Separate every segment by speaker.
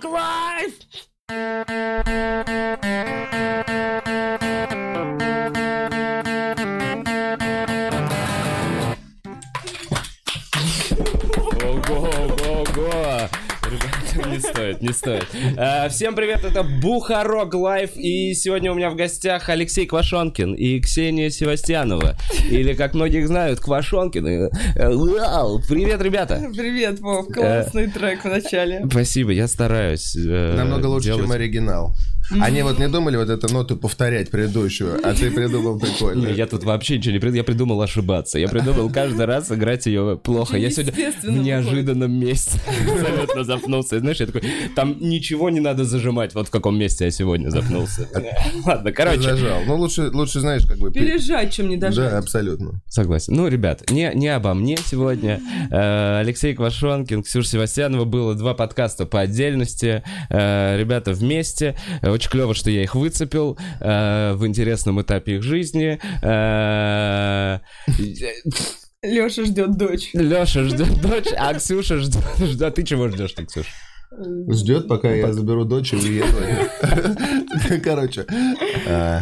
Speaker 1: guys.
Speaker 2: Ого, ого, ого. Ребята, не стоит, не стоит. Э, Всем привет, это Бухарок Лайф, и сегодня у меня в гостях Алексей Квашонкин и Ксения Севастьянова. Или, как многих знают, Квашонкин. и, э, Вау, привет, ребята.
Speaker 1: Привет, Вов,
Speaker 2: Э,
Speaker 1: классный трек в начале.
Speaker 2: Спасибо, я стараюсь. э,
Speaker 3: Намного лучше,
Speaker 2: делать.
Speaker 3: чем оригинал. Они вот не думали вот эту ноту повторять предыдущую, а ты придумал
Speaker 2: Ну,
Speaker 3: прикольно.
Speaker 2: Я тут вообще ничего не придумал, я придумал ошибаться. Я придумал каждый раз играть ее плохо. Я сегодня в
Speaker 1: Естественно,
Speaker 2: неожиданном месте абсолютно запнулся. И знаешь, я такой, там ничего не надо зажимать, вот в каком месте я сегодня запнулся. Ладно, короче.
Speaker 3: Зажал. Ну, лучше, лучше, знаешь, как бы... пи-
Speaker 1: Пережать, чем не
Speaker 3: Да,
Speaker 1: дожать.
Speaker 3: абсолютно.
Speaker 2: Согласен. Ну, ребят, не, не обо мне сегодня. Э, Алексей Квашонкин, Ксюша Севастьянова. Было два подкаста по отдельности. Э, ребята вместе. Э, Очень клево, что я их выцепил э, в интересном этапе их жизни. Э,
Speaker 1: Леша ждет дочь.
Speaker 2: Леша ждет дочь, а Ксюша ждет. ждет. А ты чего ждешь, ты, Ксюша?
Speaker 3: Ждет,
Speaker 2: Ну,
Speaker 3: пока я заберу дочь и уеду. Короче. а,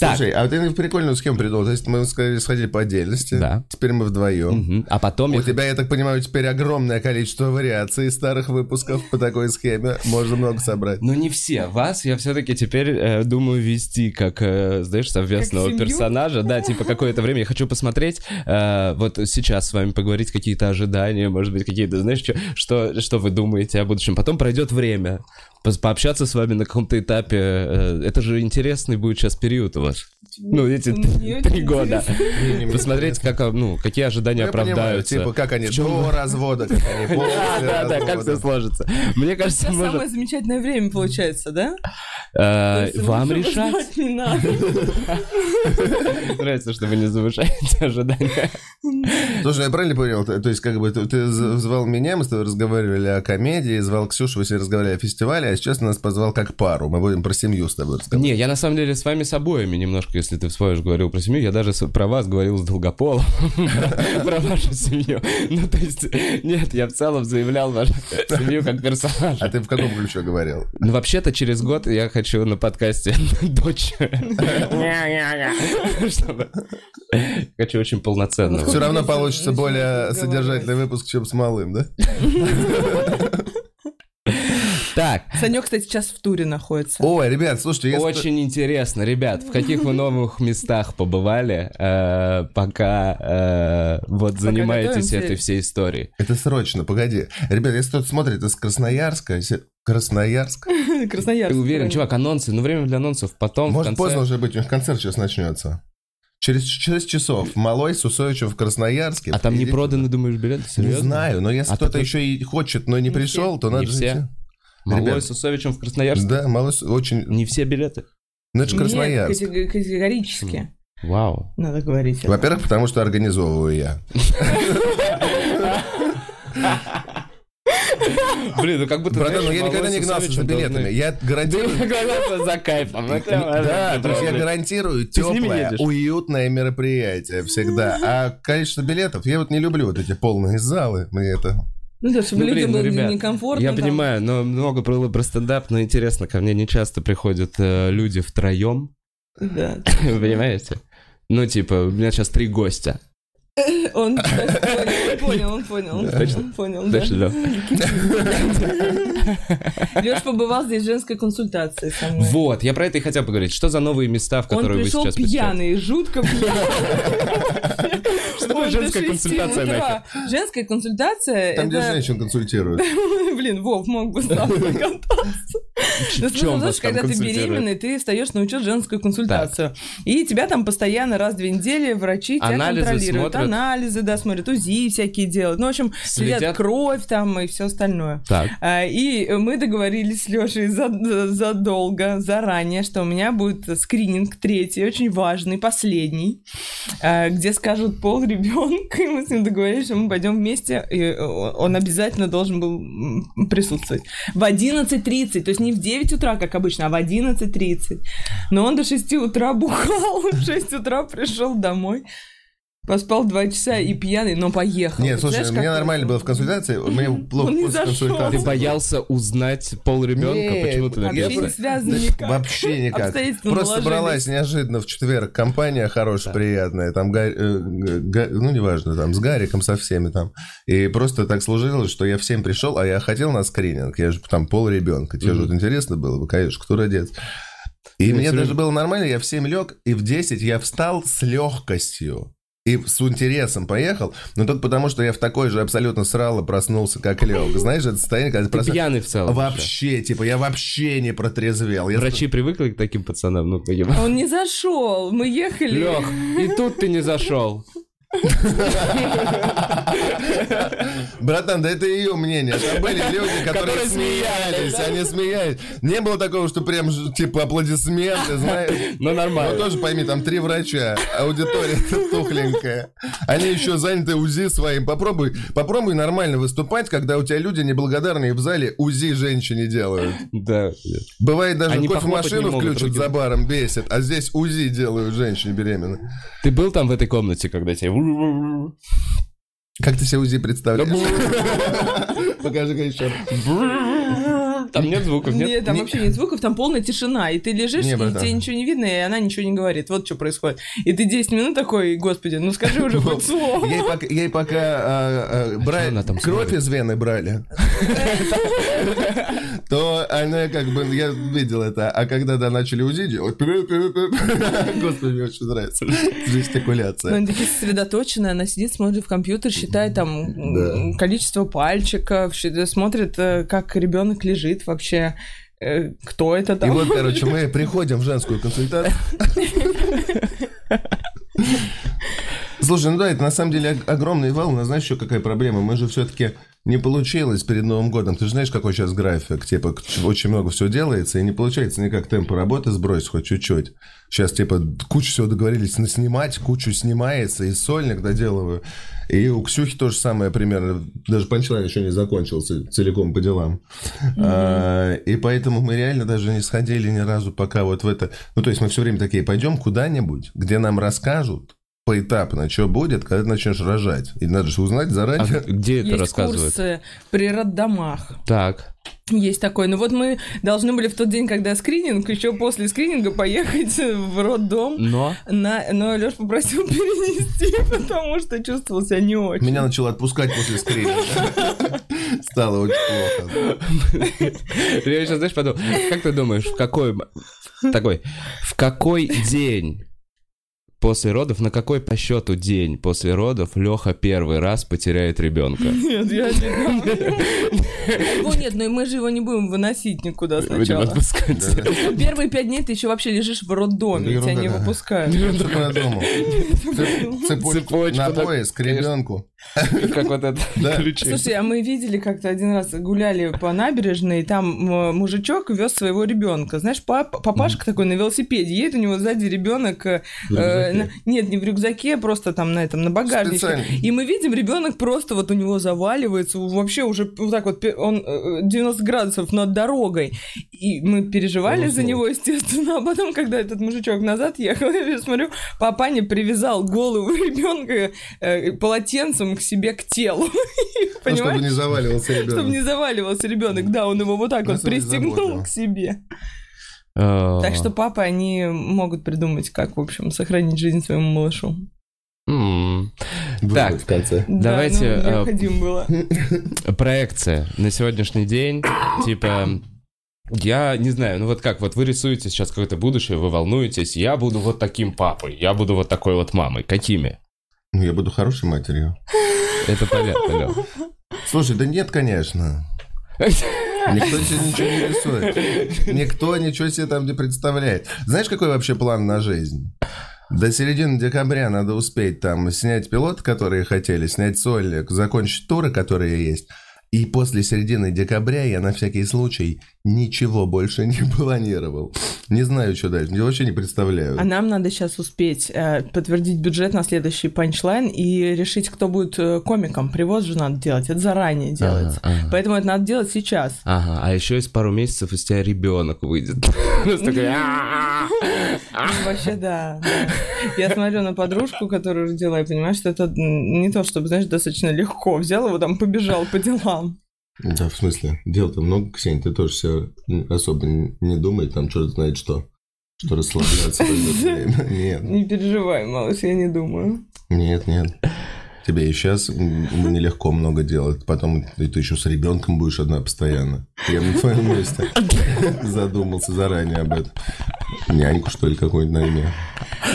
Speaker 2: Так.
Speaker 3: Слушай, а ты прикольную схему придумал. То есть мы сказали, сходили по отдельности.
Speaker 2: Да.
Speaker 3: Теперь мы вдвоем.
Speaker 2: Мгм. А потом я...
Speaker 3: У тебя, я так понимаю, теперь огромное количество вариаций старых выпусков по такой схеме. Можно много собрать.
Speaker 2: Ну не все. Вас я все-таки теперь э, думаю вести как, э, знаешь, совместного
Speaker 1: Как семью?
Speaker 2: персонажа. Да, типа какое-то время я хочу посмотреть. э, вот сейчас с вами поговорить какие-то ожидания, может быть, какие-то, знаешь, чё- что, что вы думаете о будущем. Потом пройдет время. Пос- Пообщаться с вами на каком-то этапе. э, это же интересный будет сейчас период у вас. Ну, эти
Speaker 1: Мне
Speaker 2: три
Speaker 1: очень
Speaker 2: года.
Speaker 3: Не, не,
Speaker 2: Посмотреть, как, э, ну, какие ожидания
Speaker 3: Я понимаю,
Speaker 2: оправдаются.
Speaker 3: типа, как они
Speaker 2: В чём вы-
Speaker 3: до развода, как они после
Speaker 2: Да, да, да, как все
Speaker 3: развода.
Speaker 2: сложится. Мне кажется,
Speaker 1: Это
Speaker 2: может...
Speaker 1: самое замечательное время получается, да?
Speaker 2: э,
Speaker 1: То есть
Speaker 2: Вам
Speaker 1: лучше
Speaker 2: решать.
Speaker 1: знать Не надо.
Speaker 2: Нравится, что вы не завышаете ожидания.
Speaker 3: Слушай, я правильно понял? То то есть, как бы, ты, ты з- звал меня, мы с тобой разговаривали о комедии, звал Ксюшу, вы с ней разговаривали о фестивале, а сейчас ты нас позвал как пару. Мы будем про семью с тобой разговаривать.
Speaker 2: Не, я на самом деле с вами с обоими немножко, если ты вспомнишь, говорил про семью. Я даже с- про вас говорил с Долгополом, про вашу семью. Ну, то есть, нет, я в целом заявлял вашу семью как
Speaker 3: А
Speaker 2: персонажа.
Speaker 3: ты в каком ключе говорил?
Speaker 2: Ну, вообще-то, через год я хочу на подкасте дочь. Чтобы- Хочу очень полноценного.
Speaker 3: Все равно
Speaker 1: Если
Speaker 3: получится
Speaker 1: начнем
Speaker 3: более
Speaker 1: разговаривать.
Speaker 3: содержательный выпуск, чем с малым, да?
Speaker 2: Так,
Speaker 1: Санек, кстати, сейчас в туре находится.
Speaker 3: Ой, ребят, слушайте, я...
Speaker 2: Очень интересно, ребят, в каких вы новых местах побывали, э, пока э, вот занимаетесь
Speaker 1: готовимся.
Speaker 2: этой всей историей?
Speaker 3: Это срочно, погоди. Ребят, если кто-то смотрит из Красноярска, если- Красноярск?
Speaker 1: Красноярск.
Speaker 2: Ты уверен, чувак, анонсы, ну время для анонсов, потом
Speaker 3: Может,
Speaker 2: в конце...
Speaker 3: поздно уже быть, у них концерт сейчас начнется. Через 6 часов. Малой с Усовичем в Красноярске.
Speaker 2: А там не
Speaker 3: Идите.
Speaker 2: проданы, думаешь, билеты?
Speaker 3: Не
Speaker 2: Серьезно?
Speaker 3: знаю, но если
Speaker 2: А
Speaker 3: кто-то
Speaker 2: ты-
Speaker 3: еще и хочет, но не
Speaker 1: Не
Speaker 3: пришел, то надо
Speaker 2: Не
Speaker 3: же
Speaker 2: все.
Speaker 3: идти.
Speaker 2: Малой
Speaker 3: Ребят.
Speaker 2: с Усовичем в Красноярске?
Speaker 3: Да, малой с- очень...
Speaker 2: Не все билеты.
Speaker 3: Ну, это же
Speaker 1: Нет,
Speaker 3: Красноярск.
Speaker 1: катего- Категорически.
Speaker 2: Вау.
Speaker 1: Надо говорить.
Speaker 3: Во-первых, потому что организовываю я.
Speaker 2: Блин, ну как будто...
Speaker 3: Братан,
Speaker 2: знаешь,
Speaker 3: ну я
Speaker 2: Малой
Speaker 3: никогда
Speaker 2: с
Speaker 3: не гнался за
Speaker 2: Усовичем
Speaker 3: билетами.
Speaker 2: должны-
Speaker 3: Я гарантирую...
Speaker 2: Ты гнался за кайфом. ну, прямо,
Speaker 3: Да, то есть я
Speaker 2: блин.
Speaker 3: гарантирую
Speaker 2: Ты с ними
Speaker 3: теплое,
Speaker 2: едешь?
Speaker 3: уютное мероприятие всегда. А количество билетов, я вот не люблю вот эти полные залы. Мне это...
Speaker 1: Ну да, чтобы
Speaker 2: Ну, блин,
Speaker 1: людям
Speaker 2: ну,
Speaker 1: было
Speaker 2: ребят,
Speaker 1: некомфортно.
Speaker 2: Я
Speaker 1: там.
Speaker 2: понимаю, но много было про стендап, но интересно, ко мне не часто приходят э, люди втроем,
Speaker 1: Да.
Speaker 2: вы понимаете? Ну, типа, у меня сейчас три гостя.
Speaker 1: Он кстати, понял, он понял, он понял, он понял, да.
Speaker 2: Знаешь, Лёв?
Speaker 1: Леш побывал здесь в женской консультации со мной.
Speaker 2: Вот, я про это и хотел поговорить. Что за новые места, в
Speaker 1: Он
Speaker 2: которые вы
Speaker 1: пришел
Speaker 2: сейчас посещаете?
Speaker 1: пьяный, жутко пьяный.
Speaker 2: Что такое
Speaker 1: Он до
Speaker 2: женская
Speaker 1: шести
Speaker 2: консультация
Speaker 1: утра. Женская консультация
Speaker 3: Там, где
Speaker 1: это...
Speaker 3: женщин консультируют.
Speaker 1: Блин, Вов мог бы сам догадаться.
Speaker 2: нахер?
Speaker 1: Ну,
Speaker 2: В чем
Speaker 1: смысл в том,
Speaker 2: вас
Speaker 1: что
Speaker 2: там
Speaker 1: когда ты
Speaker 2: консультируют?
Speaker 1: беременный, ты встаешь на учет женскую консультацию. И тебя там постоянно раз в две недели врачи тебя
Speaker 2: Анализы
Speaker 1: контролируют.
Speaker 2: смотрят.
Speaker 1: Анализы, да, смотрят, УЗИ всякие делают. Ну, в общем,
Speaker 2: Следят.
Speaker 1: следят кровь там и все остальное.
Speaker 2: Так.
Speaker 1: А, И мы договорились с Лешей задолго, заранее, что у меня будет скрининг третий, очень важный, последний, а, где скажут пол ребенка, и мы с ним договорились, что мы пойдем вместе, и э, он обязательно должен был м, присутствовать. В 11.30, то есть не в 9 утра, как обычно, а в 11.30. Но он до 6 утра бухал, в 6 утра пришел домой. Поспал два часа и пьяный, но поехал.
Speaker 3: Нет, слушай,
Speaker 1: Представляешь,
Speaker 3: у меня
Speaker 1: как
Speaker 3: нормально
Speaker 1: круто?
Speaker 3: было в консультации, мне плохо
Speaker 1: Он не
Speaker 3: после
Speaker 1: зашел.
Speaker 3: консультации.
Speaker 2: Ты боялся узнать пол ребенка?
Speaker 3: Не,
Speaker 2: Почему ты
Speaker 1: Вообще А, не
Speaker 2: напился?
Speaker 1: связано никак.
Speaker 3: Вообще никак. Просто
Speaker 1: Обстоятельства наложились.
Speaker 3: собралась неожиданно в четверг. Компания хорошая, приятная. Там, Га- э, Га- ну, неважно, там, с Гариком, со всеми там. И просто так сложилось, что я всем пришел, а я хотел на скрининг. Я же там пол ребенка. Тебе же вот интересно было бы, конечно, кто родец. И
Speaker 2: Ну,
Speaker 3: мне
Speaker 2: серьезно.
Speaker 3: даже было нормально, я в 7 лег, и в 10 я встал с легкостью. И с интересом поехал, но только потому, что я в такой же абсолютно срало проснулся, как Лег. Знаешь, это состояние, когда
Speaker 2: Ты
Speaker 3: ты проснулся-
Speaker 2: пьяный в целом. уже.
Speaker 3: Вообще, типа, я вообще не протрезвел. Я
Speaker 2: Врачи привыкли к таким пацанам, ну, понимаешь.
Speaker 1: Он не зашел, мы ехали.
Speaker 2: Лех, и тут ты не зашел.
Speaker 3: Братан, да это ее мнение. Там были люди, которые
Speaker 2: Которые смеялись,
Speaker 3: смеялись, они смеялись. Не было такого, что прям, ж- типа, аплодисменты, знаешь.
Speaker 2: Ну,
Speaker 3: Ну,
Speaker 2: нормально.
Speaker 3: тоже пойми, там три врача, аудитория тухленькая. Они еще заняты УЗИ своим. Попробуй, попробуй нормально выступать, когда у тебя люди неблагодарные в зале УЗИ женщине делают.
Speaker 2: Да.
Speaker 3: Бывает даже
Speaker 2: Они похлопать не
Speaker 3: кофемашину
Speaker 2: могут
Speaker 3: включат
Speaker 2: другим.
Speaker 3: за баром, бесит, а здесь УЗИ делают женщине беременной.
Speaker 2: Ты был там в этой комнате, когда тебе...
Speaker 3: Как ты себе УЗИ представляешь? Покажи-ка еще.
Speaker 2: Там нет звуков, нет?
Speaker 1: А, Нет, там
Speaker 3: Не-
Speaker 1: вообще нет звуков, там полная тишина. И ты лежишь,
Speaker 3: Не,
Speaker 1: и
Speaker 3: братан.
Speaker 1: тебе ничего не видно, и она ничего не говорит. Вот что происходит. И ты 10 минут такой, господи, ну скажи уже хоть слово.
Speaker 3: Ей пока, ей пока а, а, брали-
Speaker 2: Что она там
Speaker 3: кровь
Speaker 2: смотрит?
Speaker 3: из вены брали, то она как бы, я видел это, а когда да, начали УЗИ делать, господи, мне очень нравится
Speaker 1: Ну,
Speaker 3: жестикуляция.
Speaker 1: она такая сосредоточенная, она сидит, смотрит в компьютер, считает там м, количество пальчиков, щи- смотрит, э, как ребенок лежит вообще, э, кто это
Speaker 3: И
Speaker 1: там.
Speaker 3: вот, короче, мы приходим в женскую консультацию. Слушай, ну да, это на самом деле ог- огромный вал. У нас знаешь еще какая проблема? Мы же все-таки не получилось перед Новым годом. Ты же знаешь, какой сейчас график? Типа, к- очень много всего делается, и не получается никак темпы работы сбросить хоть чуть-чуть. Сейчас, типа, кучу всего договорились наснимать, кучу снимается, и сольник доделываю. И у Ксюхи то же самое примерно. Даже панчлайн еще не закончился целиком по делам. А, и поэтому мы реально даже не сходили ни разу пока вот в это... Ну, то есть мы все время такие, пойдем куда-нибудь, где нам расскажут, поэтапно, что будет, когда ты начнешь рожать. И надо же узнать
Speaker 2: А
Speaker 3: заранее.
Speaker 2: где это
Speaker 1: Есть
Speaker 2: рассказывают?
Speaker 1: курсы при роддомах.
Speaker 2: Так.
Speaker 1: Есть такой. Ну вот мы должны были в тот день, когда скрининг, еще после скрининга поехать в роддом.
Speaker 2: Но...
Speaker 1: На, но Лёш попросил перенести, потому что чувствовал себя не очень.
Speaker 3: Меня начало отпускать после скрининга. Стало очень плохо.
Speaker 2: Я сейчас, знаешь, подумал, как ты думаешь, в какой... м- Такой, в какой день после родов, на какой по счету день после родов Леха первый раз потеряет ребенка?
Speaker 1: Нет, я не знаю. Его нет, но и мы же его не будем выносить никуда сначала. Первые пять дней ты еще вообще лежишь в роддоме,
Speaker 3: Да
Speaker 1: тебя не
Speaker 3: ерунда, да.
Speaker 1: выпускают.
Speaker 3: Что ты надумал? Цеп- Цепочку
Speaker 2: Ну, Цепочку
Speaker 3: на
Speaker 2: так,
Speaker 3: пояс к
Speaker 2: конечно.
Speaker 3: ребенку.
Speaker 2: Как вот это
Speaker 3: Да.
Speaker 2: ключи.
Speaker 1: Слушай, а мы видели как-то один раз гуляли по набережной, и там м, мужичок вез своего ребенка. Знаешь, пап- папашка такой на велосипеде, едет у него сзади ребенок. э,
Speaker 3: В рюкзаке.
Speaker 1: на- нет, не в рюкзаке, а просто там на этом, на багажнике.
Speaker 3: Специально.
Speaker 1: И мы видим, ребенок просто вот у него заваливается, вообще уже вот так вот, пе- он э, 90 градусов над дорогой. И мы переживали за
Speaker 3: Ужасно.
Speaker 1: него, естественно. А потом, когда этот мужичок назад ехал, я смотрю, папаня привязал голову ребенка э, полотенцем к себе к телу.
Speaker 3: Ну,
Speaker 1: Понимаешь?
Speaker 3: Чтобы не заваливался
Speaker 1: Чтобы не
Speaker 3: ребенок.
Speaker 1: заваливался ребенок, да, он его вот так
Speaker 3: Ну,
Speaker 1: вот
Speaker 3: это не
Speaker 1: пристегнул
Speaker 3: заботило.
Speaker 1: к себе.
Speaker 2: Так А,
Speaker 1: Так что папы, они могут придумать, как, в общем, сохранить жизнь своему малышу.
Speaker 3: Вырвать
Speaker 2: Так.
Speaker 3: в конце.
Speaker 1: Да,
Speaker 2: Давайте,
Speaker 1: ну,
Speaker 2: э,
Speaker 1: необходимо было.
Speaker 2: Проекция на сегодняшний день, типа... Я не знаю, ну вот как, вот вы рисуете сейчас какое-то будущее, вы волнуетесь, я буду вот таким папой, я буду вот такой вот мамой. Какими?
Speaker 3: Ну, я буду хорошей матерью.
Speaker 2: Это понятно, Лёх.
Speaker 3: Слушай, да нет, конечно. Никто себе ничего не рисует. Никто ничего себе там не представляет. Знаешь, какой вообще план на жизнь? До середины декабря надо успеть там снять пилот, которые хотели, снять сольник, закончить туры, которые есть. И после середины декабря я на всякий случай ничего больше не планировал. Не знаю, что дальше. Я вообще не
Speaker 2: Э.
Speaker 3: представляю.
Speaker 1: А нам надо сейчас успеть э, подтвердить бюджет на следующий панчлайн и решить, кто будет э, комиком. Привоз же надо делать, это заранее делается.
Speaker 2: ага.
Speaker 1: Поэтому это надо делать сейчас.
Speaker 2: Ну, Ага, а еще из пару месяцев из тебя ребенок выйдет. Просто такой, «А-а-а».
Speaker 1: Ну, Вообще, да, да. Я смотрю на подружку, которую родила, и понимаю, что это не то, чтобы, знаешь, достаточно легко. Взял его там, побежал по делам.
Speaker 3: Да, в смысле? Дел-то много, Ксения, ты тоже себя особо н- не думай, там черт знает что. Что расслабляться в это время. Нет,
Speaker 1: Не переживай, малыш, я не думаю.
Speaker 3: нет, нет. Тебе и сейчас нелегко много делать, потом ты ты еще с ребенком будешь одна постоянно. Я бы на твоем месте задумался заранее об этом. Няньку, что ли, какую-нибудь найми.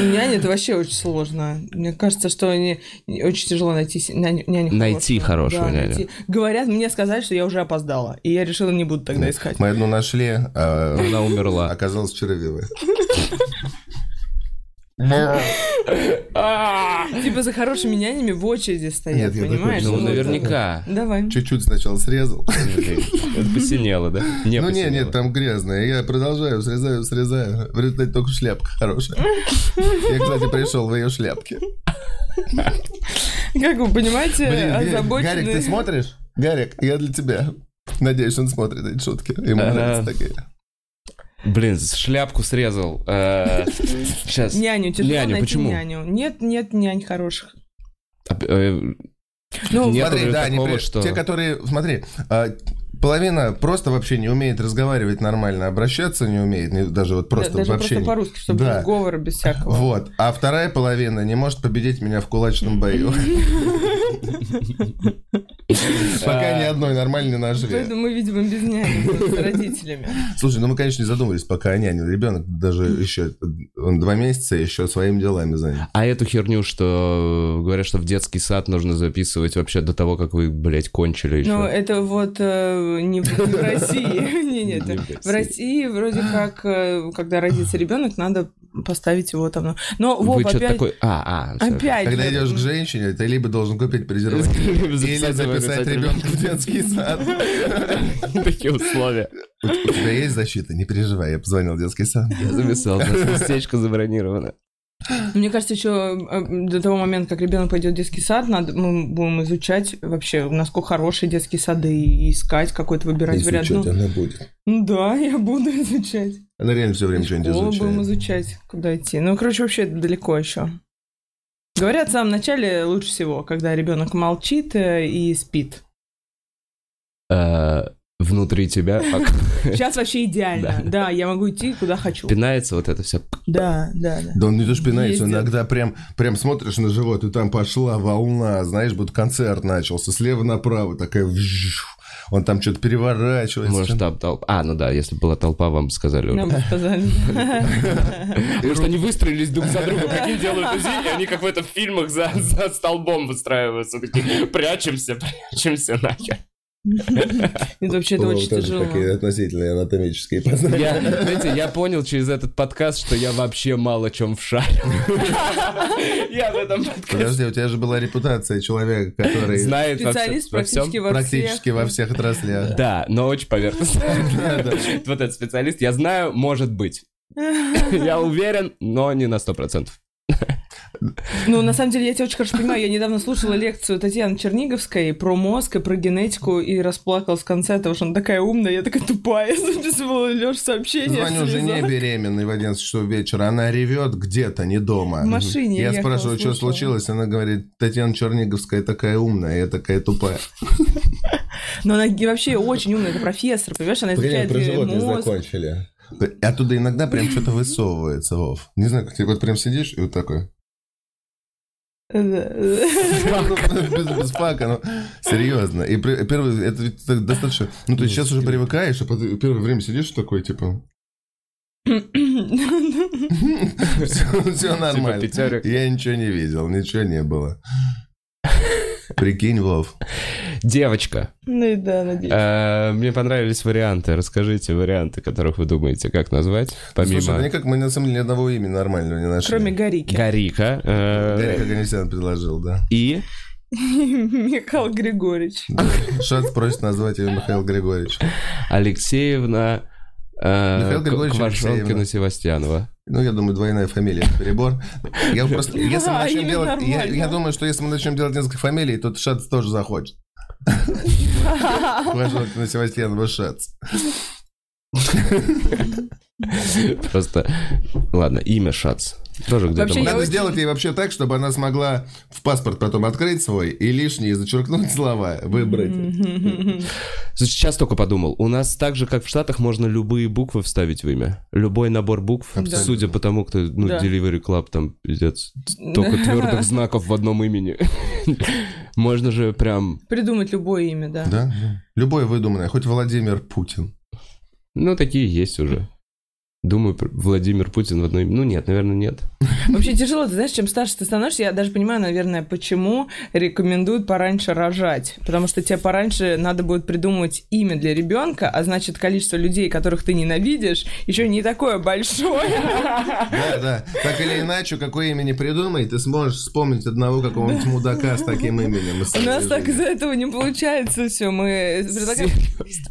Speaker 1: Нянь это вообще очень сложно. Мне кажется, что они очень тяжело найти си- нянь- няню
Speaker 2: Найти
Speaker 1: хорошую.
Speaker 2: хорошую няню.
Speaker 1: Говорят, мне сказали, что я уже опоздала, и я решила не буду
Speaker 2: Ну,
Speaker 1: тогда искать.
Speaker 3: Мы одну нашли, а
Speaker 2: Она умерла.
Speaker 3: оказалось червивой.
Speaker 1: Типа за хорошими нянями в очереди стоят,
Speaker 3: Нет, я такой,
Speaker 1: понимаешь?
Speaker 3: ну,
Speaker 2: Ну,
Speaker 1: вот это.
Speaker 2: наверняка.
Speaker 1: Давай.
Speaker 3: Чуть-чуть сначала срезал.
Speaker 2: Это посинело, да? Не
Speaker 3: ну, нет,
Speaker 2: посинело.
Speaker 3: нет, там грязно. Я продолжаю, срезаю, срезаю. В результате только шляпка хорошая. Я, кстати, пришел в ее шляпке.
Speaker 1: Как вы понимаете,
Speaker 3: Блин, Гарик,
Speaker 1: озабоченные...
Speaker 3: Гарик, ты смотришь? Гарик, я для тебя. Надеюсь, он смотрит эти шутки. Ему
Speaker 2: Ага.
Speaker 3: нравятся такие.
Speaker 2: Блин, шляпку срезал. Э, Сейчас.
Speaker 1: Няню, тяжело
Speaker 2: Няню,
Speaker 1: найти
Speaker 2: почему?
Speaker 1: няню. Нет, нет нянь хороших.
Speaker 2: А, э, Ну, нет
Speaker 3: смотри,
Speaker 2: уже
Speaker 3: да, они
Speaker 2: такого,
Speaker 3: при-
Speaker 2: что...
Speaker 3: те, которые, смотри, а, половина просто вообще не умеет разговаривать нормально, обращаться не умеет, не- даже вот просто
Speaker 1: Да, даже
Speaker 3: вообще.
Speaker 1: просто
Speaker 3: не-
Speaker 1: по-русски, чтобы
Speaker 3: Да.
Speaker 1: без говора, без всякого.
Speaker 3: Вот, а вторая половина не может победить меня в кулачном бою. Пока ни одной нормальной не нажили.
Speaker 1: Поэтому мы, видимо, без няни просто с родителями.
Speaker 3: Слушай, ну мы, конечно, не задумывались, пока о няне. Ребенок даже еще он два месяца еще своими делами занят.
Speaker 2: А эту херню, что э, говорят, что в детский сад нужно записывать вообще до того, как вы, блядь, кончили еще.
Speaker 1: Ну, это вот э, не в не в России. Не, нет,
Speaker 2: Не
Speaker 1: это-
Speaker 2: в
Speaker 1: в России вроде как, э, когда родится ребенок, надо поставить его там. на- Но, Вов,
Speaker 2: вы что-то
Speaker 1: опять...
Speaker 2: такой... А, а, всё.
Speaker 1: Опять
Speaker 3: Когда
Speaker 1: же,
Speaker 3: идешь к женщине, ты либо должен купить презерватив, или записать ребенка в детский сад.
Speaker 2: Такие условия.
Speaker 3: У у тебя есть защита? Не переживай, я позвонил в детский сад.
Speaker 2: Я записал, местечко забронировано.
Speaker 1: Мне кажется, еще до того момента, как ребенок пойдет в детский сад, надо, мы будем изучать вообще, насколько хорошие детские сады, и искать какой-то, выбирать вариант. Ну,
Speaker 3: она будет.
Speaker 1: ну да, я буду изучать.
Speaker 3: Она реально все время что-нибудь
Speaker 1: Школу будем
Speaker 3: изучает.
Speaker 1: изучать, куда идти. Ну, короче, вообще это далеко еще. Говорят, в самом начале лучше всего, когда ребенок молчит э, и спит.
Speaker 2: Э, Внутри тебя а,
Speaker 1: Сейчас вообще идеально.
Speaker 2: Да.
Speaker 1: Да, я могу идти, куда хочу.
Speaker 2: пинается вот это все.
Speaker 1: Да, да, да.
Speaker 3: Да он не то что пинается, он
Speaker 1: Ездит.
Speaker 3: иногда прям, прям смотришь на живот, и там пошла волна, знаешь, будто концерт начался, слева направо такая... вжжж. Он там что-то переворачивается.
Speaker 2: Может, там толпа... А, ну да, если была толпа, вам бы сказали уже.
Speaker 1: Нам бы сказали.
Speaker 2: Потому что они выстроились друг за другом, как они делают УЗИ, и они как в этом в фильмах за, за столбом выстраиваются. Такие, прячемся, прячемся нахер.
Speaker 1: Это вообще это
Speaker 3: О,
Speaker 1: очень
Speaker 3: тоже
Speaker 1: тяжело.
Speaker 3: такие относительные анатомические познания.
Speaker 2: Я, знаете, я понял через этот подкаст, что я вообще мало чем в шаре. Я в этом подкасте
Speaker 3: Подожди, у тебя же была репутация человека, который
Speaker 2: знает во всё-
Speaker 1: Специалист
Speaker 2: во всем.
Speaker 1: практически во всех.
Speaker 3: практически во всех отраслях.
Speaker 2: Да, но очень поверхностно.
Speaker 3: Да.
Speaker 2: Вот этот специалист, я знаю, может быть. Я уверен, но не на сто процентов.
Speaker 1: Ну, на самом деле, я тебя очень хорошо понимаю. Я недавно слушала лекцию Татьяны Черниговской про мозг и про генетику и расплакалась в конце, потому что она такая умная, я такая тупая. Записывала Лёш сообщение. в
Speaker 3: Звоню жене
Speaker 1: слезах.
Speaker 3: беременной в 11 часов вечера. Она ревет где-то, не дома.
Speaker 1: В машине
Speaker 3: Я
Speaker 1: ехала,
Speaker 3: спрашиваю, что
Speaker 1: слушала.
Speaker 3: случилось. Она говорит, Татьяна Черниговская такая умная, я такая тупая.
Speaker 1: Но она ге- вообще очень умная, это профессор, понимаешь, она изучает э, мозг.
Speaker 3: закончили. Оттуда а иногда прям что-то высовывается, Вов. Не знаю, как ты вот прям сидишь и вот такой.
Speaker 1: Э,
Speaker 3: Без, без фака, ну, серьезно. И при- первый, это ведь так достаточно... Ну, ты сейчас уже привыкаешь, а потом первое время сидишь такой, типа...
Speaker 1: э.
Speaker 3: Все, нормально.
Speaker 2: пятерок.
Speaker 3: Я ничего не видел, ничего не было. Прикинь, Вов.
Speaker 2: Девочка,
Speaker 1: Ну и да, надеюсь.
Speaker 2: э, мне понравились варианты. Расскажите варианты, которых вы думаете, как назвать,
Speaker 3: Слушай, да
Speaker 2: помимо
Speaker 3: никак мы на самом деле ни одного имени нормального не нашли.
Speaker 1: Кроме Горики.
Speaker 2: Гарика э,
Speaker 3: Гарик Оганесян предложил, да.
Speaker 2: и
Speaker 1: Михаил Григорьевич.
Speaker 3: Шанс просит назвать его Михаил Григорьевич.
Speaker 2: Алексеевна э,
Speaker 3: Михаил Григорьевич
Speaker 2: К- Квашонкина
Speaker 3: Алексеевна.
Speaker 2: Севастьянова.
Speaker 3: Ну, я думаю, двойная фамилия это перебор. Я просто, если мы
Speaker 1: Да,
Speaker 3: начнем
Speaker 1: имя
Speaker 3: делать, я,
Speaker 1: нормально.
Speaker 3: я думаю, что если мы начнем делать несколько фамилий, то Шац тоже захочет. Пожалуйста, на Севастьянова Шац.
Speaker 2: Просто, ладно, имя Шац. Тоже где-то...
Speaker 1: Вообще,
Speaker 2: мы-
Speaker 1: я
Speaker 3: Надо
Speaker 1: очень-
Speaker 3: сделать ей вообще так, чтобы она смогла в паспорт потом открыть свой и лишние зачеркнуть слова, выбрать.
Speaker 2: Слушай, Сейчас только подумал. У нас так же, как в Штатах, можно любые буквы вставить в имя. Любой набор букв,
Speaker 3: Абсолютно.
Speaker 2: судя по тому, кто, ну,
Speaker 1: Да.
Speaker 2: Delivery Club, там, пиздец, только твердых знаков в одном имени. Можно же прям...
Speaker 1: Придумать любое имя, да.
Speaker 3: Да? Любое выдуманное, хоть Владимир Путин.
Speaker 2: Ну, такие есть уже. Думаю, пр- Владимир Путин в одной... Ну, нет, наверное, нет.
Speaker 1: Вообще тяжело, ты знаешь, чем старше ты становишься, я даже понимаю, наверное, почему рекомендуют пораньше рожать. Потому что тебе пораньше надо будет придумывать имя для ребенка, а значит, количество людей, которых ты ненавидишь, еще не такое большое.
Speaker 3: Да, да. Так или иначе, какое имя не придумай, ты сможешь вспомнить одного какого-нибудь мудака с таким именем. из
Speaker 1: У нас
Speaker 3: своей
Speaker 1: так
Speaker 3: жизни.
Speaker 1: из-за этого не получается все. Мы предлагаем.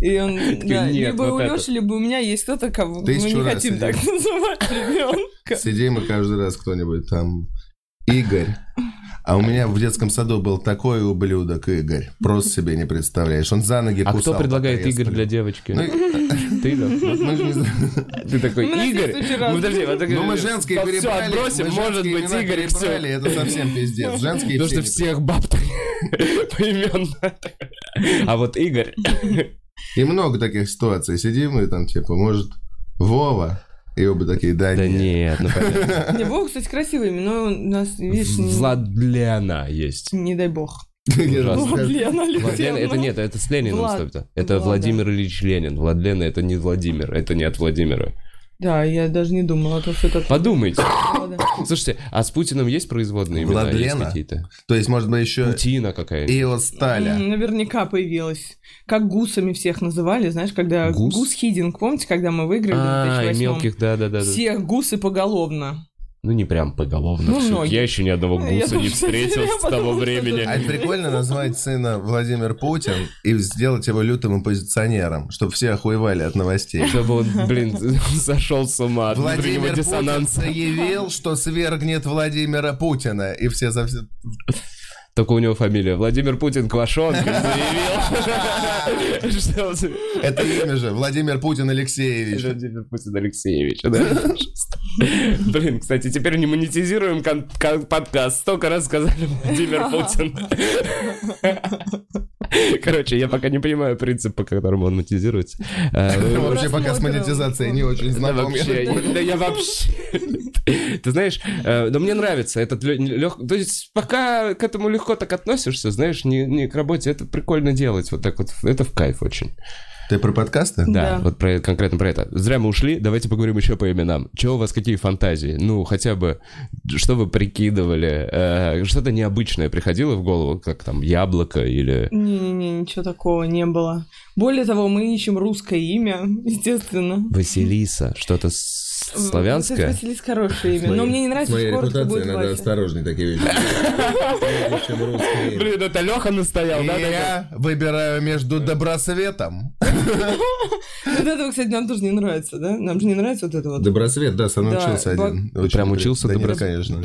Speaker 1: И он,
Speaker 2: Такие,
Speaker 1: да,
Speaker 2: «Нет,
Speaker 1: либо
Speaker 2: вот
Speaker 1: у
Speaker 2: это».
Speaker 1: Лёши, либо у меня есть кто-то, кого мы
Speaker 3: Тысячу
Speaker 1: не
Speaker 3: раз
Speaker 1: хотим так называть ребенка.
Speaker 3: Сидим и каждый раз кто-нибудь там... Игорь. А у меня в детском саду был такой ублюдок Игорь. Просто себе не представляешь. Он за ноги
Speaker 2: А
Speaker 3: кусал.
Speaker 2: кто предлагает
Speaker 3: пока я
Speaker 2: Игорь для
Speaker 3: стою.
Speaker 2: девочки?
Speaker 3: Ну, и-
Speaker 2: Ты, да?
Speaker 3: мы же не знаем.
Speaker 2: Ты такой,
Speaker 1: У нас есть
Speaker 2: Игорь?
Speaker 1: очень разные.
Speaker 2: Ну, подожди, вот так-
Speaker 3: Ну, мы женские
Speaker 2: всё,
Speaker 3: перебрали.
Speaker 2: отбросим,
Speaker 3: мы
Speaker 2: может
Speaker 3: женские
Speaker 2: быть,
Speaker 3: имена
Speaker 2: Игорь, все.
Speaker 3: перебрали, Это совсем пиздец. Женские
Speaker 2: Потому что
Speaker 3: все типа.
Speaker 2: всех баб поименно. А вот Игорь...
Speaker 3: не- И много таких ситуаций. Сидим и там, типа, может, Вова. И оба такие, да,
Speaker 2: Да нет,
Speaker 3: нет.
Speaker 2: ну понятно.
Speaker 1: Не, Вова, кстати, красивый, но у нас, видишь, не-
Speaker 2: Владлена есть.
Speaker 1: не дай бог.
Speaker 3: Я же
Speaker 2: Ужасно.
Speaker 3: скажу.
Speaker 1: Лена
Speaker 2: Владлена,
Speaker 1: Алексеевна.
Speaker 2: это нет, это с Лениным
Speaker 1: Влад-
Speaker 2: ставь-то. Это
Speaker 1: Влада.
Speaker 2: Владимир Ильич Ленин. Владлена это не Владимир, это не от Владимира.
Speaker 1: Да, я даже не думала о том, что это...
Speaker 2: Подумайте.
Speaker 1: правда.
Speaker 2: Слушайте, а с Путиным есть производные имена? Есть
Speaker 3: Владлена? Э,
Speaker 2: какие-то?
Speaker 3: То есть, может быть, еще
Speaker 2: Путина какая-нибудь.
Speaker 3: Ио Сталя.
Speaker 1: М, Наверняка появилась. Как гусами всех называли, знаешь, когда...
Speaker 2: Гус?
Speaker 1: Гус Хидинг, помните, когда мы выиграли
Speaker 2: А,
Speaker 1: в
Speaker 2: и
Speaker 1: 2008
Speaker 2: мелких, да-да-да.
Speaker 1: Всех гусы поголовно.
Speaker 2: Ну не прям поголовно.
Speaker 1: Ну,
Speaker 2: всё.
Speaker 1: многие.
Speaker 2: Я еще ни одного
Speaker 1: Я
Speaker 2: гуса не
Speaker 1: тоже, кстати,
Speaker 2: встретил
Speaker 1: я
Speaker 2: с того
Speaker 1: подумала, что
Speaker 2: времени.
Speaker 1: это-
Speaker 3: А это прикольно назвать сына Владимир Путин и сделать его лютым оппозиционером, чтобы все охуевали от новостей.
Speaker 2: Чтобы он, блин, сошел с ума от внутреннего
Speaker 3: Владимир Путин
Speaker 2: диссонанса.
Speaker 3: заявил, что свергнет Владимира Путина, и все за все...
Speaker 2: Только у него фамилия. Владимир Путин Квашонкин заявил. Что он-
Speaker 3: Это имя же, Владимир Путин Алексеевич.
Speaker 2: Владимир Путин Алексеевич. да. Блин, кстати, теперь не монетизируем кон- кон- подкаст. Столько раз сказали Владимир Путин. Короче, я пока не понимаю принцип, по которому он монетизируется. А, вы-
Speaker 3: Вообще пока с
Speaker 1: Просмотрим.
Speaker 3: монетизацией не очень
Speaker 2: Да
Speaker 3: знаком.
Speaker 2: вообще, я- да я вообще... Ты знаешь, э, да мне нравится этот лег... То есть пока к этому легко так относишься, знаешь, не, не к работе, это прикольно делать вот так вот. Это в кайф очень.
Speaker 3: Ты про подкасты?
Speaker 2: Да,
Speaker 1: Да.
Speaker 2: вот про, это- конкретно про это. Зря мы ушли, давайте поговорим еще по именам. Че у вас какие фантазии? Ну, хотя бы, что вы прикидывали? Э, что-то необычное приходило в голову, как там яблоко или...
Speaker 1: Не-не-не, ничего такого не было. Более того, мы ищем русское имя, естественно.
Speaker 2: Василиса, что-то с-
Speaker 1: Кстати,
Speaker 2: славянское?
Speaker 1: Василис хорошее имя. Но мне не нравится, что коротко будет Вася.
Speaker 3: осторожней такие вещи.
Speaker 2: Блин, это Леха настоял, да? да, да?
Speaker 3: Я выбираю между Добросветом.
Speaker 1: Вот этого, кстати, нам тоже не нравится, да? Нам же не нравится вот это вот.
Speaker 3: Добросвет, да, со мной
Speaker 1: Да,
Speaker 3: учился
Speaker 1: ба-
Speaker 3: один.
Speaker 2: Ты прям
Speaker 3: при-
Speaker 2: учился
Speaker 3: Да нет,
Speaker 2: Добросвет?
Speaker 3: конечно.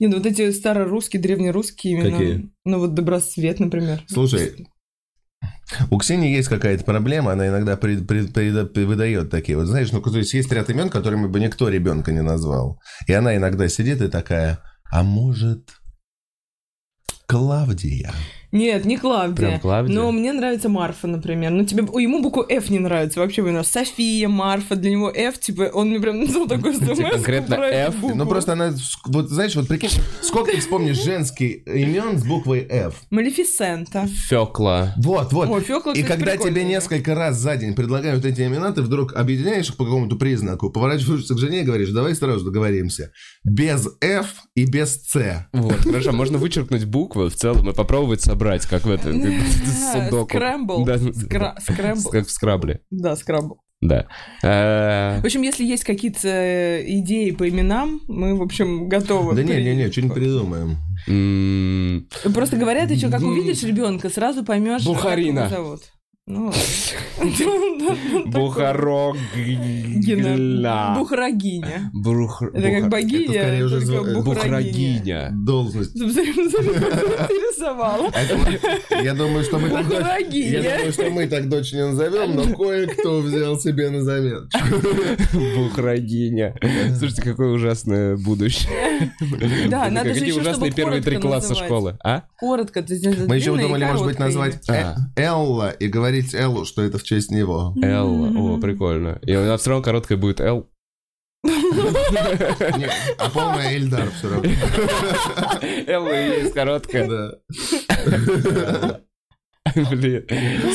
Speaker 1: Не, ну вот эти старорусские, древнерусские имена.
Speaker 3: Какие?
Speaker 1: Ну вот Добросвет, например.
Speaker 3: Слушай, у Ксении есть какая-то проблема, она иногда пред- пред- пред- выдает такие. Вот знаешь, ну, то есть есть ряд имен, которыми бы никто ребенка не назвал. И она иногда сидит и такая, а может, Клавдия?
Speaker 1: Нет, не Клавдия.
Speaker 2: Прям Клавдия?
Speaker 1: Но мне нравится Марфа, например. Ну тебе, ой, ему букву F не нравится вообще. Вы София, Марфа, для него F, типа, он мне прям написал такой смс.
Speaker 2: Типа конкретно F?
Speaker 3: Ну, просто она, с- вот знаешь, вот прикинь, сколько ты вспомнишь женских имен с буквой F?
Speaker 1: Малефисента.
Speaker 2: Фёкла.
Speaker 3: Вот, вот.
Speaker 1: Ой, Фёкла,
Speaker 3: и
Speaker 1: кстати,
Speaker 3: когда
Speaker 1: прикольное
Speaker 3: тебе
Speaker 1: имя.
Speaker 3: несколько раз за день предлагают эти имена, ты вдруг объединяешь их по какому-то признаку, поворачиваешься к жене и говоришь, давай сразу договоримся. Без F и без C.
Speaker 2: Вот, хорошо, можно вычеркнуть буквы в целом и попробовать собрать, как в этом судоку.
Speaker 1: Скрэмбл.
Speaker 2: Да.
Speaker 1: Скра- Скрэмбл.
Speaker 2: Как в скрабле,
Speaker 1: Да, скрабл.
Speaker 2: да. Э,
Speaker 1: В общем, если есть какие-то э, идеи по именам, мы, в общем, готовы.
Speaker 3: Да не, не, не,
Speaker 1: при-
Speaker 3: что-нибудь придумаем.
Speaker 2: м,
Speaker 1: Просто говорят еще, как
Speaker 2: М.
Speaker 1: увидишь ребенка, сразу поймешь,
Speaker 2: Бухарина.
Speaker 1: как его зовут. Ну,
Speaker 2: Бухарок.
Speaker 1: Гена. Бухрогиня.
Speaker 2: Брух...
Speaker 1: Это как
Speaker 2: буха-
Speaker 3: это
Speaker 1: богиня,
Speaker 3: скорее уже э,
Speaker 1: только
Speaker 3: зв-
Speaker 1: бухрогиня.
Speaker 2: Бухрогиня.
Speaker 3: Должность.
Speaker 1: Заинтересовала.
Speaker 3: Это мы- Я думаю, что мы так дочь-
Speaker 1: Бухарогиня.
Speaker 3: А Я думаю, что мы так дочь не назовем, но кое-кто взял себе на заметку.
Speaker 2: Бухрогиня. Слушайте, какое ужасное будущее.
Speaker 1: Да,
Speaker 2: Это
Speaker 1: надо же
Speaker 2: Какие
Speaker 1: еще,
Speaker 2: ужасные
Speaker 1: чтобы
Speaker 2: первые три
Speaker 1: коротко
Speaker 2: класса
Speaker 1: называть.
Speaker 2: школы, а?
Speaker 1: Коротко. то есть это
Speaker 3: Мы еще
Speaker 1: длинное и
Speaker 3: думали, может быть,
Speaker 1: короткое
Speaker 3: назвать э,
Speaker 2: А.
Speaker 3: Элла и говорить Эллу, что это в честь него.
Speaker 2: Элла.
Speaker 1: М-м-м.
Speaker 2: О, прикольно. И она все равно короткая будет Эл.
Speaker 3: Не, А полная Эльдар все равно.
Speaker 2: Элла и есть короткая.
Speaker 3: Да.
Speaker 2: Блин.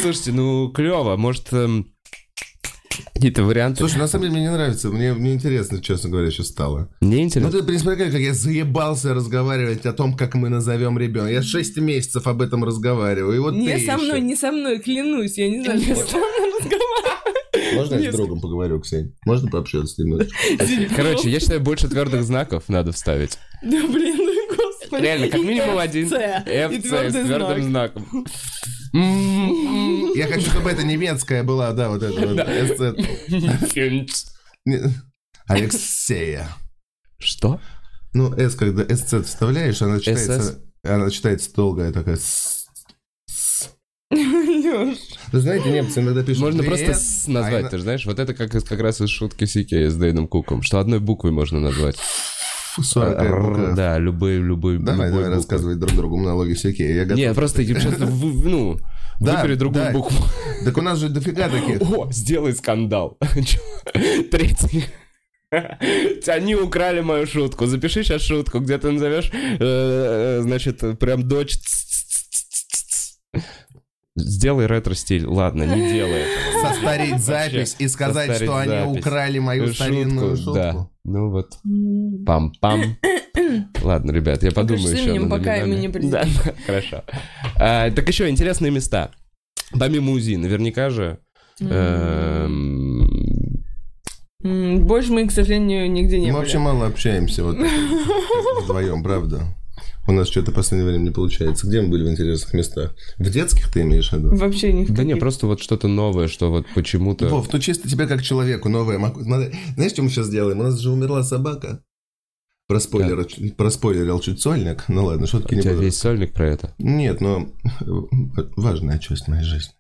Speaker 2: Слушайте, ну клево. Может, эм, какие-то варианты?
Speaker 3: Слушай, на самом деле мне не нравится. Мне, мне интересно, честно говоря, сейчас стало.
Speaker 2: Мне
Speaker 3: Ну
Speaker 2: интересно.
Speaker 3: ты представляешь, как я заебался разговаривать о том, как мы назовем ребенка. Я 6 месяцев об этом разговариваю. И вот
Speaker 1: Не
Speaker 3: ты
Speaker 1: со мной,
Speaker 3: еще.
Speaker 1: не со мной, клянусь, я не знаю, что со мной разговаривать.
Speaker 3: Можно я с другом поговорю, Ксень? Можно пообщаться немножечко?
Speaker 2: Короче, я считаю, больше твердых знаков надо вставить.
Speaker 1: Да блин, ну, господи.
Speaker 2: Реально, как
Speaker 1: И
Speaker 2: минимум
Speaker 1: FC,
Speaker 2: один
Speaker 1: и
Speaker 2: FC с
Speaker 1: твердый знак.
Speaker 2: твердым знаком. М, м,
Speaker 3: Я хочу, чтобы это немецкая была, да, вот это вот. SZ.
Speaker 2: м.
Speaker 3: Не, Алексея.
Speaker 2: Что?
Speaker 3: Ну, S, когда SZ вставляешь, она
Speaker 2: SS?
Speaker 3: читается... Она читается долгая такая... «С».
Speaker 1: Лёш,
Speaker 3: Вы знаете, немцы иногда пишут...
Speaker 2: Можно
Speaker 3: «DS»,
Speaker 2: просто «с» назвать,
Speaker 3: а
Speaker 2: ты же знаешь, вот это как, из- как раз из шутки Сикея с Дэйном Куком, что одной буквой можно назвать. Э,
Speaker 3: «Ф» 40-я буква.
Speaker 2: Да, любой, любой,
Speaker 3: а, Давай,
Speaker 2: любой
Speaker 3: давай
Speaker 2: буквой.
Speaker 3: рассказывать друг другу налоги всякие. Я готов.
Speaker 2: Не, просто, я честно, вы- ну,
Speaker 3: Да,
Speaker 2: выбери другую
Speaker 3: да.
Speaker 2: букву.
Speaker 3: Так у нас же дофига таких.
Speaker 2: О, сделай скандал. Чё? Третий. Они украли мою шутку. Запиши сейчас шутку, где ты назовешь, э, э, значит, прям дочь. ц-ц-ц-ц-ц. Сделай ретро-стиль. Ладно, не делай. этого.
Speaker 3: Состарить запись и сказать,
Speaker 2: состарить
Speaker 3: что они
Speaker 2: запись.
Speaker 3: украли мою старинную
Speaker 2: Э, Да.
Speaker 3: шутку.
Speaker 2: Ну вот. Пам-пам. Ладно, ребят, я подумаю
Speaker 1: Покажи
Speaker 2: еще.
Speaker 1: мне,
Speaker 2: над
Speaker 1: пока
Speaker 2: именами.
Speaker 1: мы не придем.
Speaker 2: Да, хорошо. А, Так еще интересные места. Помимо УЗИ, наверняка же. эм,
Speaker 1: М, Больше мы, к сожалению, нигде не
Speaker 3: Мы
Speaker 1: были.
Speaker 3: вообще мало общаемся вот вдвоем, правда. У нас что-то в последнее время не получается. Где мы были в интересных местах? В детских ты имеешь в виду?
Speaker 1: Вообще не
Speaker 2: Да не, просто вот что-то новое, что вот почему-то...
Speaker 3: Вов, ну чисто тебе как человеку новое. могу- Смотри, Знаешь, что мы сейчас делаем? У нас же умерла собака. Про спойлер, проспойлерил чуть сольник. Ну ладно,
Speaker 2: У
Speaker 3: шутки не
Speaker 2: тебя
Speaker 3: буду.
Speaker 2: весь сольник про это.
Speaker 3: Нет, но важная часть моей жизни.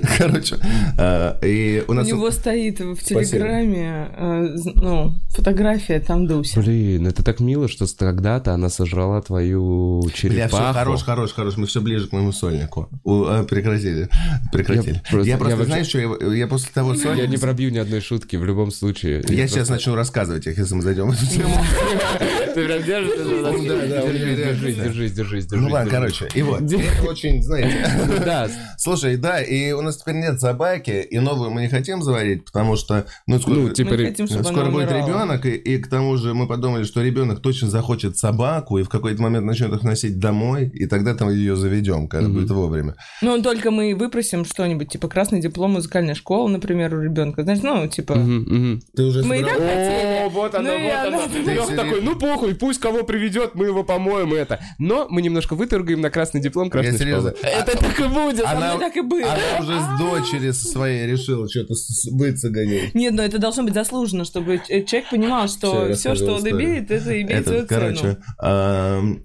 Speaker 3: Короче, а, и у
Speaker 1: У
Speaker 3: нас...
Speaker 1: него стоит в
Speaker 3: Спасибо.
Speaker 1: Телеграме э, з- ну, фотография там Дуся.
Speaker 2: Блин, это так мило, что с- когда-то она сожрала твою
Speaker 3: Бля,
Speaker 2: черепаху.
Speaker 3: все, хорош, хорош, хорош, мы все ближе к моему сольнику. У, а, прекратили, прекратили.
Speaker 2: Я просто-
Speaker 3: Я
Speaker 2: я
Speaker 3: просто,
Speaker 2: вообще-
Speaker 3: знаешь, что я, я после того
Speaker 2: Я не
Speaker 3: сольника...
Speaker 2: пробью ни одной шутки в любом случае.
Speaker 3: Я
Speaker 2: просто-
Speaker 3: сейчас начну рассказывать, их, если мы зайдем в эту тему.
Speaker 2: Ты прям держишь?
Speaker 3: Ну да, да, у меня
Speaker 2: Держись, держись,
Speaker 3: реакция.
Speaker 2: держись, держись.
Speaker 3: Ну ладно,
Speaker 2: держись.
Speaker 3: короче, и вот.
Speaker 2: Где-
Speaker 3: Это очень, знаете...
Speaker 2: Да,
Speaker 3: Слушай, да, и у нас теперь нет собаки, и новую мы не хотим заварить, потому что... Ну, сколько...
Speaker 2: ну типа...
Speaker 1: Мы
Speaker 2: ре-
Speaker 1: хотим, чтобы она
Speaker 3: Скоро будет
Speaker 1: умирала.
Speaker 3: ребенок, и, и к тому же мы подумали, что ребенок точно захочет собаку, и в какой-то момент начнет их носить домой, и тогда там ее заведем, когда
Speaker 2: Мгм.
Speaker 3: будет вовремя.
Speaker 1: Ну, только мы выпросим что-нибудь, типа красный диплом музыкальной школы, например, у ребенка. Знаешь, ну, типа...
Speaker 2: Мгм, мгм.
Speaker 3: Ты уже
Speaker 1: Мы и так
Speaker 3: собрал-
Speaker 1: хотели.
Speaker 2: О, вот
Speaker 1: Ну
Speaker 2: оно,
Speaker 1: и
Speaker 2: вот
Speaker 1: оно.
Speaker 2: оно. Лёха
Speaker 3: Ты
Speaker 2: такой, ну похуй, пусть кого приведет, мы его помоем и это. Но мы немножко выторгаем на красный диплом красной
Speaker 3: Я серьезно.
Speaker 2: школы. Это так и будет.
Speaker 1: Со мной
Speaker 3: Она- а
Speaker 1: так и было.
Speaker 3: Она уже с дочери со своей решила что-то с- с- выцегонить.
Speaker 1: Нет, но это должно быть заслуженно, чтобы ч- человек понимал,
Speaker 3: Всё,
Speaker 1: что
Speaker 3: я
Speaker 1: все,
Speaker 3: рассказывал
Speaker 1: что он
Speaker 3: историю.
Speaker 1: имеет, это имеет свою цену.
Speaker 3: Это, короче, ам,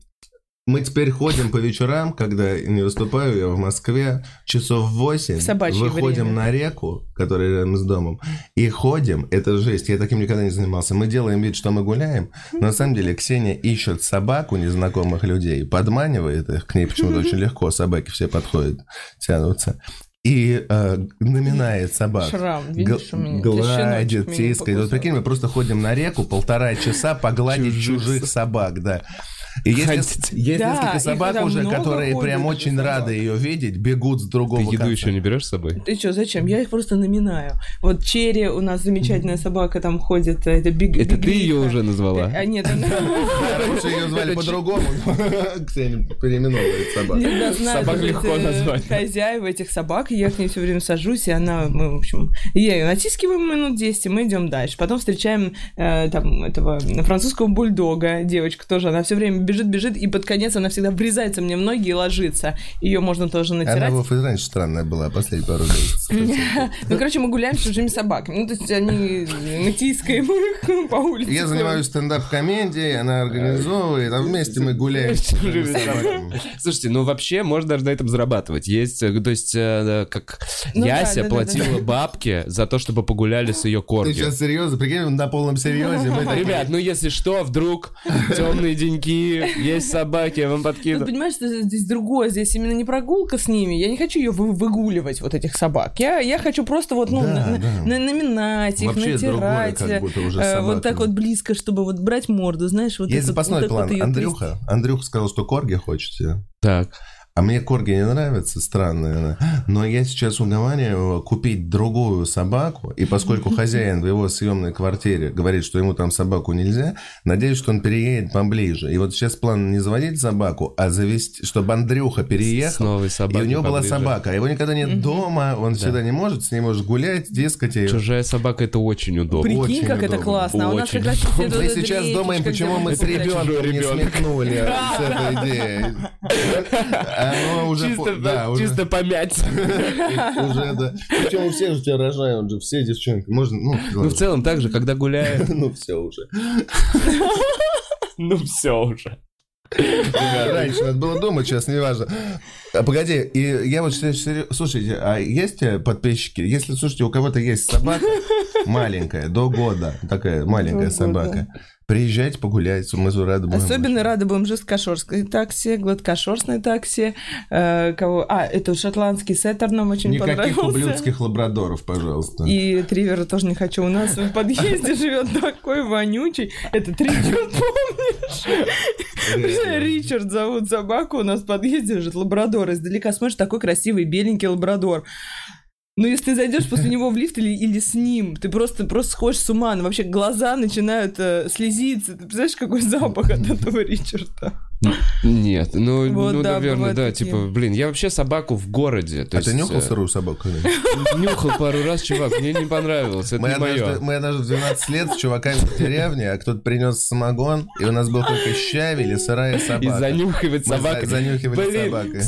Speaker 3: мы теперь ходим по вечерам, когда не выступаю, я в Москве, часов восемь.
Speaker 1: В собачье
Speaker 3: выходим
Speaker 1: время.
Speaker 3: на реку, которая рядом с домом, и ходим. Это жесть, я таким никогда не занимался. Мы делаем вид, что мы гуляем. но На самом деле Ксения ищет собак у незнакомых людей, подманивает их к ней почему-то очень легко. Собаки все подходят, тянутся. И э, номинает собак.
Speaker 1: Шрам,
Speaker 3: Гл-
Speaker 1: видишь, у меня. Это щеночек
Speaker 3: Гладит,
Speaker 1: меня
Speaker 3: тискает. Вот
Speaker 1: покусал.
Speaker 3: прикинь, мы просто ходим на реку полтора часа погладить
Speaker 2: Чужих
Speaker 3: чужих собак, да. И есть,
Speaker 2: Ходить.
Speaker 3: нес- есть
Speaker 1: Да,
Speaker 3: несколько
Speaker 1: их
Speaker 3: собак
Speaker 1: там
Speaker 3: уже,
Speaker 1: много
Speaker 3: которые
Speaker 1: ходит
Speaker 3: прям
Speaker 1: же
Speaker 3: очень
Speaker 1: собак.
Speaker 3: рады ее видеть, бегут с
Speaker 2: Ты
Speaker 3: другого
Speaker 2: еду
Speaker 3: конца.
Speaker 2: еще не берешь с собой?
Speaker 1: Ты что, зачем? Я их просто номинаю. Вот Черри у нас замечательная собака там ходит, э, это биг.
Speaker 2: Это ты
Speaker 1: бигриха.
Speaker 2: ее уже назвала?
Speaker 1: А нет, она...
Speaker 3: Раньше ее звали
Speaker 2: Это
Speaker 3: по-другому. Ксения переименовывает собак.
Speaker 1: Не знаю, знаю,
Speaker 2: типа, Собак
Speaker 1: как
Speaker 2: легко
Speaker 1: это
Speaker 2: назвать.
Speaker 1: Хозяева этих собак, и я к ней все время сажусь, и она, мы, в общем, я ее натискиваем минут 10, и мы идем дальше. Потом встречаем э, там этого французского бульдога, девочка тоже, она все время бежит, бежит, и под конец она всегда врезается мне в ноги и ложится. Ее можно тоже
Speaker 3: Она
Speaker 1: натирать.
Speaker 3: Вов, и раньше странная была, последние пару месяцев.
Speaker 1: Ну, короче, мы гуляем с чужими собаками. Ну, то есть они мы их по улице.
Speaker 3: Я занимаюсь стендап-комедией, она организовывает, а вместе мы гуляем. с чужими собаками.
Speaker 2: Слушайте, ну вообще можно же на этом зарабатывать. Есть, э, то есть, э, как
Speaker 1: Ну да,
Speaker 2: Яся
Speaker 1: да, да,
Speaker 2: платила бабки за то, чтобы погуляли с ее
Speaker 3: Ты
Speaker 2: корги.
Speaker 3: сейчас серьезно? Прикинь, он на полном серьезе. Мы такие,
Speaker 2: Ребят, ну если что, вдруг темные деньки, есть собаки, я вам
Speaker 1: Тут,
Speaker 3: Ну,
Speaker 2: подкину.
Speaker 1: понимаешь, что здесь другое, здесь именно не прогулка с ними. Я не хочу ее вы- выгуливать, вот этих собак. Я, я хочу просто вот, ну,
Speaker 3: Да,
Speaker 1: на-
Speaker 3: да.
Speaker 1: на- наминать их,
Speaker 3: Вообще другое,
Speaker 1: натирать.
Speaker 3: как будто уже с
Speaker 1: э, вот
Speaker 3: собаками.
Speaker 1: так вот близко, чтобы вот брать морду, знаешь, вот
Speaker 3: Есть
Speaker 1: этот-
Speaker 3: запасной
Speaker 1: вот так
Speaker 3: план.
Speaker 1: вот её
Speaker 3: Андрюха, Андрюха сказал, что корги хочете.
Speaker 2: Так.
Speaker 3: А мне корги не нравятся, странная она. Но я сейчас уговариваю его купить другую собаку, и поскольку хозяин в его съемной квартире говорит, что ему там собаку нельзя, надеюсь, что он переедет поближе. И вот сейчас план не заводить собаку, а завести, чтобы Андрюха
Speaker 2: С
Speaker 3: переехал,
Speaker 2: новой
Speaker 3: и
Speaker 2: собакой
Speaker 3: у него была
Speaker 2: поближе.
Speaker 3: собака, а его никогда нет дома, он всегда не может, с ней может гулять, дескать. и-
Speaker 2: Чужая собака это очень
Speaker 1: пристать.
Speaker 2: удобно.
Speaker 1: Прикинь,
Speaker 3: Очень
Speaker 1: как это
Speaker 3: удобно.
Speaker 1: классно. А у нас
Speaker 2: Очень
Speaker 1: как раз
Speaker 2: удобно.
Speaker 1: вот эта
Speaker 3: Мы
Speaker 1: вот
Speaker 3: сейчас
Speaker 1: речечка,
Speaker 3: думаем, почему
Speaker 1: где
Speaker 3: мы с
Speaker 1: гулять.
Speaker 3: ребенком не
Speaker 2: Ребенок.
Speaker 3: смекнули с этой идеей. Оно уже по-
Speaker 2: Чисто,
Speaker 3: да, уже-
Speaker 2: чисто помять.
Speaker 3: Уже, да. Причем у всех же тебя рожают же, все девчонки. Можно, ну,
Speaker 2: Ну,
Speaker 3: ладно.
Speaker 2: в целом, так же, когда гуляю.
Speaker 3: ну все уже.
Speaker 2: Ну, все уже.
Speaker 3: Раньше надо было дома, сейчас неважно. А, погоди, и я вот считаю, что серьё- слушайте, а есть э, подписчики? Если, слушайте, у кого-то есть собака маленькая, до года, такая маленькая
Speaker 1: года.
Speaker 3: собака, приезжайте погулять, мы с рады будем.
Speaker 1: Особенно рада была жесткошерстной такси, гладкошерстной такси. э, кого... А, это шотландский сеттер нам очень
Speaker 3: Никаких
Speaker 1: понравился.
Speaker 3: ублюдских лабрадоров, пожалуйста.
Speaker 1: И тривера тоже не хочу. У нас в подъезде живет такой вонючий. Этот Ричард, помнишь? Представляешь, Ричард зовут собаку. У нас в подъезде живет лабрадор. Издалека смотришь, такой красивый беленький лабрадор. Ну, если ты зайдешь после него в лифт или, или с ним, ты просто, просто сходишь с ума. Ну, вообще, глаза начинают э, слезиться. Ты представляешь, какой запах от этого Ричарда?
Speaker 2: Нет, ну,
Speaker 1: Вот,
Speaker 2: ну
Speaker 1: да,
Speaker 2: наверное,
Speaker 1: бывают
Speaker 2: да,
Speaker 1: такие.
Speaker 2: типа, блин, я вообще собаку в городе. то
Speaker 3: А ты
Speaker 2: есть,
Speaker 3: нюхал
Speaker 2: э,
Speaker 3: сырую собаку? или нет?
Speaker 2: Нюхал пару раз, чувак, мне не понравилось, это
Speaker 3: Мы
Speaker 2: не
Speaker 3: однажды,
Speaker 2: мое.
Speaker 3: мы однажды в 12 лет с чуваками в деревне, а кто-то принес самогон, и у нас был только щавель или сырая
Speaker 2: И
Speaker 3: собака.
Speaker 2: занюхивать
Speaker 3: Мы за-
Speaker 2: собакой.
Speaker 3: занюхивали
Speaker 2: Блин,
Speaker 3: собакой.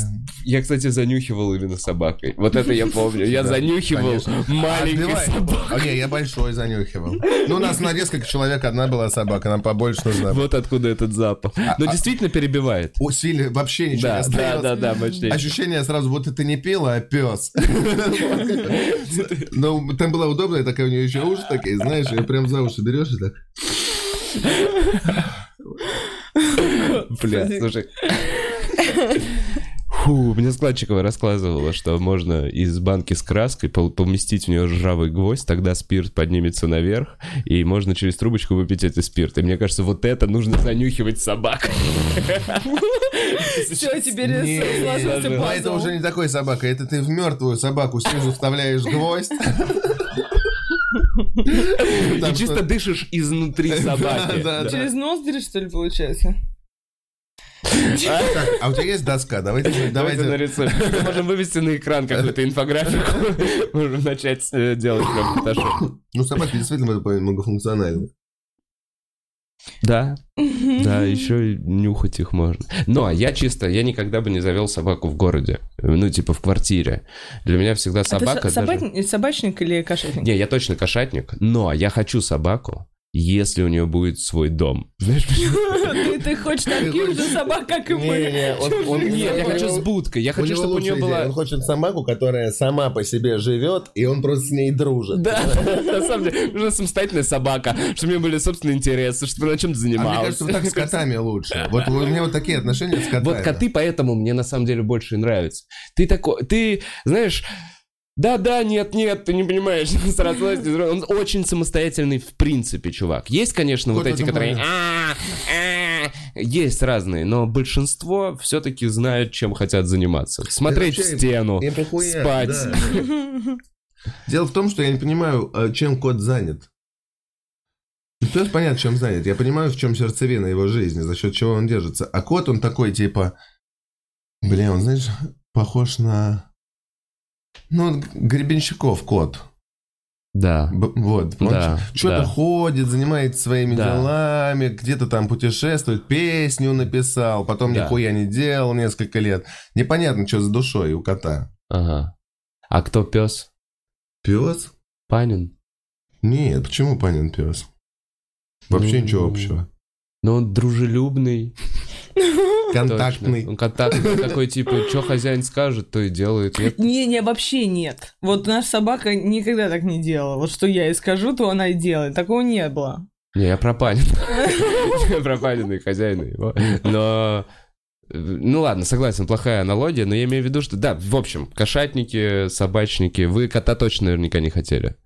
Speaker 2: Я, кстати, занюхивал именно собакой. Вот это я помню. Я
Speaker 3: Да,
Speaker 2: занюхивал
Speaker 3: конечно. А
Speaker 2: маленькой
Speaker 3: Отбивай.
Speaker 2: собакой.
Speaker 3: А, не, я большой занюхивал. Ну, у нас на несколько человек одна была собака, нам побольше нужна.
Speaker 2: Вот откуда этот запах. Но действительно перебивает.
Speaker 3: Усилие вообще А, ничего не
Speaker 2: Да, да,
Speaker 3: остается.
Speaker 2: да, да, мощнее.
Speaker 3: Ощущение сразу, будто ты не пила, а пес. Но там была удобная такая, у нее еще уши такие, знаешь, ее прям за уши берешь и так.
Speaker 2: Бля,
Speaker 1: Блин.
Speaker 2: слушай. Фу, мне складчикова рассказывала, что можно из банки с краской пол- поместить в нее ржавый гвоздь, тогда спирт поднимется наверх, и можно через трубочку выпить этот спирт. И мне кажется, вот это нужно занюхивать собак.
Speaker 1: Все, теперь
Speaker 3: Не, не,
Speaker 1: сложился
Speaker 2: даже.
Speaker 3: Но А это
Speaker 1: пазл.
Speaker 3: уже не такой собака, это ты в мертвую собаку снизу вставляешь гвоздь.
Speaker 2: И
Speaker 3: Там
Speaker 2: чисто
Speaker 3: что-
Speaker 2: дышишь изнутри собаки.
Speaker 3: Да, да, да.
Speaker 1: Через ноздри, что ли, получается?
Speaker 3: Так, а у тебя есть доска? Давайте,
Speaker 2: Давайте
Speaker 3: давайте.
Speaker 2: нарисуем. Мы Можем вывести на экран какую-то инфографику. Можем начать э, делать прям фотошоп.
Speaker 3: Ну, собаки действительно многофункциональны.
Speaker 2: Да, да, еще и нюхать их можно. Но я чисто, я никогда бы не завел собаку в городе. Ну, типа в квартире. Для меня всегда
Speaker 1: А ты
Speaker 2: собака
Speaker 1: со-
Speaker 2: даже...
Speaker 1: собак- Собачник или кошельник?
Speaker 2: Не, я точно кошатник, но я хочу собаку, если у нее будет свой дом. Знаешь, почему?
Speaker 1: Ты, ты хочешь таких же собак, как и мы.
Speaker 3: Не-не, он- он-
Speaker 1: Чужих
Speaker 2: Нет, я
Speaker 1: собак.
Speaker 2: хочу с будкой. Я хочу,
Speaker 3: него
Speaker 2: чтобы у нее
Speaker 3: лучшая идея.
Speaker 2: была...
Speaker 3: Он хочет собаку, которая сама по себе живет, и он просто с ней дружит.
Speaker 2: Да, на самом деле, нужна самостоятельная собака, чтобы у нее были собственные интересы, чтобы она чем-то
Speaker 3: А
Speaker 2: занималась.
Speaker 3: мне кажется, вот так с котами лучше. Вот у меня вот такие отношения с котами.
Speaker 2: Вот коты поэтому мне на самом деле больше и нравятся. Ты такой, ты, знаешь... Да, да, нет, нет, ты не понимаешь, срослось, не срослось. он очень самостоятельный в принципе, чувак. Есть, конечно, вот
Speaker 3: Вот в
Speaker 2: эти,
Speaker 3: этом
Speaker 2: которые
Speaker 3: плане.
Speaker 2: «А, а», есть разные, но большинство все-таки знают, чем хотят заниматься. Смотреть в
Speaker 3: вообще им-
Speaker 2: стену,
Speaker 3: Им похуя,
Speaker 2: спать.
Speaker 3: да. Дело в том, что я не понимаю, э, чем кот занят. Ну, Пес понятно, чем занят. Я понимаю, в чем сердцевина его жизни, за счет чего он держится. А кот, он такой, типа... Блин, он, знаешь, похож на... Ну, вот Гребенщиков кот.
Speaker 2: Да.
Speaker 3: Б- Вот. Он
Speaker 2: Да,
Speaker 3: что-то
Speaker 2: да.
Speaker 3: ходит, занимается своими
Speaker 2: Да.
Speaker 3: делами, где-то там путешествует, песню написал, потом
Speaker 2: Да.
Speaker 3: нихуя не делал несколько лет. Непонятно, что за душой у кота.
Speaker 2: Ага. А кто пес?
Speaker 3: Пес?
Speaker 2: Панин.
Speaker 3: Нет, почему Панин пес? Вообще
Speaker 2: Ну,
Speaker 3: ничего общего.
Speaker 2: Но Ну, он дружелюбный.
Speaker 3: Контактный.
Speaker 2: Точно. Он контактный такой, типа, что хозяин скажет, то и делает. Нет?
Speaker 1: Не, не, вообще нет. Вот наша собака никогда так не делала. Вот что я ей скажу, то она и делает. Такого не было.
Speaker 2: Не, я про Панина. Я про Панина и хозяина его. Но... э, Ну ладно, согласен, плохая аналогия, но я имею в виду, что да, в общем, кошатники, собачники, вы кота точно наверняка не хотели.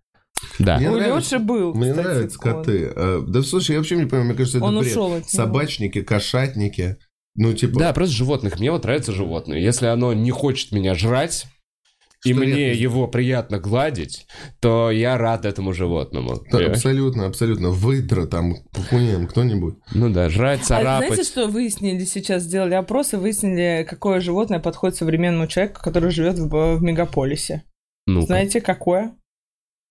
Speaker 2: Да.
Speaker 3: Мне
Speaker 1: У
Speaker 3: нравится-
Speaker 1: Лёши был,
Speaker 3: Мне
Speaker 1: Ну, кстати,
Speaker 3: нравятся
Speaker 1: кот.
Speaker 3: коты. А, Да слушай, я вообще не понимаю, мне кажется, это
Speaker 1: Он
Speaker 3: бред.
Speaker 1: ушел от него.
Speaker 3: Собачники, кошатники. Ну, типа,
Speaker 2: Да, просто животных. Мне вот нравятся животные. Если оно не хочет меня жрать, и
Speaker 3: Что
Speaker 2: мне
Speaker 3: я-
Speaker 2: его приятно гладить, то я рад этому животному.
Speaker 3: да,
Speaker 2: Понимаешь?
Speaker 3: абсолютно, абсолютно. Выдра там, хуем, кто-нибудь.
Speaker 2: Ну да, жрать,
Speaker 1: А
Speaker 2: царапать.
Speaker 1: знаете, что выяснили сейчас? Сделали опрос и выяснили, какое животное подходит современному человеку, который живет в, в мегаполисе.
Speaker 2: Ну,
Speaker 1: Знаете, какое?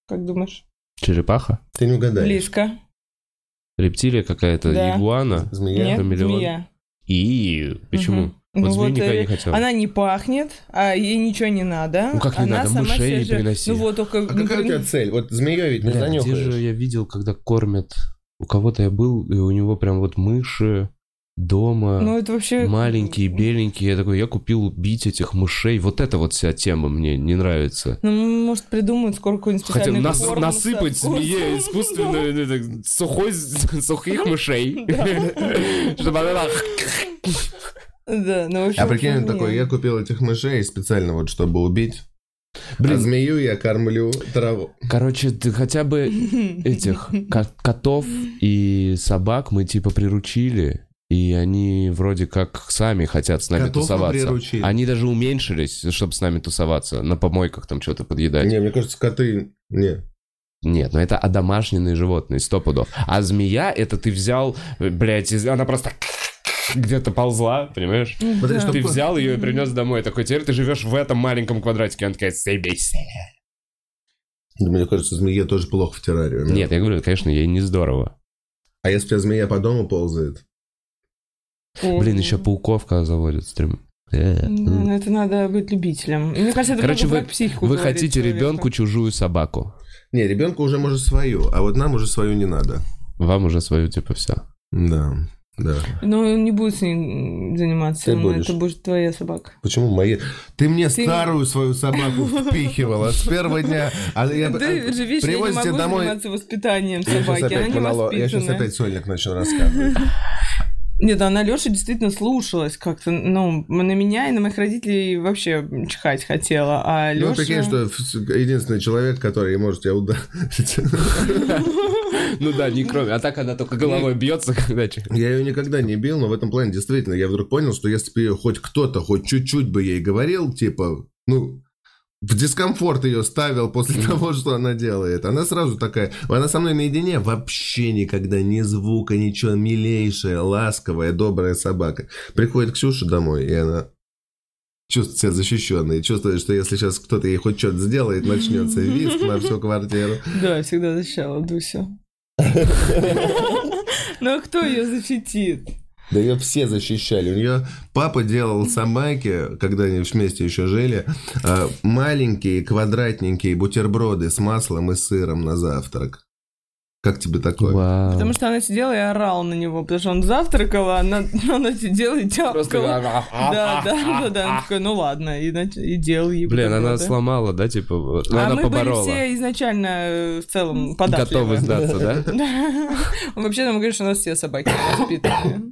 Speaker 1: Как думаешь?
Speaker 2: черепаха,
Speaker 3: Ты не угадаешь.
Speaker 1: Близко.
Speaker 2: рептилия какая-то,
Speaker 1: Да.
Speaker 2: игуана.
Speaker 3: Змея.
Speaker 1: Нет,
Speaker 2: хамелеон.
Speaker 1: змея.
Speaker 2: И почему?
Speaker 1: Мгм.
Speaker 2: Вот
Speaker 1: Ну
Speaker 2: змеи никогда
Speaker 1: э,
Speaker 2: не хотел.
Speaker 1: Она не пахнет, а ей ничего не надо.
Speaker 2: Ну как не
Speaker 1: она
Speaker 2: надо?
Speaker 1: сама
Speaker 2: Мышей
Speaker 1: себе
Speaker 2: не
Speaker 1: же-
Speaker 2: приноси.
Speaker 1: Ну вот только...
Speaker 3: А какая у тебя цель? Вот змея ведь не
Speaker 2: Бля, где же
Speaker 3: занюхаешь.
Speaker 2: я видел, когда кормят? У кого-то я был, и у него прям вот мыши дома.
Speaker 1: Ну это вообще...
Speaker 2: А, Маленькие, беленькие. Я такой, я купил убить этих мышей. Вот эта вот вся тема мне не нравится.
Speaker 1: Ну, может, придумают скоро какой-нибудь
Speaker 2: Хотя
Speaker 1: специальный
Speaker 2: нас-
Speaker 1: корм
Speaker 2: насыпать
Speaker 1: со вкусом.
Speaker 2: змее искусственную ну, так, сухой, сухих мышей. Чтобы она так
Speaker 1: Да, ну, в общем,
Speaker 3: А прикинь, он
Speaker 1: нет.
Speaker 3: такой, я купил этих мышей специально вот, чтобы убить.
Speaker 2: Блин.
Speaker 3: А змею я кормлю траву.
Speaker 2: Короче, ты хотя бы этих ко- котов и собак мы типа приручили. И они вроде как сами хотят с нами
Speaker 3: Котов мы
Speaker 2: тусоваться.
Speaker 3: приручили.
Speaker 2: Они даже уменьшились, чтобы с нами тусоваться. На помойках там что-то подъедать.
Speaker 3: Не, мне кажется, коты... Не.
Speaker 2: Нет, но это одомашненные животные, сто пудов. А змея, это ты взял, э, блядь, из- она просто где-то ползла, понимаешь?
Speaker 3: Смотри,
Speaker 1: Да.
Speaker 3: что
Speaker 2: Ты взял ее и принес домой. Такой, теперь ты живешь в этом маленьком квадратике. Она такая, «Съебись».
Speaker 3: Да, Мне кажется, змее тоже плохо в террариуме.
Speaker 2: Нет, я говорю, конечно, ей не здорово.
Speaker 3: А если у тебя змея по дому ползает?
Speaker 2: Блин, еще пауковка заводит стрим. Э,
Speaker 1: Ну,
Speaker 2: м.
Speaker 1: это надо быть любителем. Мне кажется, это
Speaker 2: Короче,
Speaker 1: много
Speaker 2: вы,
Speaker 1: про психику
Speaker 2: вы
Speaker 1: говорит
Speaker 2: хотите
Speaker 1: человека.
Speaker 2: ребенку чужую собаку.
Speaker 3: Не, ребенку уже может свою, а вот нам уже свою не надо.
Speaker 2: Вам уже свою, типа, все.
Speaker 3: Да, да.
Speaker 1: Но он не будет с ней заниматься.
Speaker 3: Ты
Speaker 1: всё равно.
Speaker 3: будешь.
Speaker 1: Это будет твоя собака.
Speaker 3: Почему мои? Ты мне
Speaker 1: Ты-
Speaker 3: старую свою собаку впихивала с первого дня. А я...
Speaker 1: Ты же видишь, я не
Speaker 3: Привозите
Speaker 1: могу
Speaker 3: домой...
Speaker 1: заниматься воспитанием
Speaker 3: Я сейчас
Speaker 1: собаки. Она
Speaker 3: опять
Speaker 1: не
Speaker 3: монолог- Я сейчас
Speaker 1: воспитанная.
Speaker 3: опять сольник начал рассказывать. Ну,
Speaker 1: Нет, она Лёша действительно слушалась как-то. Ну, на меня и на моих родителей вообще чихать хотела. А
Speaker 3: Ну,
Speaker 1: Лёша...
Speaker 3: прикинь, что ф- единственный человек, который может тебя ударить.
Speaker 2: Ну да, не кроме. А так она только головой бьется, когда... че-
Speaker 3: Я ее никогда не бил, но в этом плане действительно я вдруг понял, что если бы её хоть кто-то, хоть чуть-чуть бы ей говорил, типа, ну, в дискомфорт ее ставил после того, что она делает. Она сразу такая... Она со мной наедине вообще никогда ни звука, ничего. Милейшая, ласковая, добрая собака. Приходит Ксюша домой, и она чувствует себя защищенной. Чувствует, что если сейчас кто-то ей хоть что-то сделает, начнется визг на всю квартиру.
Speaker 1: Да, я всегда защищала Дусю. Ну, а кто ее защитит?
Speaker 3: Да ее все защищали. У нее папа делал самайки, когда они вместе еще жили, э, маленькие квадратненькие бутерброды с маслом и сыром на завтрак. Как тебе такое?
Speaker 2: Вау.
Speaker 1: Потому что она сидела и орала на него, потому что он завтракал, а она, она сидела и тяпкала.
Speaker 2: Просто...
Speaker 1: Да, да, да, да. Она такая, ну ладно, и, нач- и делал ей
Speaker 2: Блин, она
Speaker 1: бутерброды.
Speaker 2: сломала, да, типа, вот, но
Speaker 1: А
Speaker 2: она
Speaker 1: мы
Speaker 2: поборола.
Speaker 1: были все изначально э, в целом податливы.
Speaker 2: Готовы сдаться, да?
Speaker 1: Да. Вообще, там говорит, что у нас все собаки воспитаны.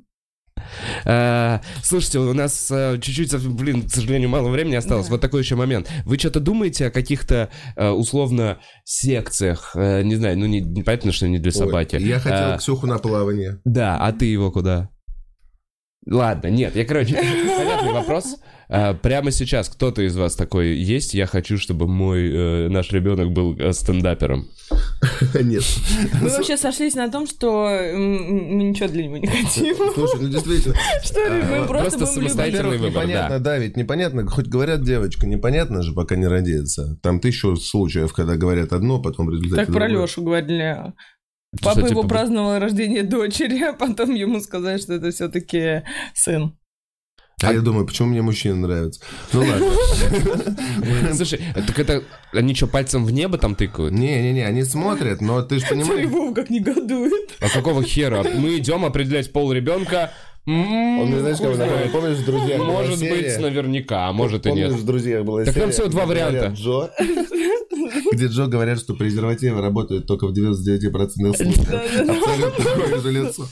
Speaker 2: Э, Слушайте, у нас э, чуть-чуть, сов- блин, к сожалению, мало времени осталось.
Speaker 1: Да.
Speaker 2: Вот такой еще момент. Вы что-то думаете о каких-то э, условно секциях? Э, Не знаю, ну не не- понятно, что не для Э,
Speaker 3: Ой,
Speaker 2: собаки.
Speaker 3: Я хотел
Speaker 2: Э,
Speaker 3: Ксюху на плавание.
Speaker 2: Да, а ты его куда? Ладно, нет, я, короче, понятный вопрос. А, прямо сейчас кто-то из вас такой есть? Я хочу, чтобы мой э, наш ребенок был э, стендапером.
Speaker 3: Нет.
Speaker 1: Мы вообще сошлись на том, что м, м, мы ничего для него не хотим.
Speaker 3: Слушай, ну действительно,
Speaker 1: Что ли,
Speaker 2: просто
Speaker 1: мы просто будем любить.
Speaker 2: самостоятельный
Speaker 3: во-первых,
Speaker 2: выбор,
Speaker 3: непонятно
Speaker 2: да.
Speaker 3: давить, непонятно, хоть говорят девочка, непонятно же, пока не родится. Там тысячу случаев, когда говорят одно, потом в результате
Speaker 1: Так про
Speaker 3: другое.
Speaker 1: Лешу говорили. Папа
Speaker 3: типа,
Speaker 2: Кстати,
Speaker 1: его
Speaker 2: по-
Speaker 1: праздновал рождение дочери, а потом ему сказали, что это все-таки сын.
Speaker 3: А я думаю, почему мне мужчины нравятся? Ну ладно.
Speaker 2: Слушай, а так это... Они что, пальцем в небо там тыкают?
Speaker 3: Не-не-не, они смотрят, но ты же
Speaker 1: Смотри,
Speaker 3: понимаешь...
Speaker 1: Вов как негодует.
Speaker 2: А какого хера? Мы идем определять пол ребенка. М,
Speaker 4: Он мне, знаешь,
Speaker 2: хуй
Speaker 4: как
Speaker 2: знает.
Speaker 4: напомнил? помнишь, в друзьях была
Speaker 2: Может
Speaker 4: серия?
Speaker 2: быть, наверняка, а может и нет.
Speaker 4: Помнишь, в друзьях была
Speaker 2: Так там
Speaker 4: серия,
Speaker 2: всего два
Speaker 4: где говорят,
Speaker 2: варианта.
Speaker 4: Джо,
Speaker 3: Где Джо говорят, что презервативы работают только в 99% случаев. Абсолютно такое же лицо.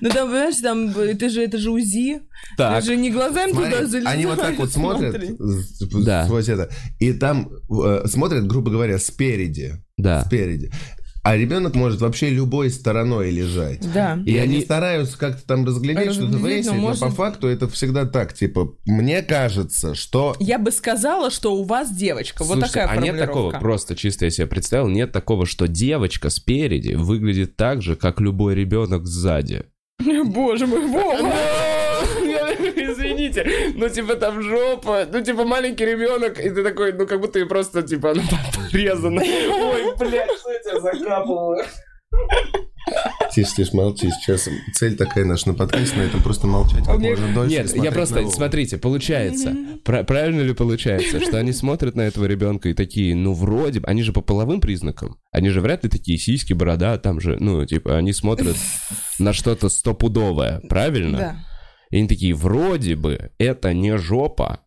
Speaker 1: Ну там, понимаешь, там, э, ты же, это же УЗИ.
Speaker 2: Так.
Speaker 1: Ты же не глазами
Speaker 3: Смотри,
Speaker 1: туда залезаешь.
Speaker 3: Они вот так вот смотрят
Speaker 1: смотри.
Speaker 3: с-
Speaker 2: Да.
Speaker 3: сквозь это. И там э, смотрят, грубо говоря, спереди.
Speaker 2: Да.
Speaker 3: Спереди. А ребенок может вообще любой стороной лежать.
Speaker 1: Да.
Speaker 3: И они
Speaker 2: они-
Speaker 3: стараются как-то там разглядеть, что-то
Speaker 1: Разглядеть, но
Speaker 3: выяснить, но
Speaker 1: можно-
Speaker 3: по факту это всегда так. Типа, мне кажется, что...
Speaker 1: Я бы сказала, что у вас девочка. вот
Speaker 2: Слушайте,
Speaker 1: такая
Speaker 2: а нет такого,
Speaker 1: формулировка.
Speaker 2: просто чисто я себе представил, нет такого, что девочка спереди выглядит так же, как любой ребенок сзади.
Speaker 1: Боже мой, Вова!
Speaker 2: Извините, ну типа там жопа, ну типа маленький ребенок, и ты такой, ну как будто и просто типа она порезана. Ой, блядь, что я тебя закапываю?
Speaker 3: Тише, тише, молчи. Сейчас цель такая наша на подкасте, на этом просто молчать как
Speaker 1: мне-
Speaker 3: можно дольше. и
Speaker 2: Нет, я
Speaker 3: смотреть на
Speaker 2: просто,
Speaker 3: Вову.
Speaker 2: смотрите, получается, пра- правильно ли получается, что они смотрят на этого ребенка и такие, ну вроде бы, они же по половым признакам, они же вряд ли такие сиськи, борода, там же, ну типа они смотрят на что-то стопудовое, правильно?
Speaker 1: Да.
Speaker 2: И они такие, вроде бы, это не жопа,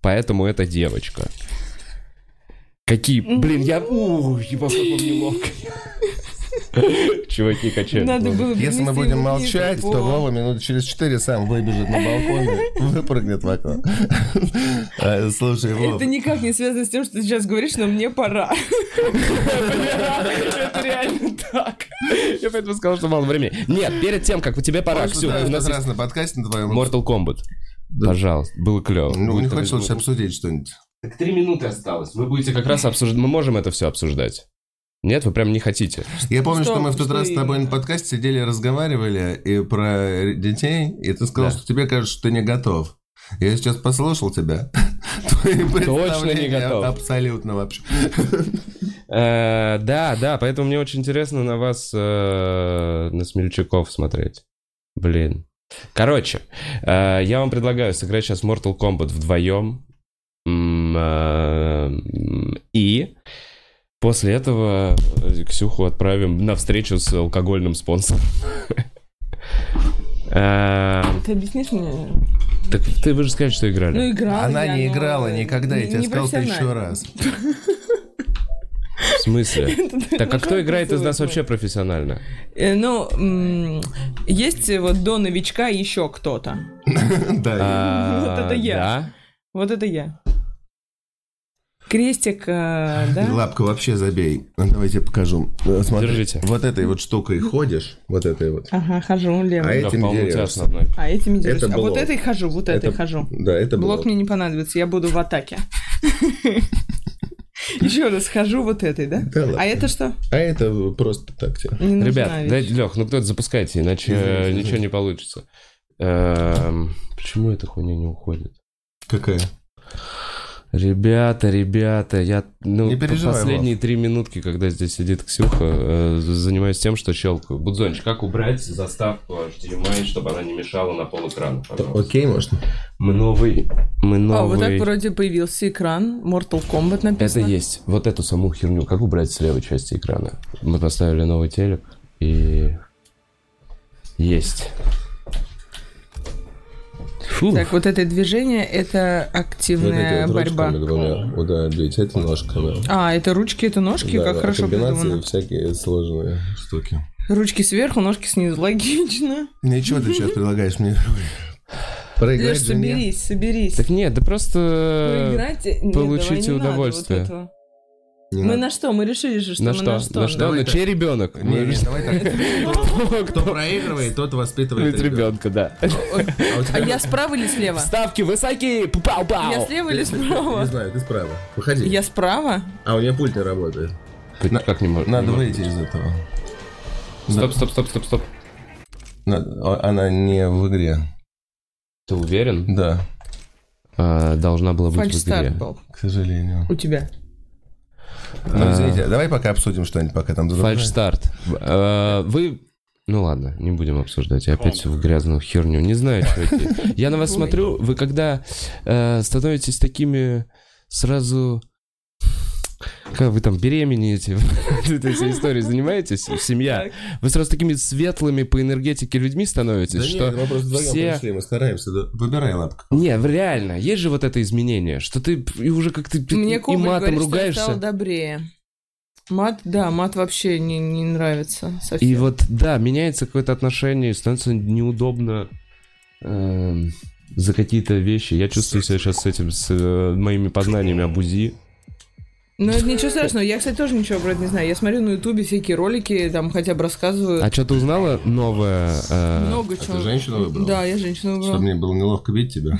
Speaker 2: поэтому это девочка. Какие, блин, я... Ух, ебать, как вам неловко. Чуваки качают.
Speaker 1: Надо
Speaker 2: головой.
Speaker 1: было бы
Speaker 3: ну, Если мы
Speaker 1: внести
Speaker 3: будем
Speaker 1: его
Speaker 3: молчать,
Speaker 1: книжку.
Speaker 3: то Вова минут через четыре сам выбежит на балкон и выпрыгнет в окно. А, Слушай, Вов,
Speaker 1: Это никак не связано с тем, что ты сейчас говоришь, но мне пора.
Speaker 2: Это реально так. Я поэтому сказал, что мало времени. Нет, перед тем, как тебе пора,
Speaker 3: Можно
Speaker 2: Ксю,
Speaker 3: да,
Speaker 2: у
Speaker 3: в
Speaker 2: нас есть
Speaker 3: тот раз на подкасте на твоем...
Speaker 2: Mortal Kombat. Пожалуйста, было клево.
Speaker 3: Ну, не
Speaker 2: Будет
Speaker 3: хочешь
Speaker 2: такой-
Speaker 3: лучше обсудить что-нибудь?
Speaker 2: Так три минуты осталось. Вы будете как раз обсуждать. Мы можем это все обсуждать. Нет, вы прям не хотите.
Speaker 3: Я помню, что,
Speaker 1: Что-
Speaker 3: мы в тот
Speaker 1: что
Speaker 3: раз с тобой на
Speaker 1: именно?
Speaker 3: подкасте сидели, разговаривали и про детей, и ты сказал,
Speaker 2: Да.
Speaker 3: что тебе кажется, что ты не готов. Я сейчас послушал тебя. Твои представления
Speaker 2: готов.
Speaker 3: Абсолютно вообще.
Speaker 2: Э, Да, да, поэтому мне очень интересно на вас, э, на смельчаков смотреть. Блин. Короче, э, я вам предлагаю сыграть сейчас Mortal Kombat вдвоем. М, э, м, И после этого э, Ксюху отправим на встречу с алкогольным спонсором. Э,
Speaker 1: Ты объяснишь мне?
Speaker 2: Так ты вы же сказали, что играли.
Speaker 1: Ну, играла
Speaker 3: Она
Speaker 1: я,
Speaker 3: не
Speaker 1: но
Speaker 3: играла никогда, я
Speaker 1: э, не-
Speaker 3: тебе сказал тысячу
Speaker 1: непрофессионально.
Speaker 3: раз.
Speaker 2: В смысле?
Speaker 1: Это даже
Speaker 2: Так а кто
Speaker 1: шутка
Speaker 2: играет из нас
Speaker 1: сегодня.
Speaker 2: вообще профессионально?
Speaker 1: Э, Ну, м, есть э, вот до новичка еще кто-то.
Speaker 3: Да,
Speaker 2: А,
Speaker 1: Вот это я.
Speaker 2: Да?
Speaker 1: Вот это я. Крестик, э,
Speaker 3: и- и
Speaker 1: да?
Speaker 3: лапку вообще забей. Давай я тебе покажу. Э, Смотри,
Speaker 2: Держите.
Speaker 3: вот этой вот штукой ходишь, вот этой вот.
Speaker 1: Ага, хожу
Speaker 3: А
Speaker 1: левой.
Speaker 3: я-
Speaker 2: Да,
Speaker 3: Этим
Speaker 2: по-моему, у тебя
Speaker 3: дерешься.
Speaker 2: основной.
Speaker 1: А этими держусь. А
Speaker 3: блок.
Speaker 1: вот этой хожу, вот этой
Speaker 3: Это-
Speaker 1: хожу.
Speaker 3: Да, это
Speaker 1: Блок
Speaker 3: было.
Speaker 1: мне не понадобится, я буду в атаке. Еще раз хожу вот этой, да?
Speaker 3: Да ладно.
Speaker 1: А это что?
Speaker 3: А это просто так тебе.
Speaker 1: Не нужна
Speaker 2: Ребят,
Speaker 1: вещь.
Speaker 2: дайте, Лех, ну кто-то запускайте, иначе э,
Speaker 3: Извините,
Speaker 2: ничего не получится. Эм, Почему эта хуйня не уходит?
Speaker 3: Какая?
Speaker 2: Ребята, ребята, я ну,
Speaker 3: Не
Speaker 2: по-
Speaker 3: переживай,
Speaker 2: последние три минутки, когда здесь сидит Ксюха, э, занимаюсь тем, что щелкаю. Будзонч, как убрать заставку HDMI, чтобы она не мешала на пол экрана, пожалуйста?
Speaker 3: Окей, можно?
Speaker 2: Мы новый, мы
Speaker 1: А, вот так
Speaker 2: новый.
Speaker 1: вроде появился экран. Mortal Kombat
Speaker 2: Это
Speaker 1: написано.
Speaker 2: есть. Вот эту саму херню. Как убрать с левой части экрана? Мы поставили новый телек и... Есть. Фу.
Speaker 1: Так, вот это движение, это активная Э, борьба.
Speaker 3: ударить, это ножками.
Speaker 1: А, это ручки, это ножки,
Speaker 3: Да,
Speaker 1: как
Speaker 3: да,
Speaker 1: хорошо
Speaker 3: комбинации
Speaker 1: придумано.
Speaker 3: всякие сложные штуки.
Speaker 1: Ручки сверху, ножки снизу. Логично.
Speaker 3: Ничего Ну ты сейчас предлагаешь мне? Проиграть
Speaker 1: Леш,
Speaker 3: же мне.
Speaker 1: соберись, соберись.
Speaker 2: Так нет, да просто...
Speaker 1: Ну, Поиграть? Нет,
Speaker 2: э,
Speaker 1: давай
Speaker 2: получите
Speaker 1: не надо
Speaker 2: удовольствие.
Speaker 1: вот этого.
Speaker 3: Не
Speaker 1: Мы
Speaker 3: надо.
Speaker 1: на что? Мы решили же, что
Speaker 2: На
Speaker 1: мы
Speaker 2: что?
Speaker 1: на что?
Speaker 2: На что? На
Speaker 3: Давай
Speaker 2: чей ребенок?
Speaker 3: Не, не, давай так. Кто проигрывает, тот воспитывает ребенка.
Speaker 2: ребенка, да.
Speaker 3: А у
Speaker 1: А
Speaker 3: тебя...
Speaker 1: я справа или слева?
Speaker 2: Ставки высокие. Пау-пау.
Speaker 1: Я слева или
Speaker 3: Не
Speaker 1: справа?
Speaker 3: знаю, ты справа. Выходи.
Speaker 1: Я справа?
Speaker 3: А у меня пульт не работает.
Speaker 2: Ты Как не мож- не
Speaker 3: Надо
Speaker 2: мож-
Speaker 3: выйти из этого.
Speaker 2: Стоп, стоп, стоп, стоп, стоп.
Speaker 3: Надо- а, Она не в игре.
Speaker 2: Ты уверен?
Speaker 3: Да,
Speaker 2: А, Должна была быть в игре.
Speaker 1: Фальстарт был
Speaker 3: к сожалению.
Speaker 1: у тебя.
Speaker 2: Э,
Speaker 3: Ну, извините, давай пока обсудим что-нибудь, пока там другое.
Speaker 2: Фальш-старт. Э, Вы... Ну ладно, не будем обсуждать. Я опять всю в грязную херню. Не знаю, что это. Я на вас смотрю, вы когда э, становитесь такими сразу... Как вы там беременеете, вы этой всей историей занимаетесь, семья.
Speaker 1: Так.
Speaker 2: Вы сразу такими светлыми по энергетике людьми
Speaker 3: Да
Speaker 2: становитесь,
Speaker 3: нет,
Speaker 2: что...
Speaker 3: мы просто вдвоем
Speaker 2: все-
Speaker 3: пришли, мы стараемся. да. Выбирай лапку.
Speaker 2: Не, в- реально, есть же вот это изменение, что ты п- и уже как-то п-
Speaker 1: Мне
Speaker 2: и
Speaker 1: Кобальт говорит,
Speaker 2: матом
Speaker 1: что я стала
Speaker 2: ругаешься.
Speaker 1: добрее. Мат, да, мат вообще не, не нравится совсем.
Speaker 2: И вот, да, меняется какое-то отношение, становится неудобно эм, за какие-то вещи. Я чувствую себя сейчас с этим, с э, моими познаниями об УЗИ.
Speaker 1: Но Ну, это ничего страшного. Я, кстати, тоже ничего про это не знаю. Я смотрю на Ютубе всякие ролики, там хотя бы рассказывают.
Speaker 2: А что ты узнала новое? э,
Speaker 1: Много
Speaker 3: А
Speaker 1: чего.
Speaker 3: ты женщину выбрал?
Speaker 1: Да, я женщину выбрала.
Speaker 3: Чтобы мне было неловко бить тебя.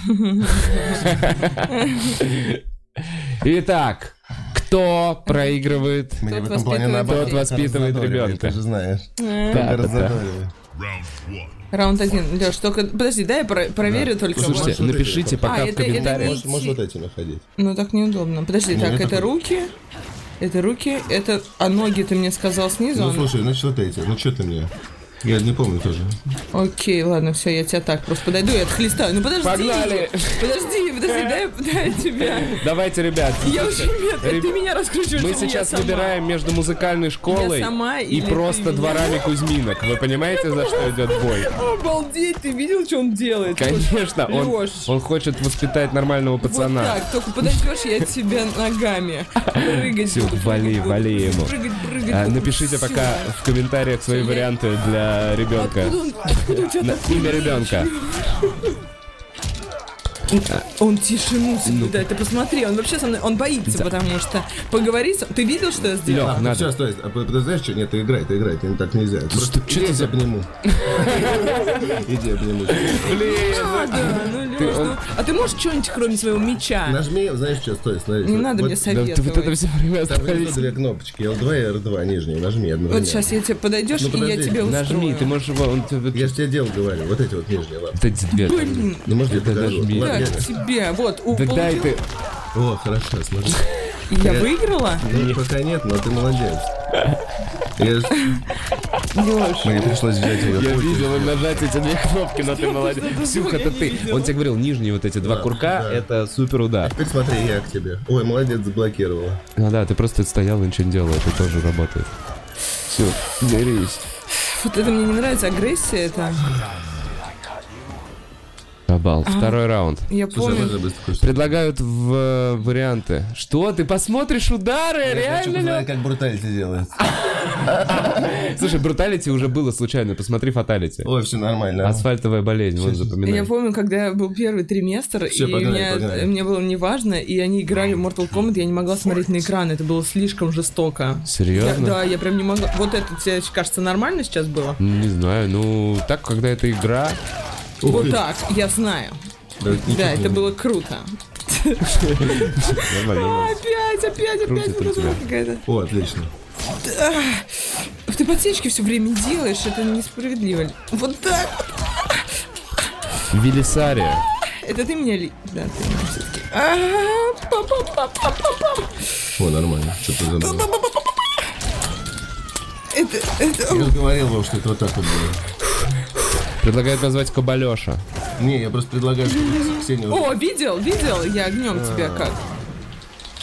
Speaker 2: Итак, кто проигрывает?
Speaker 3: Мне
Speaker 1: Тот
Speaker 3: в этом плане
Speaker 1: воспитывает
Speaker 3: наоборот.
Speaker 1: Тот
Speaker 2: воспитывает
Speaker 3: раззадоривает,
Speaker 2: ребенка.
Speaker 3: Ты же знаешь.
Speaker 2: Да, да, да.
Speaker 3: Раззадоривает.
Speaker 1: Раунд один. Леш, только... Подожди, дай я про- проверю только.
Speaker 3: Слушайте,
Speaker 2: Слушайте,
Speaker 3: вот эти.
Speaker 2: напишите пока
Speaker 1: А,
Speaker 2: в
Speaker 1: это- это
Speaker 2: комментариях.
Speaker 1: Идти.
Speaker 3: Может, может вот этими ходить.
Speaker 1: Ну так неудобно. Подожди,
Speaker 3: Не,
Speaker 1: так,
Speaker 3: А это
Speaker 1: это
Speaker 3: так.
Speaker 1: руки, это руки, это... А ноги ты мне сказал снизу?
Speaker 3: Ну
Speaker 1: а-
Speaker 3: слушай, значит вот эти. Ну что ты мне? Я не помню тоже.
Speaker 1: Окей, ладно, все, я тебя так просто подойду и отхлестаю. Ну подожди!
Speaker 2: Погнали.
Speaker 1: Подожди, подожди, дай, дай тебя.
Speaker 2: Давайте, ребят.
Speaker 1: Я очень меткая,
Speaker 2: Ребят,
Speaker 1: ты меня раскручиваешь.
Speaker 2: Мы
Speaker 1: или я
Speaker 2: сейчас
Speaker 1: сама?
Speaker 2: выбираем между музыкальной школой
Speaker 1: Я сама
Speaker 2: и
Speaker 1: или ты
Speaker 2: просто
Speaker 1: меня?
Speaker 2: дворами Кузьминок. Вы понимаете, за что идет бой?
Speaker 1: Обалдеть, ты видел, что он делает?
Speaker 2: Конечно, он,
Speaker 1: Лёш.
Speaker 2: он хочет воспитать нормального
Speaker 1: Вот
Speaker 2: пацана.
Speaker 1: так, только подойдешь, я тебя ногами прыгать.
Speaker 2: Всё,
Speaker 1: буду,
Speaker 2: вали,
Speaker 1: прыгать буду,
Speaker 2: вали
Speaker 1: буду,
Speaker 2: ему.
Speaker 1: Прыгать, прыгать.
Speaker 2: А,
Speaker 1: буду.
Speaker 2: Напишите
Speaker 1: Всё.
Speaker 2: пока в комментариях свои
Speaker 1: Я-
Speaker 2: варианты для ребенка.
Speaker 1: Откуда он- откуда у тебя
Speaker 2: На-
Speaker 1: такой
Speaker 2: Имя
Speaker 1: меч?
Speaker 2: ребенка.
Speaker 1: Он тише мусор, да, ты посмотри, он вообще со мной, он боится, потому что поговорить, ты видел, что я сделала?
Speaker 2: Лёх, надо.
Speaker 3: Сейчас, стой, а ты ты знаешь что? Нет, ты играй, ты играй, ты так нельзя. Просто
Speaker 2: что- чё
Speaker 3: иди
Speaker 2: ты за-
Speaker 3: обниму. Иди обниму.
Speaker 2: Блин.
Speaker 1: А, да, ну, Лёш,
Speaker 2: он-
Speaker 1: ну, а ты можешь что-нибудь, кроме своего меча?
Speaker 3: Нажми, знаешь что, стой, смотри.
Speaker 1: Не
Speaker 3: Вот-
Speaker 1: надо мне
Speaker 3: вот
Speaker 2: Да, ты вот это
Speaker 1: советовать.
Speaker 2: все время
Speaker 3: Там внизу
Speaker 2: остановись.
Speaker 3: две кнопочки, L2 и R2, нижние, нажми одновременно.
Speaker 1: Вот сейчас я тебе подойдешь,
Speaker 3: Ну,
Speaker 1: и я
Speaker 3: подожди,
Speaker 1: тебе устрою.
Speaker 2: Нажми, ты можешь его... он тебе-
Speaker 3: Я же тебе дело говорю, вот эти вот нижние лапы.
Speaker 2: Вот эти две.
Speaker 1: Блин,
Speaker 3: Ну, может, я покажу.
Speaker 2: нажми.
Speaker 3: Ладно,
Speaker 1: так,
Speaker 3: я-
Speaker 1: тебе, вот, у,
Speaker 2: Да дай
Speaker 1: получил-
Speaker 2: ты...
Speaker 3: О, хорошо, смотри.
Speaker 1: Я выиграла?
Speaker 3: Ну, пока нет, но ты молодец. Я ж- Мне пришлось взять ее.
Speaker 2: Я видел им нажать эти две кнопки, но ты молодец. Ксюха, это ты. Он тебе говорил, нижние вот эти два курка, это супер удар.
Speaker 3: Теперь смотри, я к тебе. Ой, молодец, заблокировала.
Speaker 2: Ну да, ты просто стоял и ничего не делал, это тоже работает. Все, берись.
Speaker 1: Вот это мне не нравится, агрессия это.
Speaker 2: Обал. Второй раунд.
Speaker 1: Я
Speaker 3: Слушай,
Speaker 1: помню.
Speaker 3: можно быстро кое-что?
Speaker 2: Предлагают в э, варианты. Что? Ты посмотришь удары?
Speaker 3: Хочу
Speaker 2: реально?
Speaker 3: посмотреть,
Speaker 2: Лёх? А.
Speaker 3: как бруталити делает.
Speaker 2: Слушай, бруталити уже было случайно. Посмотри фаталити.
Speaker 3: Ой, все
Speaker 2: А,
Speaker 3: нормально.
Speaker 2: Асфальтовая болезнь, вот
Speaker 1: Я
Speaker 2: запоминай.
Speaker 1: помню, когда был первый триместр,
Speaker 3: Всё,
Speaker 1: и
Speaker 3: погнали,
Speaker 1: меня-
Speaker 3: погнали.
Speaker 1: мне было неважно, и они играли в Mortal Kombat, я не могла смотреть на экран, это было слишком жестоко. Я-
Speaker 2: Серьезно?
Speaker 1: да, я прям не могла. Вот это тебе кажется нормально сейчас было?
Speaker 2: Не знаю, ну так, когда это игра,
Speaker 3: Ух,
Speaker 1: Вот
Speaker 3: ты.
Speaker 1: так, я знаю.
Speaker 3: Да, ничего
Speaker 1: Да,
Speaker 3: не
Speaker 1: это было круто. Опять, опять, опять,
Speaker 2: Крутит он
Speaker 1: вот это
Speaker 2: тебя.
Speaker 1: какая-то.
Speaker 3: О, отлично.
Speaker 1: Ты подсечки все время делаешь, это несправедливо. Вот так.
Speaker 2: Велисария.
Speaker 1: Это ты меня ли... Да, ты меня все-таки. А, пам-пам-пам-пам-пам-пам.
Speaker 3: О, нормально. Что-то задумал.
Speaker 1: Это, это...
Speaker 3: Я же говорил вам, что это вот так вот было.
Speaker 2: Предлагают назвать Кабалеша.
Speaker 3: Не, я просто предлагаю, чтобы Ксения... вот-
Speaker 1: О, видел, видел, я
Speaker 2: А.
Speaker 1: огнем тебя как.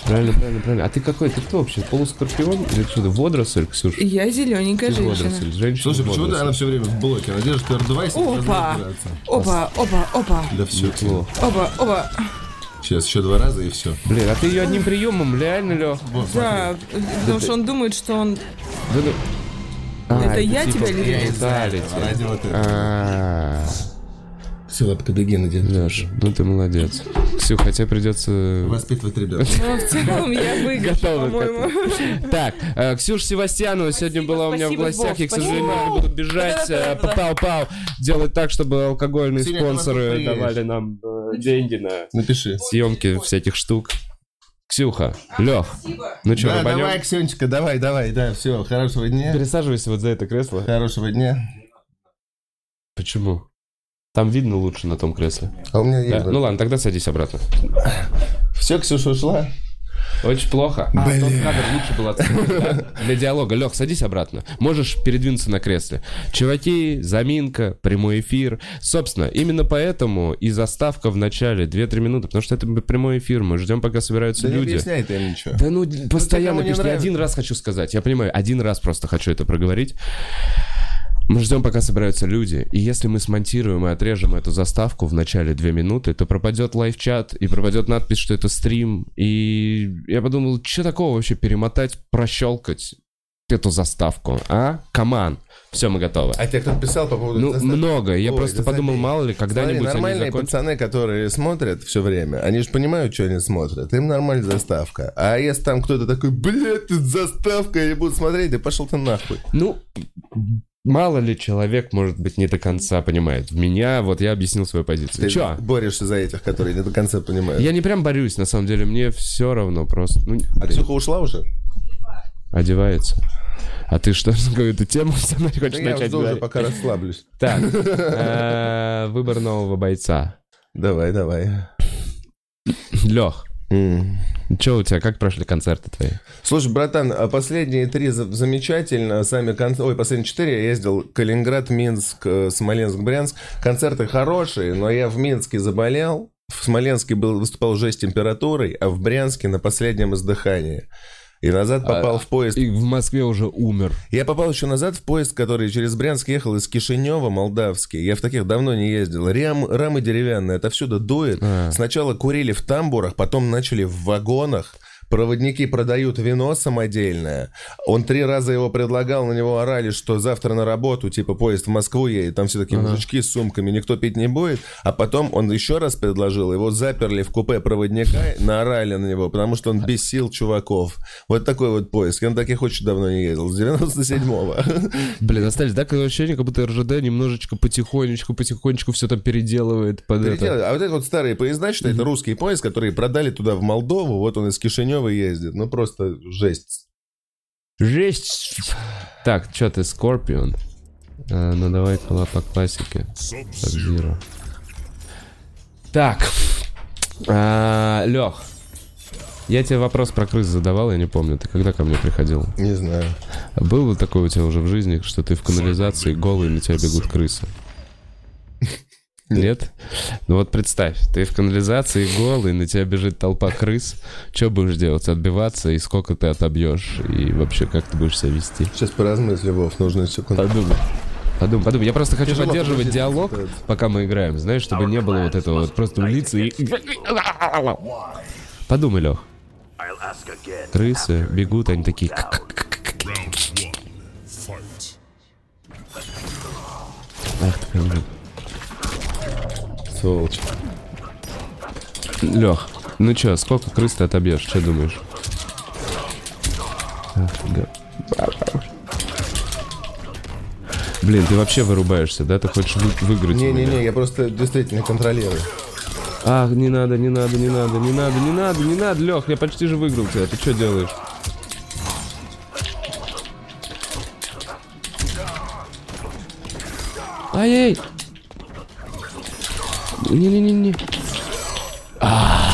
Speaker 2: Правильно, правильно, правильно. А ты какой? Ты кто вообще? Полускорпион или что ты? Водоросль, Ксюша?
Speaker 1: Я зелененькая
Speaker 2: Ты
Speaker 1: женщина.
Speaker 2: Водоросль, женщина.
Speaker 3: Слушай, почему
Speaker 2: водоросль.
Speaker 3: она все время в блоке? Она держит R2 и с ней надо
Speaker 1: Опа,
Speaker 3: разбираться.
Speaker 1: опа, опа, опа,
Speaker 3: Да все,
Speaker 2: Неплохо.
Speaker 1: опа, опа.
Speaker 3: Сейчас еще два раза и все.
Speaker 2: Блин, а ты ее одним приемом, реально, Лех?
Speaker 1: Да, потому что он думает, что он... Это я тебя или
Speaker 2: типа Виталити.
Speaker 3: Ради вот этого.
Speaker 2: А.
Speaker 3: Сила Кадыгина, дед.
Speaker 2: Леш, ну ты молодец. Ксю, хотя придется...
Speaker 3: Воспитывать ребят.
Speaker 1: Ну, в целом я выиграла,
Speaker 2: Готовы к
Speaker 1: по-моему.
Speaker 2: Так, э, Ксюша Севастьянова сегодня
Speaker 1: Спасибо,
Speaker 2: была у меня в
Speaker 1: спасибо,
Speaker 2: гостях.
Speaker 1: Вов,
Speaker 2: Я, к сожалению, не
Speaker 1: спасибо.
Speaker 2: буду бежать. э,
Speaker 1: Да-да-да-да.
Speaker 2: Пау-пау. Делать так, чтобы алкогольные
Speaker 3: Ксения, ты во сколько
Speaker 2: спонсоры
Speaker 3: приедешь?
Speaker 2: давали нам э, деньги на
Speaker 3: Напиши.
Speaker 2: съемки всяких штук. Ксюха, Лех, ну чё,
Speaker 3: Да,
Speaker 2: рыбанём?
Speaker 3: давай, Ксенечка, давай, давай, да, все, хорошего дня.
Speaker 2: Пересаживайся вот за это кресло.
Speaker 3: Хорошего дня.
Speaker 2: Почему? Там видно лучше на том кресле.
Speaker 3: А у меня
Speaker 2: Да,
Speaker 3: есть.
Speaker 2: Ну ладно, тогда садись обратно.
Speaker 3: Все, Ксюша ушла.
Speaker 2: Очень плохо. А, тот кадр лучше был отснят, да? Для диалога. Лех, садись обратно. Можешь передвинуться на кресле. Чуваки, заминка, прямой эфир. Собственно, именно поэтому и заставка в начале 2-3 минуты, потому что это прямой эфир. Мы ждем, пока собираются
Speaker 3: Да не
Speaker 2: люди.
Speaker 3: объясняй ты им ничего.
Speaker 2: Да ну, постоянно
Speaker 3: кому не
Speaker 2: пишут. Я
Speaker 3: нравится.
Speaker 2: один раз хочу сказать. Я понимаю, один раз просто хочу это проговорить. Мы ждем, пока собираются люди. И если мы смонтируем и отрежем эту заставку в начале 2 минуты, то пропадет лайв-чат и пропадет надпись, что это стрим. И я подумал, что такого вообще перемотать, прощелкать эту заставку, а? Каман. Все, мы готовы.
Speaker 3: А тебе кто-то писал по поводу...
Speaker 2: Ну,
Speaker 3: заставки?
Speaker 2: много. Я
Speaker 3: Ой,
Speaker 2: просто
Speaker 3: да
Speaker 2: подумал,
Speaker 3: забей.
Speaker 2: мало ли,
Speaker 3: Смотри,
Speaker 2: когда-нибудь они
Speaker 3: нормальные
Speaker 2: закончат.
Speaker 3: пацаны, которые смотрят все время, они же понимают, что они смотрят. Им нормальная заставка. А если там кто-то такой, блядь, тут заставка, я буду смотреть, да пошел ты нахуй.
Speaker 2: Ну, мало ли человек, может быть, не до конца понимает. В меня, вот я объяснил свою позицию.
Speaker 3: Ты
Speaker 2: Чё?
Speaker 3: борешься за этих, которые не до конца понимают.
Speaker 2: Я не прям борюсь, на самом деле, мне все равно просто. Ну,
Speaker 3: А Ксюха ушла уже?
Speaker 2: одевается. А ты что, какую-то тему со мной
Speaker 3: Да
Speaker 2: хочешь
Speaker 3: я
Speaker 2: начать
Speaker 3: жду уже,
Speaker 2: говорить?
Speaker 3: пока расслаблюсь.
Speaker 2: Так, э, выбор нового бойца.
Speaker 3: Давай, давай.
Speaker 2: Лех,
Speaker 3: М.
Speaker 2: что у тебя, как прошли концерты твои?
Speaker 3: Слушай, братан, а последние три за- замечательно, сами концерты, ой, последние четыре я ездил, Калининград, Минск, э, Смоленск, Брянск, концерты хорошие, но я в Минске заболел, в Смоленске был, выступал уже с температурой, а в Брянске на последнем издыхании. И назад попал в поезд.
Speaker 2: И в Москве уже умер.
Speaker 3: Я попал еще назад в поезд, который через Брянск ехал из Кишинева, Молдавский. Я в таких давно не ездил. Рям, рамы деревянные, отовсюду дует.
Speaker 2: А.
Speaker 3: Сначала курили в тамбурах, потом начали в вагонах. Проводники продают вино самодельное. Он три раза его предлагал, на него орали, что завтра на работу, типа поезд в Москву едет, там все такие мужички с сумками, никто пить не будет. А потом он еще раз предложил, его заперли в купе проводника, наорали на него, потому что он бесил чуваков. Вот такой вот поезд. Я на таких очень давно не ездил, с 97-го.
Speaker 2: Блин, остались, да, такое ощущение, как будто РЖД немножечко потихонечку, потихонечку все там переделывает под это.
Speaker 3: Переделали. А вот это вот старые поезда, что это русский поезд, который продали туда в Молдову, вот он из Кишинева ездит. Ну просто жесть.
Speaker 2: Жесть! Так, что ты, Скорпион? Э, ну давай кола по классике. Sub-Zero. Так. Лех, я тебе вопрос про крыс задавал, я не помню. Ты когда ко мне приходил?
Speaker 3: Не знаю.
Speaker 2: Был вот такой у тебя уже в жизни, что ты в канализации голый, и на тебя бегут крысы? Нет? Ну вот представь, ты в канализации голый, на тебя бежит толпа крыс. Что будешь делать? Отбиваться? И сколько ты отобьешь? И вообще, как ты будешь себя вести?
Speaker 3: Сейчас поразмысли, Вов, нужно секунду.
Speaker 2: Подумай. Подумай, подумай. Я просто хочу
Speaker 3: Тяжело
Speaker 2: поддерживать
Speaker 3: погрузиться
Speaker 2: диалог,
Speaker 3: в это.
Speaker 2: пока мы играем, знаешь, чтобы не было вот этого вот просто лица и... Подумай, Лех.
Speaker 4: I'll ask again.
Speaker 2: Крысы бегут, они такие... Ах ты, блин.
Speaker 3: Сволочь.
Speaker 2: Лех, ну чё, сколько крыс ты отобьешь? Что думаешь? Ах, га- Блин, ты вообще вырубаешься, да? Ты хочешь вы- выиграть? у меня?
Speaker 3: Не-не-не, я просто действительно контролирую.
Speaker 2: Ах, не надо, не надо, не надо, не надо, не надо, не надо, Лех, я почти же выиграл тебя, ты что делаешь? Ай-яй! Не-не-не-не. А.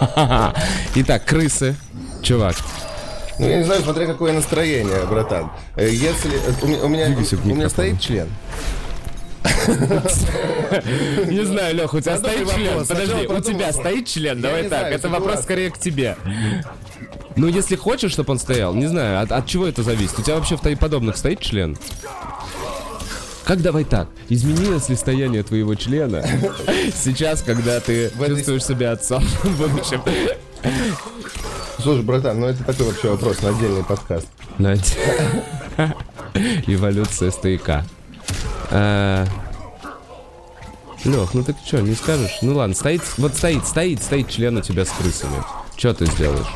Speaker 2: Итак, крысы. Чувак,
Speaker 3: Ну, я не знаю, смотря какое настроение, братан. Э, Если... э, У меня, у меня-
Speaker 2: Двигайся к
Speaker 3: у меня
Speaker 2: микрофону.
Speaker 3: стоит член?
Speaker 2: не знаю, Лех, у тебя
Speaker 3: Подумай
Speaker 2: стоит член.
Speaker 3: вопрос,
Speaker 2: Подожди,
Speaker 3: сначала
Speaker 2: у
Speaker 3: подумай
Speaker 2: тебя
Speaker 3: вопрос.
Speaker 2: стоит член? Давай
Speaker 3: не
Speaker 2: так,
Speaker 3: знаю,
Speaker 2: это
Speaker 3: это
Speaker 2: вопрос
Speaker 3: дурак.
Speaker 2: скорее к тебе. Ну, если хочешь, чтобы он стоял, не знаю, от, от чего это зависит? У тебя вообще в твоих подобных стоит член? Как давай так? Изменилось ли состояние твоего члена сейчас, когда ты
Speaker 3: этой-
Speaker 2: чувствуешь себя отцом в будущем?
Speaker 3: Слушай, братан, ну это такой вообще вопрос на отдельный подкаст.
Speaker 2: Надь. Эволюция стояка. А, Лех, ну так что, не скажешь? Ну ладно, стоит, вот стоит, стоит, стоит член у тебя с крысами. Что ты сделаешь?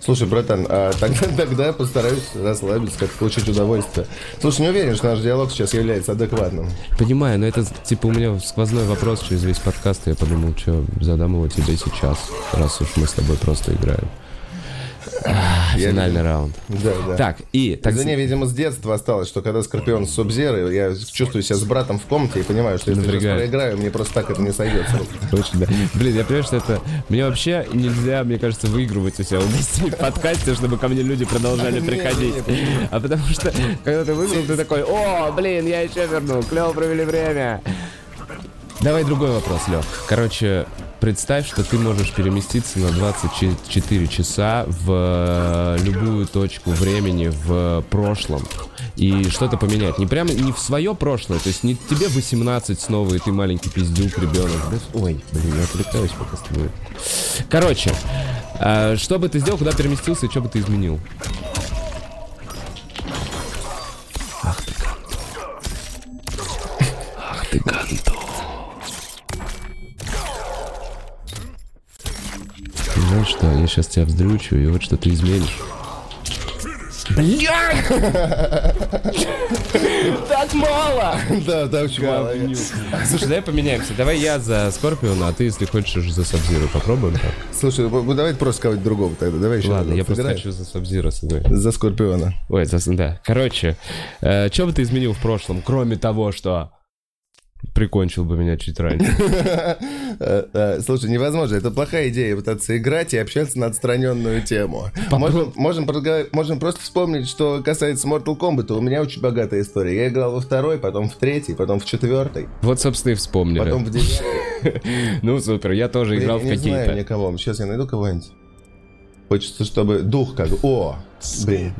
Speaker 3: Слушай, братан, а тогда, тогда я постараюсь расслабиться, как получить удовольствие. Слушай, не уверен, что наш диалог сейчас является адекватным.
Speaker 2: Понимаю, но это типа у меня сквозной вопрос через весь подкаст, и я подумал, что задам его тебе сейчас, раз уж мы с тобой просто играем. А,
Speaker 3: Я
Speaker 2: Финальный
Speaker 3: вижу.
Speaker 2: раунд.
Speaker 3: Да, да.
Speaker 2: Так, и... Так,
Speaker 3: Да не, видимо, с детства осталось, что когда Скорпион с Субзерой, я чувствую себя с братом в комнате и понимаю, что если я сейчас
Speaker 2: Напрягает.
Speaker 3: проиграю, мне просто так это не сойдет. с рук.
Speaker 2: Очень, да. Блин, я понимаю, что это... Мне вообще нельзя, мне кажется, выигрывать у себя в гостей в подкасте, чтобы ко мне люди продолжали приходить. А потому что, когда ты выиграл, ты такой, о, блин, я еще вернул, клево провели время. Давай другой вопрос, Лёх. Короче, представь, что ты можешь переместиться на 24 часа в э, любую точку времени в прошлом и что-то поменять. Не прямо не в свое прошлое, то есть не тебе 18 снова, и ты маленький пиздюк, ребенок. Ой, блин, я отвлекаюсь пока с тобой. Короче, э, что бы ты сделал, куда переместился и что бы ты изменил? Ах ты гандон. Знаешь что, я сейчас тебя вздрючу, и вот что ты изменишь.
Speaker 1: Так мало!
Speaker 3: Да, да, очень мало.
Speaker 2: Слушай, давай поменяемся. Давай я за Скорпиона, а ты, если хочешь, уже за Сабзиру. Попробуем так?
Speaker 3: Слушай, ну, давайте просто кого-то другого тогда. Давай еще.
Speaker 2: Ладно,
Speaker 3: одного
Speaker 2: я просто
Speaker 3: сыграем.
Speaker 2: хочу за Сабзиру.
Speaker 3: За Скорпиона.
Speaker 2: Ой, за... да. Короче, э, что бы ты изменил в прошлом, кроме того, что прикончил бы меня чуть раньше?
Speaker 3: Э, э, Слушай, невозможно, это плохая идея пытаться играть и общаться на отстраненную тему. Можем, можем, проговор- можем просто вспомнить, что касается Mortal Kombat, у меня очень богатая история. Я играл во второй, потом в третий, потом в четвертый,
Speaker 2: Вот, собственно, и вспомнили.
Speaker 3: потом в девятый.
Speaker 2: Ну, супер, я тоже играл в
Speaker 3: Я не знаю
Speaker 2: какие-то.
Speaker 3: никого. Сейчас я найду кого-нибудь. Хочется, чтобы дух как... О! Блин.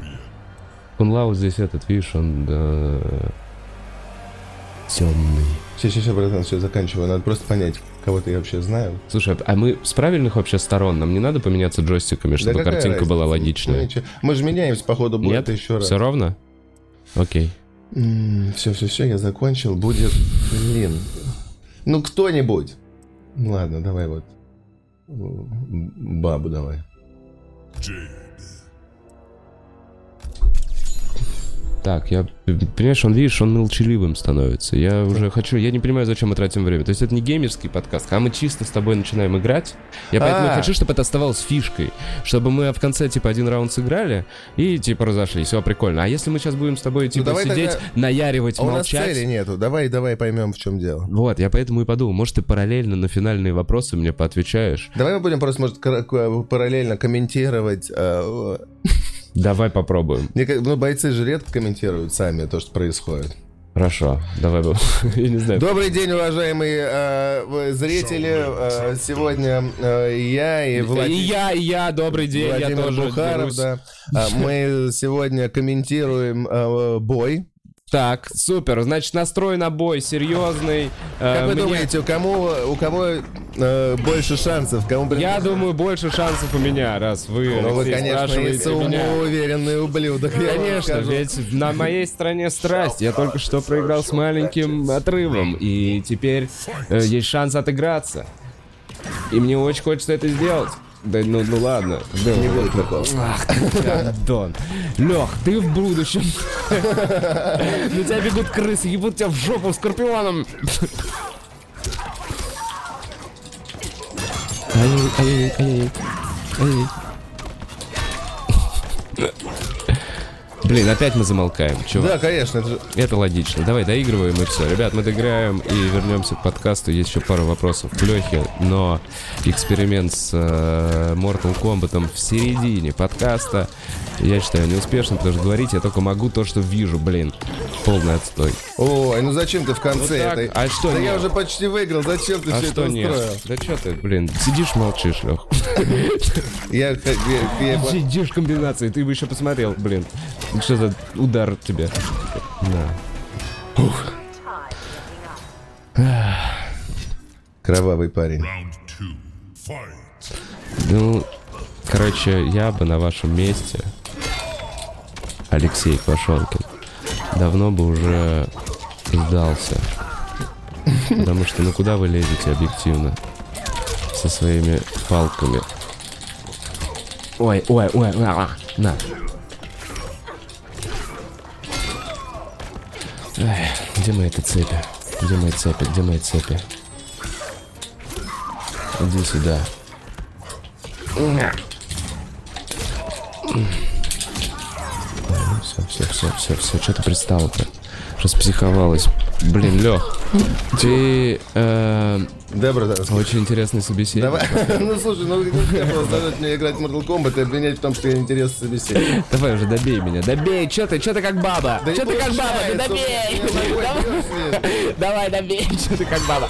Speaker 2: Кунлау здесь этот, видишь, он... Темный.
Speaker 3: Сейчас, сейчас, братан, все заканчиваю. Надо просто понять, кого-то я вообще знаю.
Speaker 2: Слушай, а мы с правильных вообще сторон? Нам не надо поменяться джойстиками, чтобы
Speaker 3: Да какая
Speaker 2: картинка
Speaker 3: разница?
Speaker 2: была
Speaker 3: Ну,
Speaker 2: логичная?
Speaker 3: ничего. Мы же меняемся по ходу
Speaker 2: Нет?
Speaker 3: блата еще раз.
Speaker 2: Все ровно? Окей.
Speaker 3: Все, все, все, я закончил. Будет, блин. Ну, кто-нибудь. Ну, Ладно, давай вот. М, Бабу давай.
Speaker 2: Так, я... Понимаешь, он, видишь, он молчаливым становится. Я уже хочу... Я не понимаю, зачем мы тратим время. То есть это не геймерский подкаст, а мы чисто с тобой начинаем играть. Я поэтому и
Speaker 3: А.
Speaker 2: хочу, чтобы это оставалось фишкой. Чтобы мы в конце, типа, один раунд сыграли и, типа, разошлись. Все прикольно. А если мы сейчас будем с тобой, типа,
Speaker 3: Ну, давай
Speaker 2: сидеть,
Speaker 3: тогда-
Speaker 2: наяривать,
Speaker 3: А у нас
Speaker 2: молчать...
Speaker 3: цели нету. Давай, давай поймем, в чем дело.
Speaker 2: Вот, я поэтому и подумал, может, ты параллельно на финальные вопросы мне поотвечаешь.
Speaker 3: Давай мы будем просто, может, кра- к- параллельно комментировать. э,
Speaker 2: Давай попробуем.
Speaker 3: мне ка- Ну, бойцы же редко комментируют сами то, что происходит.
Speaker 2: Хорошо, давай. бу- Я не знаю.
Speaker 3: Добрый день, уважаемые э, вы- зрители. Э, сегодня э, я и
Speaker 2: И
Speaker 3: Владимир...
Speaker 2: я, и я, добрый день, я
Speaker 3: Владимир
Speaker 2: тоже
Speaker 3: Бухаров,
Speaker 2: дерусь.
Speaker 3: да. А, Мы сегодня комментируем э, бой.
Speaker 2: Так, супер, значит, настрой на бой серьезный.
Speaker 3: Как
Speaker 2: Э,
Speaker 3: вы
Speaker 2: мне-
Speaker 3: думаете, у кому у кого э, больше шансов? Кому блин,
Speaker 2: Я думаю, больше шансов у меня, раз вы,
Speaker 3: ну, вы,
Speaker 2: Алексей,
Speaker 3: конечно,
Speaker 2: спрашиваете меня.
Speaker 3: самоуверенный ублюдок. я вам
Speaker 2: Конечно,
Speaker 3: скажу.
Speaker 2: ведь на моей стороне страсть. Я только что проиграл с маленьким отрывом, и теперь э, есть шанс отыграться. И мне очень хочется это сделать. Да ну, ну ладно. Да,
Speaker 3: Не будет такого.
Speaker 2: Дон. Лех, ты в будущем. На тебя бегут крысы, ебут тебя в жопу скорпионом. Блин, опять мы замолкаем, чувак.
Speaker 3: Да, конечно. это же-
Speaker 2: Это логично. Давай доигрываем и все. Ребят, мы доиграем и вернемся к подкасту. Есть еще пара вопросов к Лехе, но эксперимент с э, Mortal Kombat в середине подкаста, я считаю, неуспешным, потому что говорить я только могу то, что вижу, блин. Полный отстой.
Speaker 3: Ой, ну зачем ты в конце
Speaker 2: так?
Speaker 3: этой?
Speaker 2: А что
Speaker 3: Да я
Speaker 2: нет?
Speaker 3: уже почти выиграл. Зачем ты
Speaker 2: А
Speaker 3: все это
Speaker 2: что нет?
Speaker 3: устроил?
Speaker 2: Да что ты, блин, сидишь молчишь, Лех.
Speaker 3: Я, х- я- я-
Speaker 2: Сидишь в комбинации, ты бы еще посмотрел, блин. Что за удар тебе? Да.
Speaker 3: Кровавый парень.
Speaker 5: Round two. Fight.
Speaker 2: Ну, короче, я бы на вашем месте, Алексей Квашонкин, давно бы уже сдался. Потому что ну куда вы лезете объективно? Со своими палками. Ой, ой, ой, а, а, на. Ай, где мои эти цепи? Где мои цепи? Где мои цепи? Иди сюда. Все, все, все, все, все. Что ты пристала-то? Распсиховалась. Блин, Лех, ты э,
Speaker 3: Да, братан,
Speaker 2: очень интересный собеседник.
Speaker 3: Давай. Ну, слушай, ну, ты просто зовет меня играть в Mortal Kombat и обвинять в том, что я интересный собеседник.
Speaker 2: Давай уже добей меня. Добей, чё ты, чё ты как баба?
Speaker 3: Да не
Speaker 2: чё ты как баба? Ты
Speaker 3: получается,
Speaker 2: добей!
Speaker 3: у меня такой девственник.
Speaker 2: Давай, добей, чё ты как баба?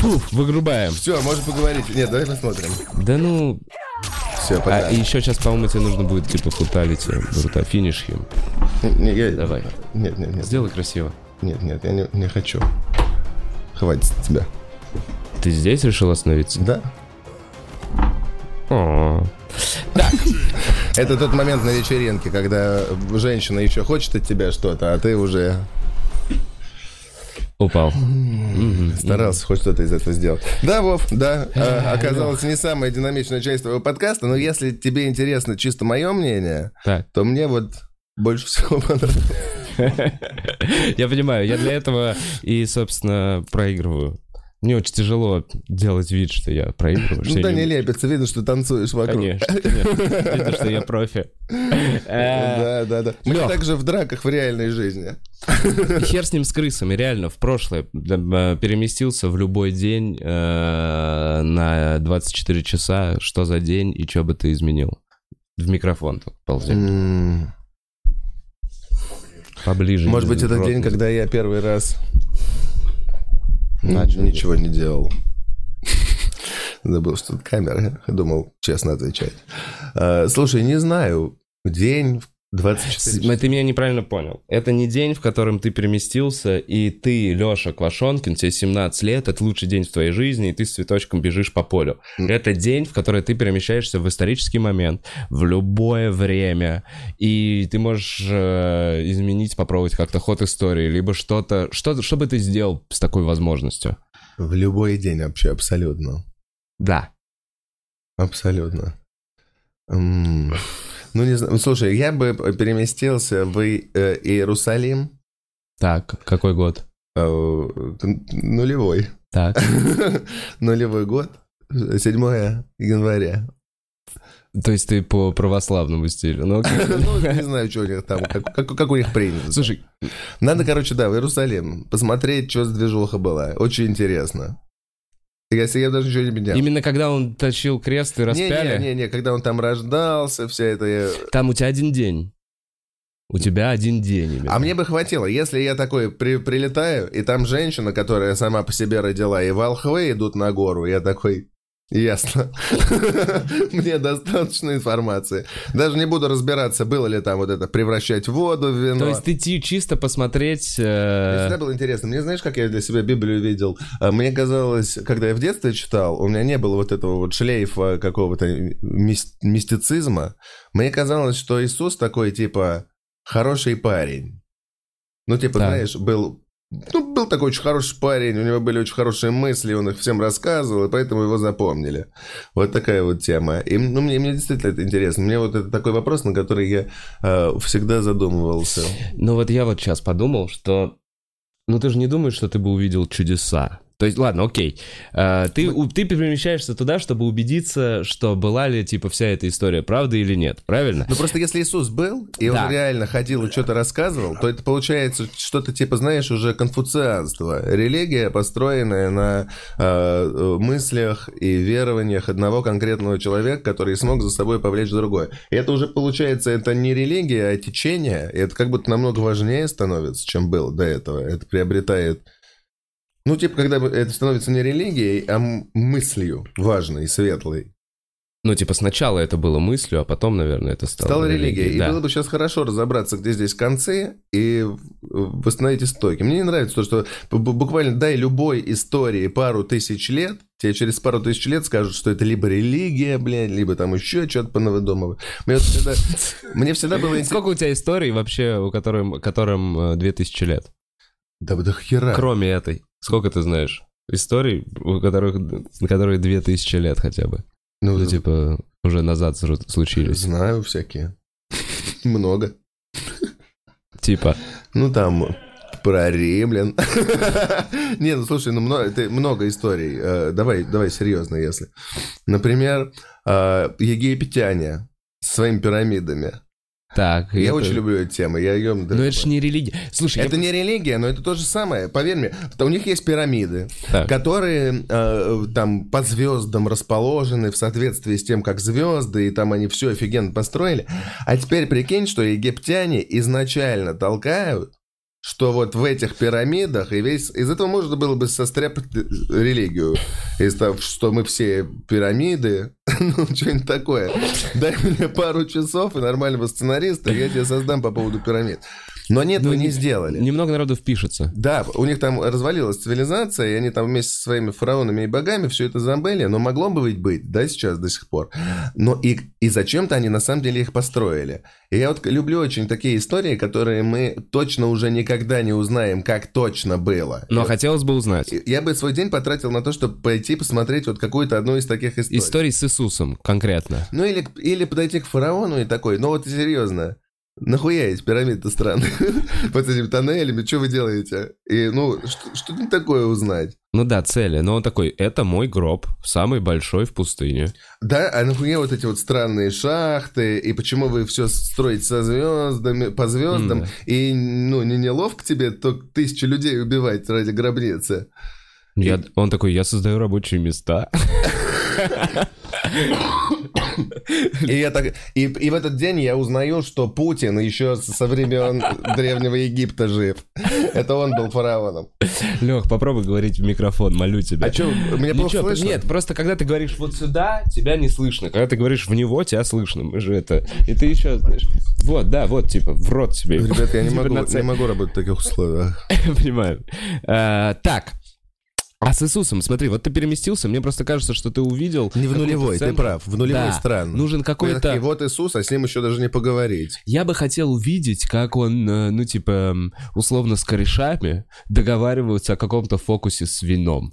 Speaker 2: Фу, выгрубаем.
Speaker 3: Все, можешь поговорить. Нет, давай посмотрим.
Speaker 2: Да ну,
Speaker 3: Все,
Speaker 2: а
Speaker 3: пока.
Speaker 2: еще сейчас, по-моему, тебе нужно будет типа футалить, э, вот, а, финиш him.
Speaker 3: Не, я-
Speaker 2: Давай.
Speaker 3: Нет, нет, нет.
Speaker 2: Сделай красиво.
Speaker 3: Нет, нет, я не- не хочу. Хватит с тебя.
Speaker 2: Ты здесь решил остановиться?
Speaker 3: Да?
Speaker 2: О,
Speaker 3: Это тот момент на вечеринке, когда женщина еще хочет от тебя что-то, а ты уже
Speaker 2: упал.
Speaker 3: старался хоть что-то из этого сделать. Да, Вов, да, э, оказалось не самая динамичная часть твоего подкаста, но если тебе интересно чисто мое мнение,
Speaker 2: Так.
Speaker 3: то мне вот больше всего понравилось.
Speaker 2: Я понимаю, я для этого и, собственно, проигрываю. Мне очень тяжело делать вид, что я проигрываю. что
Speaker 3: Ну
Speaker 2: я
Speaker 3: да,
Speaker 2: не-
Speaker 3: не лепится, видно, что танцуешь вокруг.
Speaker 2: Конечно, конечно. Видно, что я профи. Э,
Speaker 3: Да, да, да. Мы
Speaker 2: Лёх.
Speaker 3: также в драках в реальной жизни.
Speaker 2: Хер с ним, с крысами, реально, в прошлое да, э, переместился в любой день э, на 24 часа, что за день и что бы ты изменил. В микрофон тут ползи,
Speaker 3: Может
Speaker 2: поближе.
Speaker 3: быть, это
Speaker 2: Рот
Speaker 3: день,
Speaker 2: не
Speaker 3: когда я первый раз
Speaker 2: Начал
Speaker 3: ничего не делал. Забыл, что тут камера. Думал честно отвечать. А, Слушай, не знаю. День в 24
Speaker 2: С-
Speaker 3: часа.
Speaker 2: м, Ты меня неправильно понял. Это не день, в котором ты переместился, и ты, Леша Квашонкин, тебе 17 лет, это лучший день в твоей жизни, и ты с цветочком бежишь по полю. Это день, в который ты перемещаешься в исторический момент, в любое время, и ты можешь э, изменить, попробовать как-то ход истории, либо что-то... Что, что бы ты сделал с такой возможностью?
Speaker 3: В любой день вообще, абсолютно.
Speaker 2: Да.
Speaker 3: Абсолютно. М, Ну, не знаю. Слушай, я бы переместился в И- э, Иерусалим
Speaker 2: Так, какой год?
Speaker 3: э, нулевой.
Speaker 2: Так.
Speaker 3: Нулевой год, 7 января.
Speaker 2: То есть ты по православному стилю. Ну, окей.
Speaker 3: Ну, не знаю, что у них там, как, как- как у них принято.
Speaker 2: Слушай,
Speaker 3: Надо, короче, да, в Иерусалим посмотреть, что за движуха была. Очень интересно. Я, с- я даже ничего не менял.
Speaker 2: именно когда он тащил крест и распяли...
Speaker 3: Не-не-не, когда он там рождался, вся эта... э,
Speaker 2: Там у тебя один день. У тебя один день именно.
Speaker 3: А мне бы хватило, если я такой при- прилетаю, и там женщина, которая сама по себе родила, и волхвы идут на гору, я такой... Ясно. Мне достаточно информации. Даже не буду разбираться, было ли там вот это превращать воду в вино.
Speaker 2: То есть ты ти- чисто посмотреть...
Speaker 3: Мне
Speaker 2: э,
Speaker 3: всегда было интересно. Мне знаешь, как я для себя Библию видел? А, Мне казалось, когда я в детстве читал, у меня не было вот этого вот шлейфа какого-то мис- мистицизма. Мне казалось, что Иисус такой, типа, хороший парень. Ну, типа,
Speaker 2: Так.
Speaker 3: знаешь, был... Ну, был такой очень хороший парень, у него были очень хорошие мысли, он их всем рассказывал, и поэтому его запомнили. Вот такая вот тема. И ну, мне, мне действительно это интересно. Мне вот это такой вопрос, на который я э, всегда задумывался.
Speaker 2: Ну вот я вот сейчас подумал, что... Ну ты же не думаешь, что ты бы увидел чудеса. То есть, ладно, окей. Э, Ты, у- ты перемещаешься туда, чтобы убедиться, что была ли, типа, вся эта история правда или нет, правильно?
Speaker 3: Ну просто если Иисус был, и
Speaker 2: Да.
Speaker 3: он реально ходил и что-то рассказывал, то это получается что-то типа, знаешь, уже конфуцианство. Религия, построенная на э, э, мыслях и верованиях одного конкретного человека, который смог за собой повлечь другое. И это уже получается, это не религия, а течение. И это как будто намного важнее становится, чем было до этого. Это приобретает... Ну, типа, когда это становится не религией, а м- мыслью важной и светлой.
Speaker 2: Ну, типа, сначала это было мыслью, а потом, наверное, это стало...
Speaker 3: Стала религия. И
Speaker 2: да.
Speaker 3: было бы сейчас хорошо разобраться, где здесь концы, и э, восстановить истоки. Мне не нравится то, что б- б- буквально дай любой истории пару тысяч лет, тебе через пару тысяч лет скажут, что это либо религия, блядь, либо там еще что-то понавыдумывают. Мне, вот всегда, мне всегда было интересно...
Speaker 2: Сколько у тебя историй вообще, у которым, которым э, 2000 лет?
Speaker 3: Да, да хера.
Speaker 2: Кроме этой. Сколько ты знаешь историй, у которых, на которые 2000 лет хотя бы?
Speaker 3: Ну,
Speaker 2: Ну, типа, уже назад сру- случились.
Speaker 3: знаю всякие. Много.
Speaker 2: Типа,
Speaker 3: Ну, там, про римлян. Не, ну, слушай, ну, много, ты- много историй. Э, Давай, давай серьезно, если. Например, э, египтяне со своими пирамидами.
Speaker 2: так.
Speaker 3: Я
Speaker 2: это-
Speaker 3: очень люблю эту тему. Я ее...
Speaker 2: Ну, это ж не религия. Слушай,
Speaker 3: Это не религия, но это то же самое, поверь мне. Потому У них есть пирамиды,
Speaker 2: Так.
Speaker 3: которые э, там по звездам расположены в соответствии с тем, как звезды, и там они все офигенно построили. А теперь прикинь, что египтяне изначально толкают, что вот в этих пирамидах и весь... Из этого можно было бы состряпать э, религию. Из того, что мы все пирамиды, ну, что-нибудь такое. Дай мне пару часов и нормального сценариста, я тебе создам по поводу пирамид. Но нет,
Speaker 2: Ну,
Speaker 3: вы не
Speaker 2: не-
Speaker 3: сделали.
Speaker 2: немного народу впишется.
Speaker 3: Да, у них там развалилась цивилизация, и они там вместе со своими фараонами и богами все это забыли, но могло бы ведь быть, да, сейчас до сих пор. Но и, и зачем-то они на самом деле их построили. И я вот люблю очень такие истории, которые мы точно уже никогда не узнаем, как точно было.
Speaker 2: Но хотелось бы узнать.
Speaker 3: Я бы свой день потратил на то, чтобы пойти посмотреть вот какую-то одну из таких историй.
Speaker 2: Истории с Иисусом конкретно.
Speaker 3: Ну или, к- или подойти к фараону и такой, ну вот серьезно, нахуя эти пирамиды-то странные под этими тоннелями, что вы делаете? И ну, что- что-то такое узнать.
Speaker 2: Ну да, цели. Но он такой, это мой гроб, самый большой в пустыне.
Speaker 3: Да, а нахуя вот эти вот странные шахты, и почему вы все строите со звездами, по звездам,
Speaker 2: М-да.
Speaker 3: и ну, не неловко тебе то тысячи людей убивать ради гробницы.
Speaker 2: Я- он такой, я создаю рабочие места.
Speaker 3: И, я так, и, и в этот день я узнаю, что Путин еще со времен Древнего Египта жив. Это он был фараоном.
Speaker 2: Э, Лех, попробуй говорить в микрофон, молю тебя.
Speaker 3: А что, мне плохо
Speaker 2: Ничего,
Speaker 3: слышно?
Speaker 2: Нет, просто когда ты говоришь вот сюда, тебя не слышно. Когда ты говоришь в него, тебя слышно. Мы же это... И ты еще, знаешь... Вот, да, вот, типа, в рот тебе.
Speaker 3: Ребят, я не
Speaker 2: Типа
Speaker 3: могу,
Speaker 2: на
Speaker 3: не
Speaker 2: цель.
Speaker 3: могу работать в таких условиях.
Speaker 2: Понимаю. Э, Так. А с Иисусом, смотри, вот ты переместился, мне просто кажется, что ты увидел... какой-то центр.
Speaker 3: в
Speaker 2: Да, Нужен
Speaker 3: Вы такие,
Speaker 2: какой-то...
Speaker 3: вот Иисус, а с ним еще даже не поговорить.
Speaker 2: Я бы хотел увидеть, как он, э, ну, типа, м, условно, с корешами договариваются о каком-то фокусе с вином.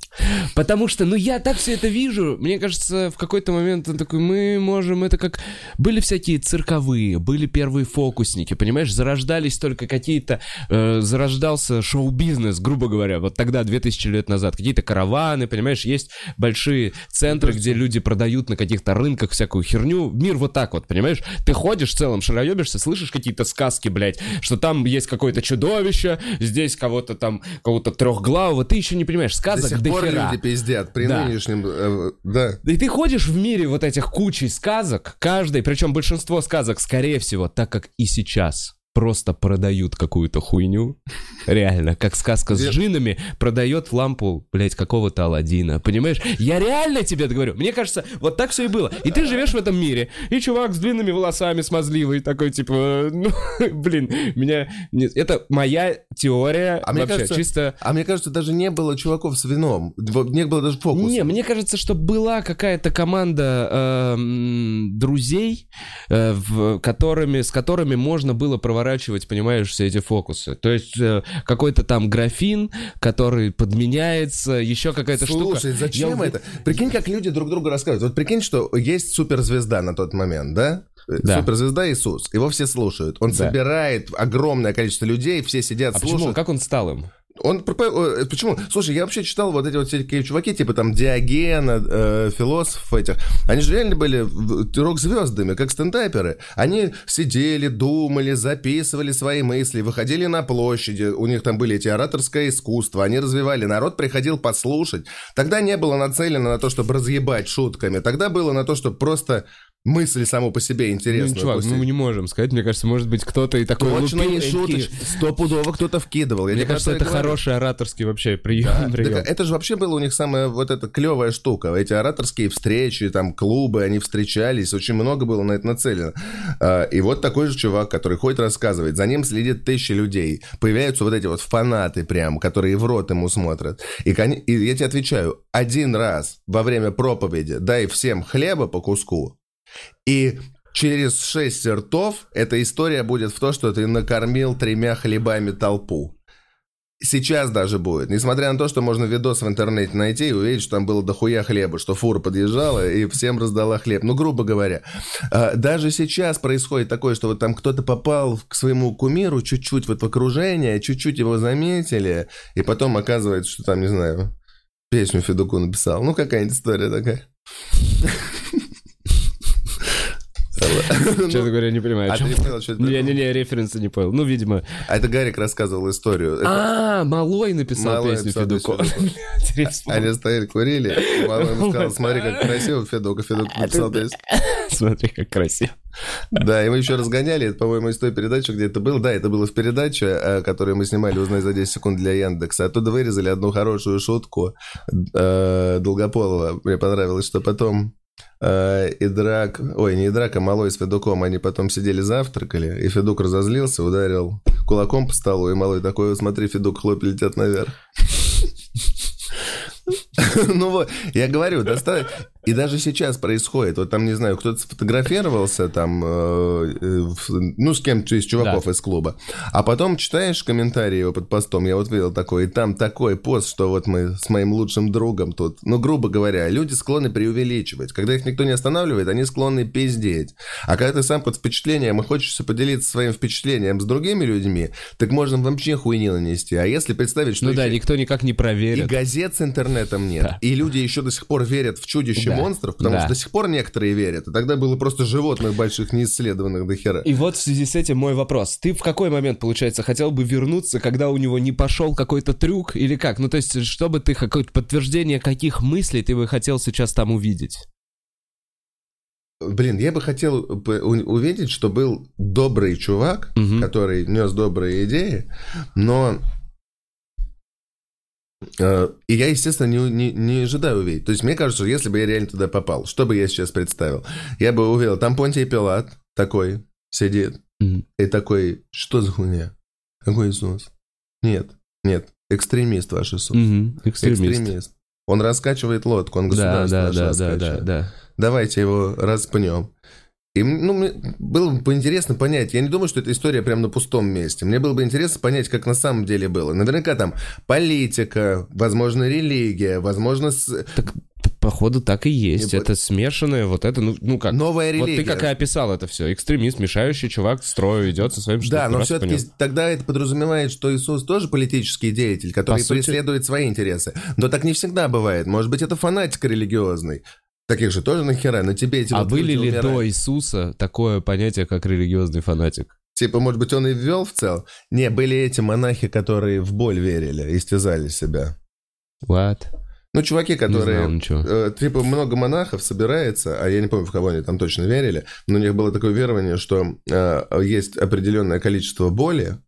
Speaker 2: Потому что, ну, я так все это вижу. Мне кажется, в какой-то момент он такой, мы можем это как... Были всякие цирковые, были первые фокусники, понимаешь? Зарождались только какие-то... э, зарождался шоу-бизнес, грубо говоря, вот тогда, 2000 лет назад. Какие-то караваны, понимаешь? Есть большие центры, где люди продают на каких-то рынках всякую херню. Мир вот так вот, понимаешь? Ты ходишь в целом, шароебишься, слышишь какие-то сказки, блядь, что там есть какое-то чудовище, здесь кого-то там, кого-то трехглавого. Ты еще не понимаешь,
Speaker 3: До
Speaker 2: сказок
Speaker 3: сих
Speaker 2: до
Speaker 3: пор
Speaker 2: хера.
Speaker 3: люди пиздят при
Speaker 2: Да.
Speaker 3: нынешнем... э, да.
Speaker 2: И ты ходишь в мире вот этих кучей сказок, каждой, причем большинство сказок, скорее всего, так как и сейчас, просто продают какую-то хуйню. Реально, как сказка с
Speaker 3: Где-
Speaker 2: джинами продает лампу, блядь, какого-то Алладина. Понимаешь? Я реально тебе это говорю. Мне кажется, вот так все и было. И ты живешь в этом мире. И чувак с длинными волосами, смазливый, такой, типа, э, ну, блин, меня... нет, Это моя теория
Speaker 3: А мне
Speaker 2: вообще,
Speaker 3: кажется-
Speaker 2: чисто...
Speaker 3: А мне кажется, даже не было чуваков с вином. Во- Не было даже фокуса.
Speaker 2: Не, мне кажется, что была какая-то команда эм, друзей, э, в- которыми, с которыми можно было проворачивать, понимаешь, все эти фокусы. То есть э, какой-то там графин, который подменяется, еще какая-то штука.
Speaker 3: Слушай,
Speaker 2: Я
Speaker 3: зачем
Speaker 2: уви-
Speaker 3: это? Прикинь, как люди друг другу рассказывают. Вот прикинь, что есть суперзвезда на тот момент, да? Э,
Speaker 2: Да.
Speaker 3: Суперзвезда Иисус. Его все слушают. Он
Speaker 2: Да.
Speaker 3: собирает огромное количество людей, все сидят,
Speaker 2: А
Speaker 3: слушают.
Speaker 2: почему? Как он стал им? Ну,
Speaker 3: Он пропо- э, почему? Слушай, я вообще читал вот эти вот всякие чуваки, типа там Диогена, э, философов этих. Они же реально были в- рок-звездами, как стендаперы. Они сидели, думали, записывали свои мысли, выходили на площади. У них там были эти ораторское искусство. Они развивали. Народ приходил послушать. Тогда не было нацелено на то, чтобы разъебать шутками. Тогда было на то, чтобы просто мысль саму по себе интересная.
Speaker 2: Ну, чувак,
Speaker 3: пусть
Speaker 2: ну
Speaker 3: и-
Speaker 2: мы не можем сказать. Мне кажется, может быть, кто-то и такой
Speaker 3: Точно
Speaker 2: лупил
Speaker 3: не
Speaker 2: и ки-
Speaker 3: шуточка. Стопудово кто-то вкидывал. Я
Speaker 2: Мне
Speaker 3: тебе
Speaker 2: кажется,
Speaker 3: про
Speaker 2: это
Speaker 3: говорю.
Speaker 2: хороший ораторский вообще прием.
Speaker 3: Так э,
Speaker 2: прием.
Speaker 3: это же вообще была у них самая вот эта клевая штука. Эти ораторские встречи, там клубы, они встречались, очень много было на это нацелено. А, И вот такой же чувак, который ходит рассказывает, за ним следит тысячи людей. Появляются вот эти вот фанаты прям, которые в рот ему смотрят. И, коне- и я тебе отвечаю, один раз во время проповеди дай всем хлеба по куску, и через шесть ртов эта история будет в то, что ты накормил тремя хлебами толпу. Сейчас даже будет. Несмотря на то, что можно видос в интернете найти и увидеть, что там было дохуя хлеба, что фура подъезжала и всем раздала хлеб. Ну, грубо говоря. А, Даже сейчас происходит такое, что вот там кто-то попал в- к своему кумиру чуть-чуть вот в окружение, чуть-чуть его заметили, и потом оказывается, что там, не знаю, песню Федуку написал. Ну, какая-нибудь история такая.
Speaker 2: Честно говоря, я не понимаю. о
Speaker 3: А ты
Speaker 2: чем.
Speaker 3: не понял, что это такое?
Speaker 2: Не-не-не, референсы не понял. Ну, видимо.
Speaker 3: А это Гарик рассказывал историю. Это
Speaker 2: А, Малой написал
Speaker 3: Малой
Speaker 2: песню
Speaker 3: написал
Speaker 2: Федуко.
Speaker 3: песню А
Speaker 2: Блядь, я вспомнил.
Speaker 3: Они стояли, курили. и Мама ему сказала, смотри, как красиво Федук. Федук написал песню.
Speaker 2: Смотри, как красиво.
Speaker 3: Да, и мы еще разгоняли, это, по-моему, из той передачи, где это было. Да, это было в передаче, э, которую мы снимали, узнай за 10 секунд для Яндекса. Оттуда вырезали одну хорошую шутку э, Долгополова. Мне понравилось, что потом э, и Драк, ой, не и Драк, а Малой с Федуком, они потом сидели завтракали, и Федук разозлился, ударил кулаком по столу, и Малой такой, «Вот смотри, Федук, хлопья летят наверх. Ну вот, я говорю, доста- И даже сейчас происходит. Вот там, не знаю, кто-то сфотографировался там, э, э, в- ну, с кем-то из чуваков из клуба. А потом читаешь комментарии его под постом, я вот видел такой, и там такой пост, что вот мы с моим лучшим другом тут. Ну, грубо говоря, люди склонны преувеличивать. Когда их никто не останавливает, они склонны пиздеть. А когда ты сам под впечатлением и хочешь поделиться своим впечатлением с другими людьми, так можно вообще хуйни нанести. А если представить, что
Speaker 2: Ну да,
Speaker 3: еще-
Speaker 2: никто никак не
Speaker 3: и
Speaker 2: проверит.
Speaker 3: газет с интернетом нет. И люди еще до сих пор верят в чудище
Speaker 2: Да.
Speaker 3: монстров, потому
Speaker 2: Да.
Speaker 3: что до сих пор некоторые верят. И тогда было просто животных больших, неисследованных до хера.
Speaker 2: И вот в связи с этим мой вопрос. Ты в какой момент, получается, хотел бы вернуться, когда у него не пошел какой-то трюк или как? Ну, то есть, чтобы ты какое-то подтверждение каких мыслей ты бы хотел сейчас там увидеть?
Speaker 3: Блин, я бы хотел бы у- увидеть, что был добрый чувак,
Speaker 2: Мгм.
Speaker 3: который нес добрые идеи, но... э, И я, естественно, не, у- не, не ожидаю увидеть. То есть, мне кажется, что если бы я реально туда попал, что бы я сейчас представил? Я бы увидел, там Понтий Пилат такой сидит,
Speaker 2: Мгм.
Speaker 3: И такой, что за хуйня? Какой Иисус? Нет, нет, экстремист ваш Иисус.
Speaker 2: Мгм. Экстремист.
Speaker 3: Экстремист. Он раскачивает лодку,
Speaker 2: Да,
Speaker 3: он государство
Speaker 2: да,
Speaker 3: наше
Speaker 2: да, да,
Speaker 3: раскачивает.
Speaker 2: да, да.
Speaker 3: Давайте его распнем. И, м- ну, мне было бы интересно понять, я не думаю, что эта история прям на пустом месте. Мне было бы интересно понять, как на самом деле было. Наверняка там политика, возможно, религия, возможно, с-
Speaker 2: Походу так и есть.
Speaker 3: Не бо-
Speaker 2: Это смешанное вот это, ну, ну как.
Speaker 3: новая
Speaker 2: Вот
Speaker 3: религия.
Speaker 2: ты как и описал это все. Экстремист, мешающий чувак, строю идет со своим
Speaker 3: Да,
Speaker 2: штукой.
Speaker 3: но
Speaker 2: Раз
Speaker 3: все-таки
Speaker 2: понял.
Speaker 3: тогда это подразумевает, что Иисус тоже политический деятель, который
Speaker 2: По сути-
Speaker 3: преследует свои интересы. Но так не всегда бывает. Может быть, это фанатик религиозный. Таких же тоже нахера, но тебе эти
Speaker 2: А
Speaker 3: вот
Speaker 2: были
Speaker 3: люди
Speaker 2: ли
Speaker 3: умирают.
Speaker 2: до Иисуса такое понятие, как религиозный фанатик?
Speaker 3: Типа, может быть, он и ввел в целом? Не, были эти монахи, которые в боль верили, истязали себя.
Speaker 2: What?
Speaker 3: Ну, чуваки,
Speaker 2: Не
Speaker 3: которые...
Speaker 2: знал ничего.
Speaker 3: э, типа, много монахов собирается, а я не помню, в кого они там точно верили, но у них было такое верование, что э, есть определенное количество боли,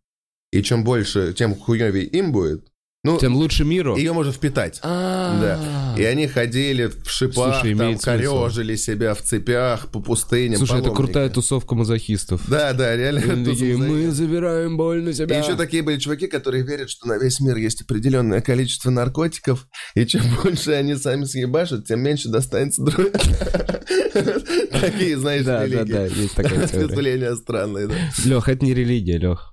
Speaker 3: и чем больше, тем хуевее им будет. Ну,
Speaker 2: Тем лучше миру.
Speaker 3: Ее можно впитать. Да.
Speaker 2: Да.
Speaker 3: И они ходили в шипах,
Speaker 2: Слушай,
Speaker 3: там
Speaker 2: имеет смысл.
Speaker 3: корежили себя в цепях по пустыням.
Speaker 2: Слушай, это
Speaker 3: паломники.
Speaker 2: крутая тусовка мазохистов.
Speaker 3: Да, да, реально. тусовка.
Speaker 2: Такие, мы забираем боль на
Speaker 3: И
Speaker 2: себя.
Speaker 3: еще такие были чуваки, которые верят, что на весь мир есть определенное количество наркотиков, и чем больше они сами съебашат, тем меньше достанется другим. Такие, знаешь,
Speaker 2: Да, да, да,
Speaker 3: религии.
Speaker 2: есть такая теория.
Speaker 3: Ответвления странные, да.
Speaker 2: Лех, это не религия, Лех.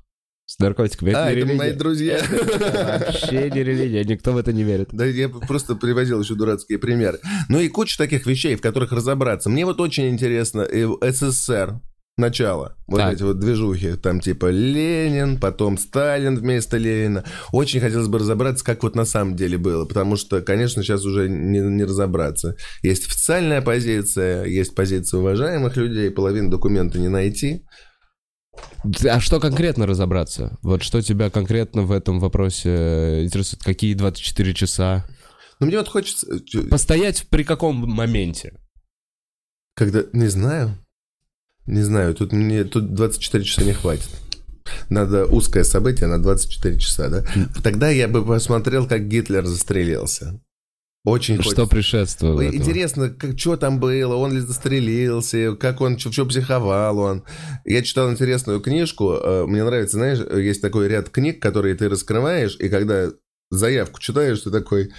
Speaker 2: С наркотиками это
Speaker 3: А,
Speaker 2: не
Speaker 3: это мои
Speaker 2: религия.
Speaker 3: друзья.
Speaker 2: Вообще не религия, никто в это не верит.
Speaker 3: Да я просто приводил еще дурацкие примеры. Ну и куча таких вещей, в которых разобраться. Мне вот очень интересно э, СССР, начало, вот
Speaker 2: Так.
Speaker 3: эти вот движухи, там типа Ленин, потом Сталин вместо Ленина. Очень хотелось бы разобраться, как вот на самом деле было, потому что, конечно, сейчас уже не, не разобраться. Есть официальная позиция, есть позиция уважаемых людей, половину документа не найти.
Speaker 2: А что конкретно разобраться? Вот что тебя конкретно в этом вопросе интересует? Какие 24 часа?
Speaker 3: Но мне вот хочется... э, чё-
Speaker 2: Постоять при каком моменте?
Speaker 3: Когда... Не знаю. Не знаю, тут мне тут 24 часа не хватит. Надо узкое событие на 24 часа, да? Тогда я бы посмотрел, как Гитлер застрелился. Очень
Speaker 2: Что
Speaker 3: хочется.
Speaker 2: предшествовало этому?
Speaker 3: Интересно, как, что там было, он ли застрелился, как он, что психовал он. Я читал интересную книжку, э, мне нравится, знаешь, э, есть такой ряд книг, которые ты раскрываешь, и когда заявку читаешь, ты такой,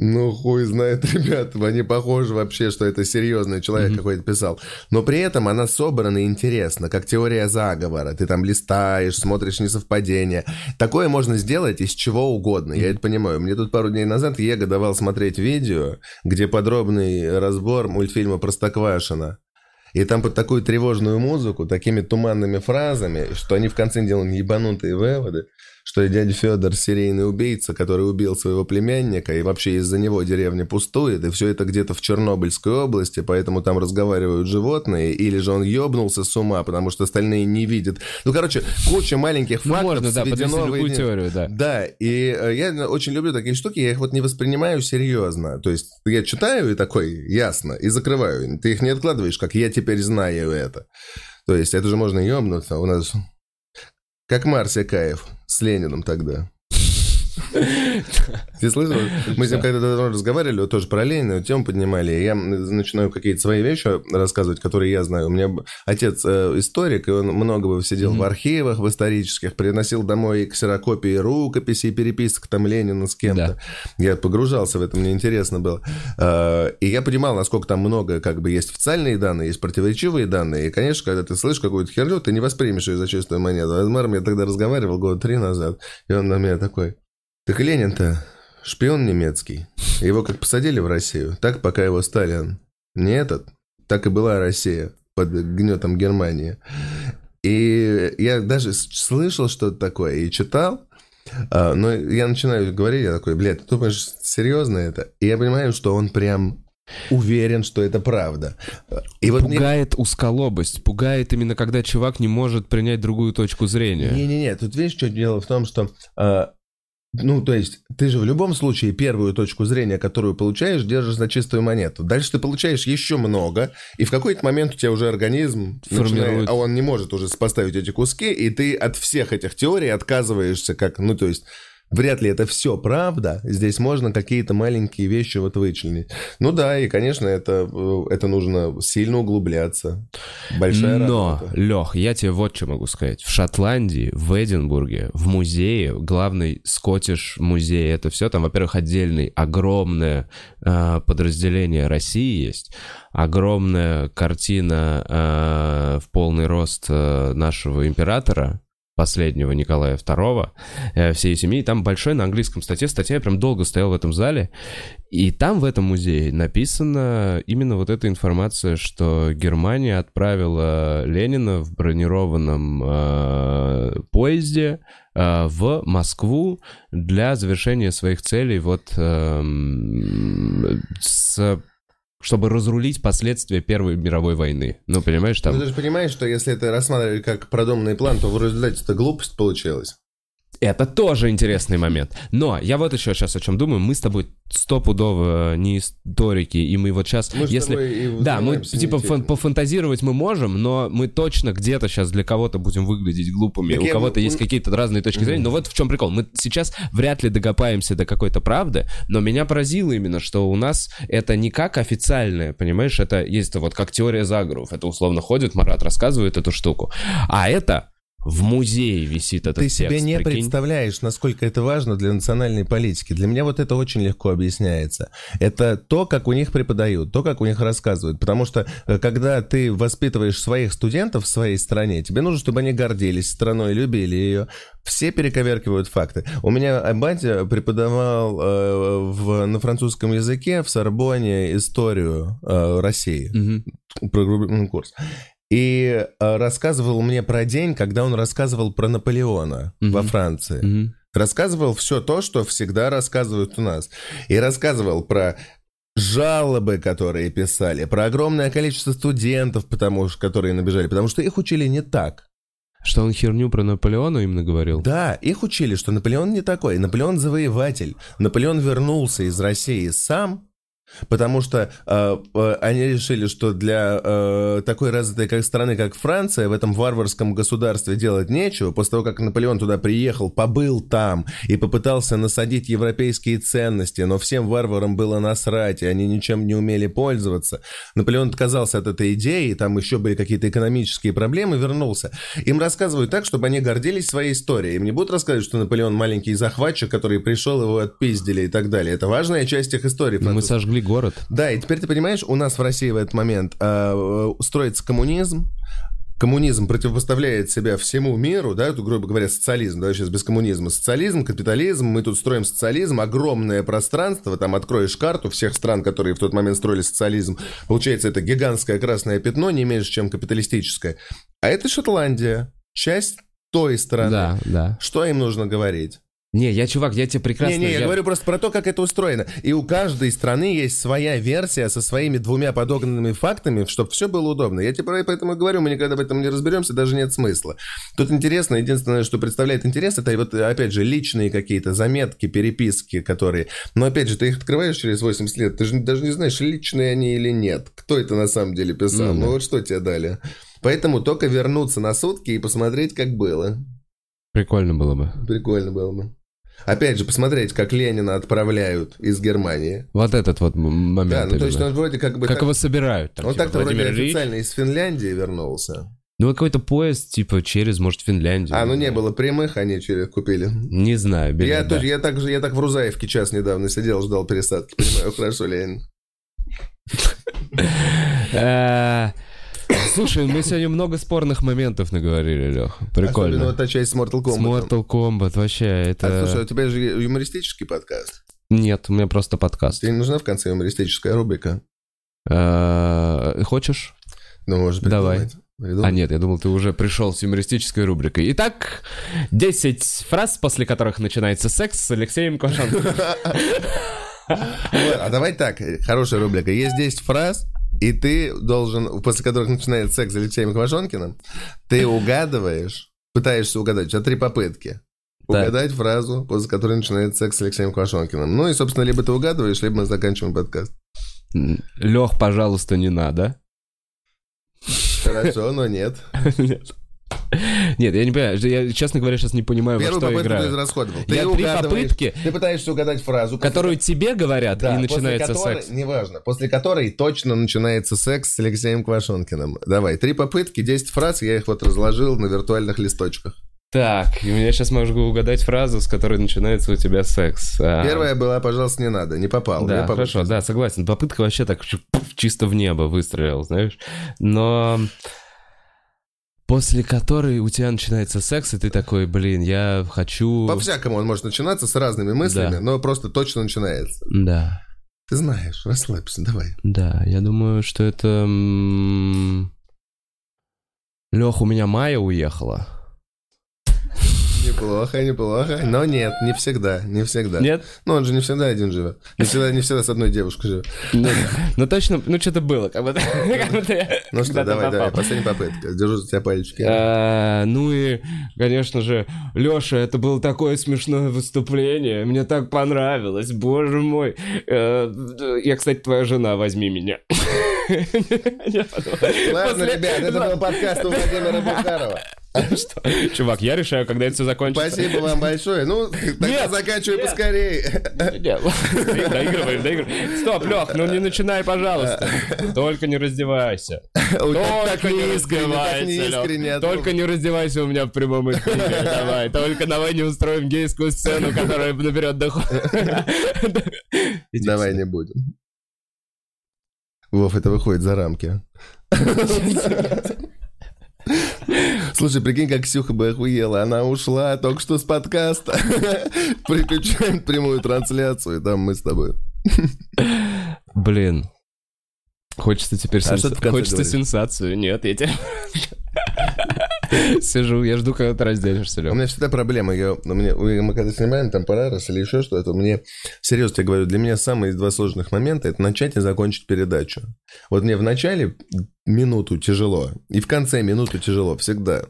Speaker 3: ну хуй знает, ребят, они похожи вообще, что это серьезный человек какой-то писал. Но при этом она собрана интересно, как теория заговора. Ты там листаешь, смотришь несовпадения. Такое можно сделать из чего угодно, я это понимаю. Мне тут пару дней назад Его давал смотреть видео, где подробный разбор мультфильма «Простоквашино». И там под такую тревожную музыку, такими туманными фразами, что они в конце делают ебанутые выводы, что и дядя Федор серийный убийца, который убил своего племянника, и вообще из-за него деревня пустует, и все это где-то в Чернобыльской области, поэтому там разговаривают животные, или же он ебнулся с ума, потому что остальные не видят. Ну, короче, куча маленьких
Speaker 2: Ну,
Speaker 3: фактов
Speaker 2: можно, да, подвести
Speaker 3: сведено
Speaker 2: любую
Speaker 3: воедино.
Speaker 2: теорию, да.
Speaker 3: Да, и э, я очень люблю такие штуки, я их вот не воспринимаю серьезно. То есть я читаю и такой, ясно, и закрываю. Ты их не откладываешь, как я теперь знаю это. То есть это же можно ебнуться. У нас как Марсия Каев с Лениным тогда. Ты слышал? Мы с ним когда-то разговаривали, вот тоже про Ленина, тему поднимали. и Я начинаю какие-то свои вещи рассказывать, которые я знаю. У меня б- отец э, историк, и он много бы сидел в архивах, в исторических, приносил домой ксерокопии рукописей, переписок там Ленина с кем-то. Я погружался в это, мне интересно было. Э, И я понимал, насколько там много как бы есть официальные данные, есть противоречивые данные. И, конечно, когда ты слышишь какую-то херню, ты не воспримешь ее за чистую монету. Азмар мне тогда разговаривал года три назад, и он на меня такой... Так Ленин-то шпион немецкий. Его как посадили в Россию, так пока его Сталин не этот, так и была Россия под гнетом Германии. И я даже с- слышал что-то такое и читал, а, но я начинаю говорить, я такой, блядь, ты думаешь, серьезно это? И я понимаю, что он прям уверен, что это правда. И вот мне
Speaker 2: Пугает узколобость, пугает именно когда чувак не может принять другую точку зрения.
Speaker 3: Не-не-не, тут видишь, что дело в том, что... а, ну, то есть, ты же в любом случае первую точку зрения, которую получаешь, держишь за чистую монету. Дальше ты получаешь еще много, и в какой-то момент у тебя уже организм
Speaker 2: Формирует.
Speaker 3: начинает- а он не может уже поставить эти куски, и ты от всех этих теорий отказываешься, как, ну, то есть, вряд ли это все правда, здесь можно какие-то маленькие вещи вот вычленить. Ну да, и, конечно, это, э, это нужно сильно углубляться. Большая
Speaker 2: Но,
Speaker 3: работа.
Speaker 2: Лех, я тебе вот что могу сказать. В Шотландии, в Эдинбурге, в музее, главный скотиш музей, это все, там, во-первых, отдельное огромное э, подразделение России есть, огромная картина э, в полный рост э, нашего императора, последнего Николая II, э, всей семьи. И Там большой на английском статье. Статья я прям долго стоял в этом зале. И там в этом музее написана именно вот эта информация, что Германия отправила Ленина в бронированном э, поезде э, в Москву для завершения своих целей вот эм, с чтобы разрулить последствия Первой мировой войны. Ну, понимаешь, там...
Speaker 3: Ну, ты же понимаешь, что если это рассматривать как продуманный план, то в результате это глупость получилась.
Speaker 2: Это тоже интересный момент. Но я вот еще сейчас о чем думаю. Мы с тобой стопудово не историки, и мы вот сейчас...
Speaker 3: Мы с
Speaker 2: если...
Speaker 3: тобой и
Speaker 2: да, мы
Speaker 3: занимаемся
Speaker 2: типа
Speaker 3: не тем.
Speaker 2: фан- пофантазировать мы можем, но мы точно где-то сейчас для кого-то будем выглядеть глупыми.
Speaker 3: Так
Speaker 2: У
Speaker 3: я
Speaker 2: кого-то
Speaker 3: бы-
Speaker 2: есть
Speaker 3: мы-
Speaker 2: какие-то разные точки зрения. Но вот в чем прикол. Мы сейчас вряд ли докопаемся до какой-то правды, но меня поразило именно, что у нас это не как официальное, понимаешь, это есть вот как теория заговоров. Это условно ходит, Марат рассказывает эту штуку. А это... В музее висит этот
Speaker 3: Ты себе
Speaker 2: текст,
Speaker 3: не
Speaker 2: прикинь.
Speaker 3: представляешь, насколько это важно для национальной политики. Для меня вот это очень легко объясняется. Это то, как у них преподают, то, как у них рассказывают. Потому что, э, когда ты воспитываешь своих студентов в своей стране, тебе нужно, чтобы они гордились страной, любили ее. Все перековеркивают факты. У меня э, батя преподавал э, в- на французском языке в Сорбоне историю э, России.
Speaker 2: Мгм.
Speaker 3: программный ну, курс. И э, рассказывал мне про день, когда он рассказывал про Наполеона во Франции.
Speaker 2: Мгм.
Speaker 3: Рассказывал все то, что всегда рассказывают у нас. И рассказывал про жалобы, которые писали, про огромное количество студентов, потому что, которые набежали, потому что их учили не так.
Speaker 2: Что он херню про Наполеона именно говорил?
Speaker 3: Да, их учили, что Наполеон не такой. Наполеон завоеватель. Наполеон вернулся из России сам Потому что э, э, они решили, что для э, такой развитой как страны, как Франция, в этом варварском государстве делать нечего. После того, как Наполеон туда приехал, побыл там и попытался насадить европейские ценности, но всем варварам было насрать, и они ничем не умели пользоваться. Наполеон отказался от этой идеи, там еще были какие-то экономические проблемы, вернулся. Им рассказывают так, чтобы они гордились своей историей. Им не будут рассказывать, что Наполеон маленький захватчик, который пришел, его отпиздили и так далее. Это важная часть их истории.
Speaker 2: Ну, Мы
Speaker 3: французской.
Speaker 2: сожгли город.
Speaker 3: Да, и теперь ты понимаешь, у нас в России в этот момент э, строится коммунизм. Коммунизм противопоставляет себя всему миру, да, тут, грубо говоря, социализм, да, сейчас без коммунизма. Социализм, капитализм, мы тут строим социализм, огромное пространство, там откроешь карту всех стран, которые в тот момент строили социализм, получается, это гигантское красное пятно, не меньше, чем капиталистическое. А это Шотландия, часть той страны.
Speaker 2: Да, да.
Speaker 3: Что им нужно говорить?
Speaker 2: Не, я, чувак, я тебе прекрасно...
Speaker 3: Не-не, я...
Speaker 2: я-
Speaker 3: говорю просто про то, как это устроено. И у каждой страны есть своя версия со своими двумя подогнанными фактами, чтобы все было удобно. Я тебе про- поэтому и говорю, мы никогда в этом не разберемся, даже нет смысла. Тут интересно, единственное, что представляет интерес, это вот, опять же, личные какие-то заметки, переписки, которые... Но, опять же, ты их открываешь через 80 лет, ты же даже не знаешь, личные они или нет. Кто это на самом деле
Speaker 2: Ну
Speaker 3: писал? Ну,
Speaker 2: да.
Speaker 3: вот что тебе дали. Поэтому только вернуться на сутки и посмотреть, как было.
Speaker 2: Прикольно было бы.
Speaker 3: Прикольно было бы. Опять же, посмотреть, как Ленина отправляют из Германии.
Speaker 2: Вот этот вот м- момент.
Speaker 3: Да, ну то есть
Speaker 2: именно.
Speaker 3: он вроде как бы...
Speaker 2: Как
Speaker 3: так-
Speaker 2: его собирают? там,
Speaker 3: он
Speaker 2: типа,
Speaker 3: так-то вроде
Speaker 2: Владимир Ильич?
Speaker 3: официально из Финляндии вернулся.
Speaker 2: Ну, какой-то поезд, типа, через, может, Финляндию.
Speaker 3: А, ну не было прямых, они через купили.
Speaker 2: Не знаю, билет,
Speaker 3: Я,
Speaker 2: да.
Speaker 3: тоже, я, так же, я так в Рузаевке час недавно сидел, ждал пересадки. Понимаю, хорошо, Ленин.
Speaker 2: Э, Слушай, мы сегодня много спорных моментов наговорили, Лех.
Speaker 3: Особенно
Speaker 2: Прикольно. э,
Speaker 3: вот та часть с Mortal
Speaker 2: С
Speaker 3: Kombat.
Speaker 2: Mortal Kombat вообще
Speaker 3: А,
Speaker 2: это...
Speaker 3: слушай, у тебя же юмористический подкаст.
Speaker 2: Нет, у меня просто подкаст.
Speaker 3: Тебе не нужна в конце юмористическая рубрика?
Speaker 2: Э, Хочешь?
Speaker 3: Ну, может,
Speaker 2: Давай.
Speaker 3: придумать.
Speaker 2: А
Speaker 3: Придумать.
Speaker 2: нет, я думал, ты уже пришел с юмористической рубрикой. Итак, 10 фраз, после которых начинается секс с Алексеем Квашенко.
Speaker 3: Вот, А давай так, хорошая рубрика. Есть 10 фраз, и ты должен, после которых начинает секс с Алексеем Квашонкиным, ты угадываешь, пытаешься угадать, у тебя три попытки.
Speaker 2: Так.
Speaker 3: Угадать фразу, после которой начинает секс с Алексеем Квашонкиным. Ну и, собственно, либо ты угадываешь, либо мы заканчиваем подкаст.
Speaker 2: Лех, пожалуйста, не надо.
Speaker 3: Хорошо, но нет.
Speaker 2: Нет. Нет, я не понимаю. Я, честно говоря, сейчас не понимаю, во
Speaker 3: Первую
Speaker 2: что
Speaker 3: попытку ты
Speaker 2: играю.
Speaker 3: израсходовал.
Speaker 2: Я
Speaker 3: Ты
Speaker 2: три
Speaker 3: угадываешь,
Speaker 2: попытки.
Speaker 3: Ты пытаешься угадать фразу, после
Speaker 2: Которую тебе говорят, и
Speaker 3: Да, после
Speaker 2: начинается
Speaker 3: которой-
Speaker 2: секс.
Speaker 3: Неважно. После которой точно начинается секс с Алексеем Квашонкиным. Давай, три попытки, 10 фраз, я их вот разложил на виртуальных листочках.
Speaker 2: Так, и у меня сейчас могу угадать фразу, с которой начинается у тебя секс. А,
Speaker 3: Первая была, пожалуйста, не надо, не попал.
Speaker 2: Да,
Speaker 3: Я попал.
Speaker 2: хорошо, да, согласен. Попытка вообще так чу- пф, чисто в небо выстрелил, знаешь. Но после которой у тебя начинается секс, и ты такой, блин, я хочу...
Speaker 3: По-всякому он может начинаться с разными мыслями,
Speaker 2: Да.
Speaker 3: но просто точно начинается.
Speaker 2: Да,
Speaker 3: Ты знаешь, расслабься, давай.
Speaker 2: да, я думаю, что это... Лех, у меня Майя уехала.
Speaker 3: Неплохо, неплохо. Но нет, не всегда, не всегда.
Speaker 2: Нет?
Speaker 3: Ну, он же не всегда один живет. Не всегда, не всегда с одной девушкой живет.
Speaker 2: Ну, ну точно, ну что-то было, как будто, как будто я
Speaker 3: Ну что,
Speaker 2: куда-то
Speaker 3: давай, давай,
Speaker 2: попал.
Speaker 3: последняя попытка. Держу за тебя пальчики.
Speaker 2: А, Ну и, конечно же, Лёша, это было такое смешное выступление. Мне так понравилось, боже мой. Э, Я, кстати, твоя жена, возьми меня. Я подумал,
Speaker 3: Ладно,
Speaker 2: после-
Speaker 3: ребят, это был подкаст у Владимира Бухарова.
Speaker 2: Что? Чувак, я решаю, когда это все закончится.
Speaker 3: Спасибо вам большое. Ну, тогда
Speaker 2: Нет,
Speaker 3: заканчивай поскорее.
Speaker 2: Нет, Доигрываем, доигрываем. Стоп, Лёх, ну не начинай, пожалуйста. Только не раздевайся.
Speaker 3: Ой, так- так
Speaker 2: Только не
Speaker 3: неискренне, так неискренне,
Speaker 2: раздевайся,
Speaker 3: а
Speaker 2: Лёх.
Speaker 3: то-
Speaker 2: Только не раздевайся у меня в прямом эфире. Давай, только давай не устроим гейскую сцену, которая наберет доход. Иди
Speaker 3: Давай
Speaker 2: сюда.
Speaker 3: не будем. Вов, это выходит за рамки. Слушай, прикинь, как Сюха бы охуела. Она ушла только что с подкаста. Приключаем прямую трансляцию, и там мы с тобой.
Speaker 2: Блин. Хочется теперь
Speaker 3: А
Speaker 2: сенса-
Speaker 3: что ты в конце
Speaker 2: Хочется
Speaker 3: говоришь?
Speaker 2: сенсацию. Нет, я тебе... Сижу, я жду, когда ты разденешься,
Speaker 3: У
Speaker 2: Лёх.
Speaker 3: меня всегда проблема. Я, у меня- у- мы когда снимаем там Парарес или еще что-то, мне, серьезно тебе говорю, для меня самые два сложных момента – это начать и закончить передачу. Вот мне в начале минуту тяжело, и в конце минуту тяжело всегда.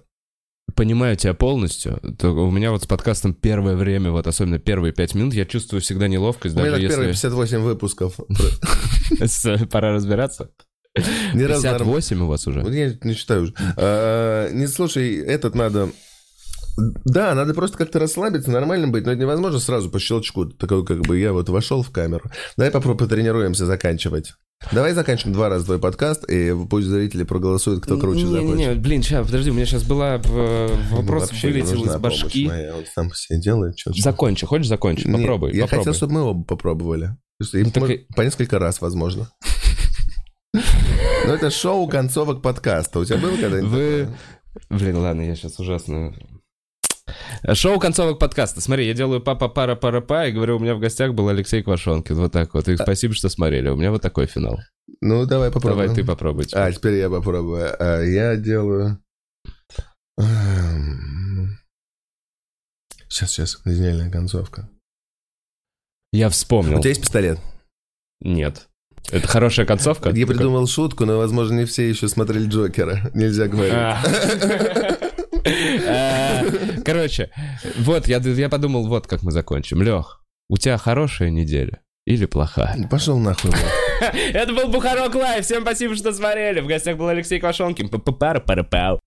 Speaker 2: понимаю тебя полностью. То у меня вот с подкастом первое время, вот особенно первые пять минут, я чувствую всегда неловкость,
Speaker 3: У меня
Speaker 2: даже
Speaker 3: так первые
Speaker 2: если
Speaker 3: 58 выпусков.
Speaker 2: с- пора разбираться.
Speaker 3: Ни разу нормально.
Speaker 2: 58 у вас
Speaker 3: Вот
Speaker 2: уже.
Speaker 3: я не читаю уже. А, Не слушай, этот надо... Да, надо просто как-то расслабиться, нормально быть, но это невозможно сразу по щелчку. Такой, как бы, я вот вошел в камеру. Давай попробуем потренируемся заканчивать. Давай заканчиваем два раза твой подкаст, и пусть зрители проголосуют, кто круче
Speaker 2: не,
Speaker 3: закончит.
Speaker 2: не, блин, сейчас, подожди, у меня сейчас была э, вопрос
Speaker 3: Вообще не
Speaker 2: вылетел
Speaker 3: нужна
Speaker 2: из
Speaker 3: помощь
Speaker 2: башки.
Speaker 3: моя, он сам все делает. чё- чё.
Speaker 2: Закончи, хочешь закончить?
Speaker 3: Не,
Speaker 2: Попробуй,
Speaker 3: Я
Speaker 2: попробуй.
Speaker 3: хотел, чтобы мы оба попробовали. То есть, им
Speaker 2: так
Speaker 3: мож-
Speaker 2: и-
Speaker 3: По несколько раз, возможно. Но это шоу концовок подкаста. У тебя было когда-нибудь?
Speaker 2: Вы... Блин, ладно, я сейчас ужасно... Шоу концовок подкаста. Смотри, я делаю папа пара пара па и говорю, у меня в гостях был Алексей Квашонкин. Вот так вот. И
Speaker 3: А
Speaker 2: спасибо, что смотрели. У меня вот такой финал.
Speaker 3: Ну, давай попробуем.
Speaker 2: Давай ты попробуй. теперь.
Speaker 3: А, теперь я попробую. А, Я делаю... Сейчас, сейчас, гениальная концовка.
Speaker 2: Я вспомнил.
Speaker 3: У тебя есть пистолет?
Speaker 2: Нет. Это хорошая концовка?
Speaker 3: Я придумал шутку, но, возможно, не все еще смотрели Джокера. Нельзя говорить.
Speaker 2: А. Э, Короче, вот, я, я подумал, вот как мы закончим. Лех, у тебя хорошая неделя или плохая?
Speaker 3: Пошел нахуй. Влад.
Speaker 2: Это был Бухарок Лайв. Всем спасибо, что смотрели. В гостях был Алексей Квашонкин. Пара-пара-пау.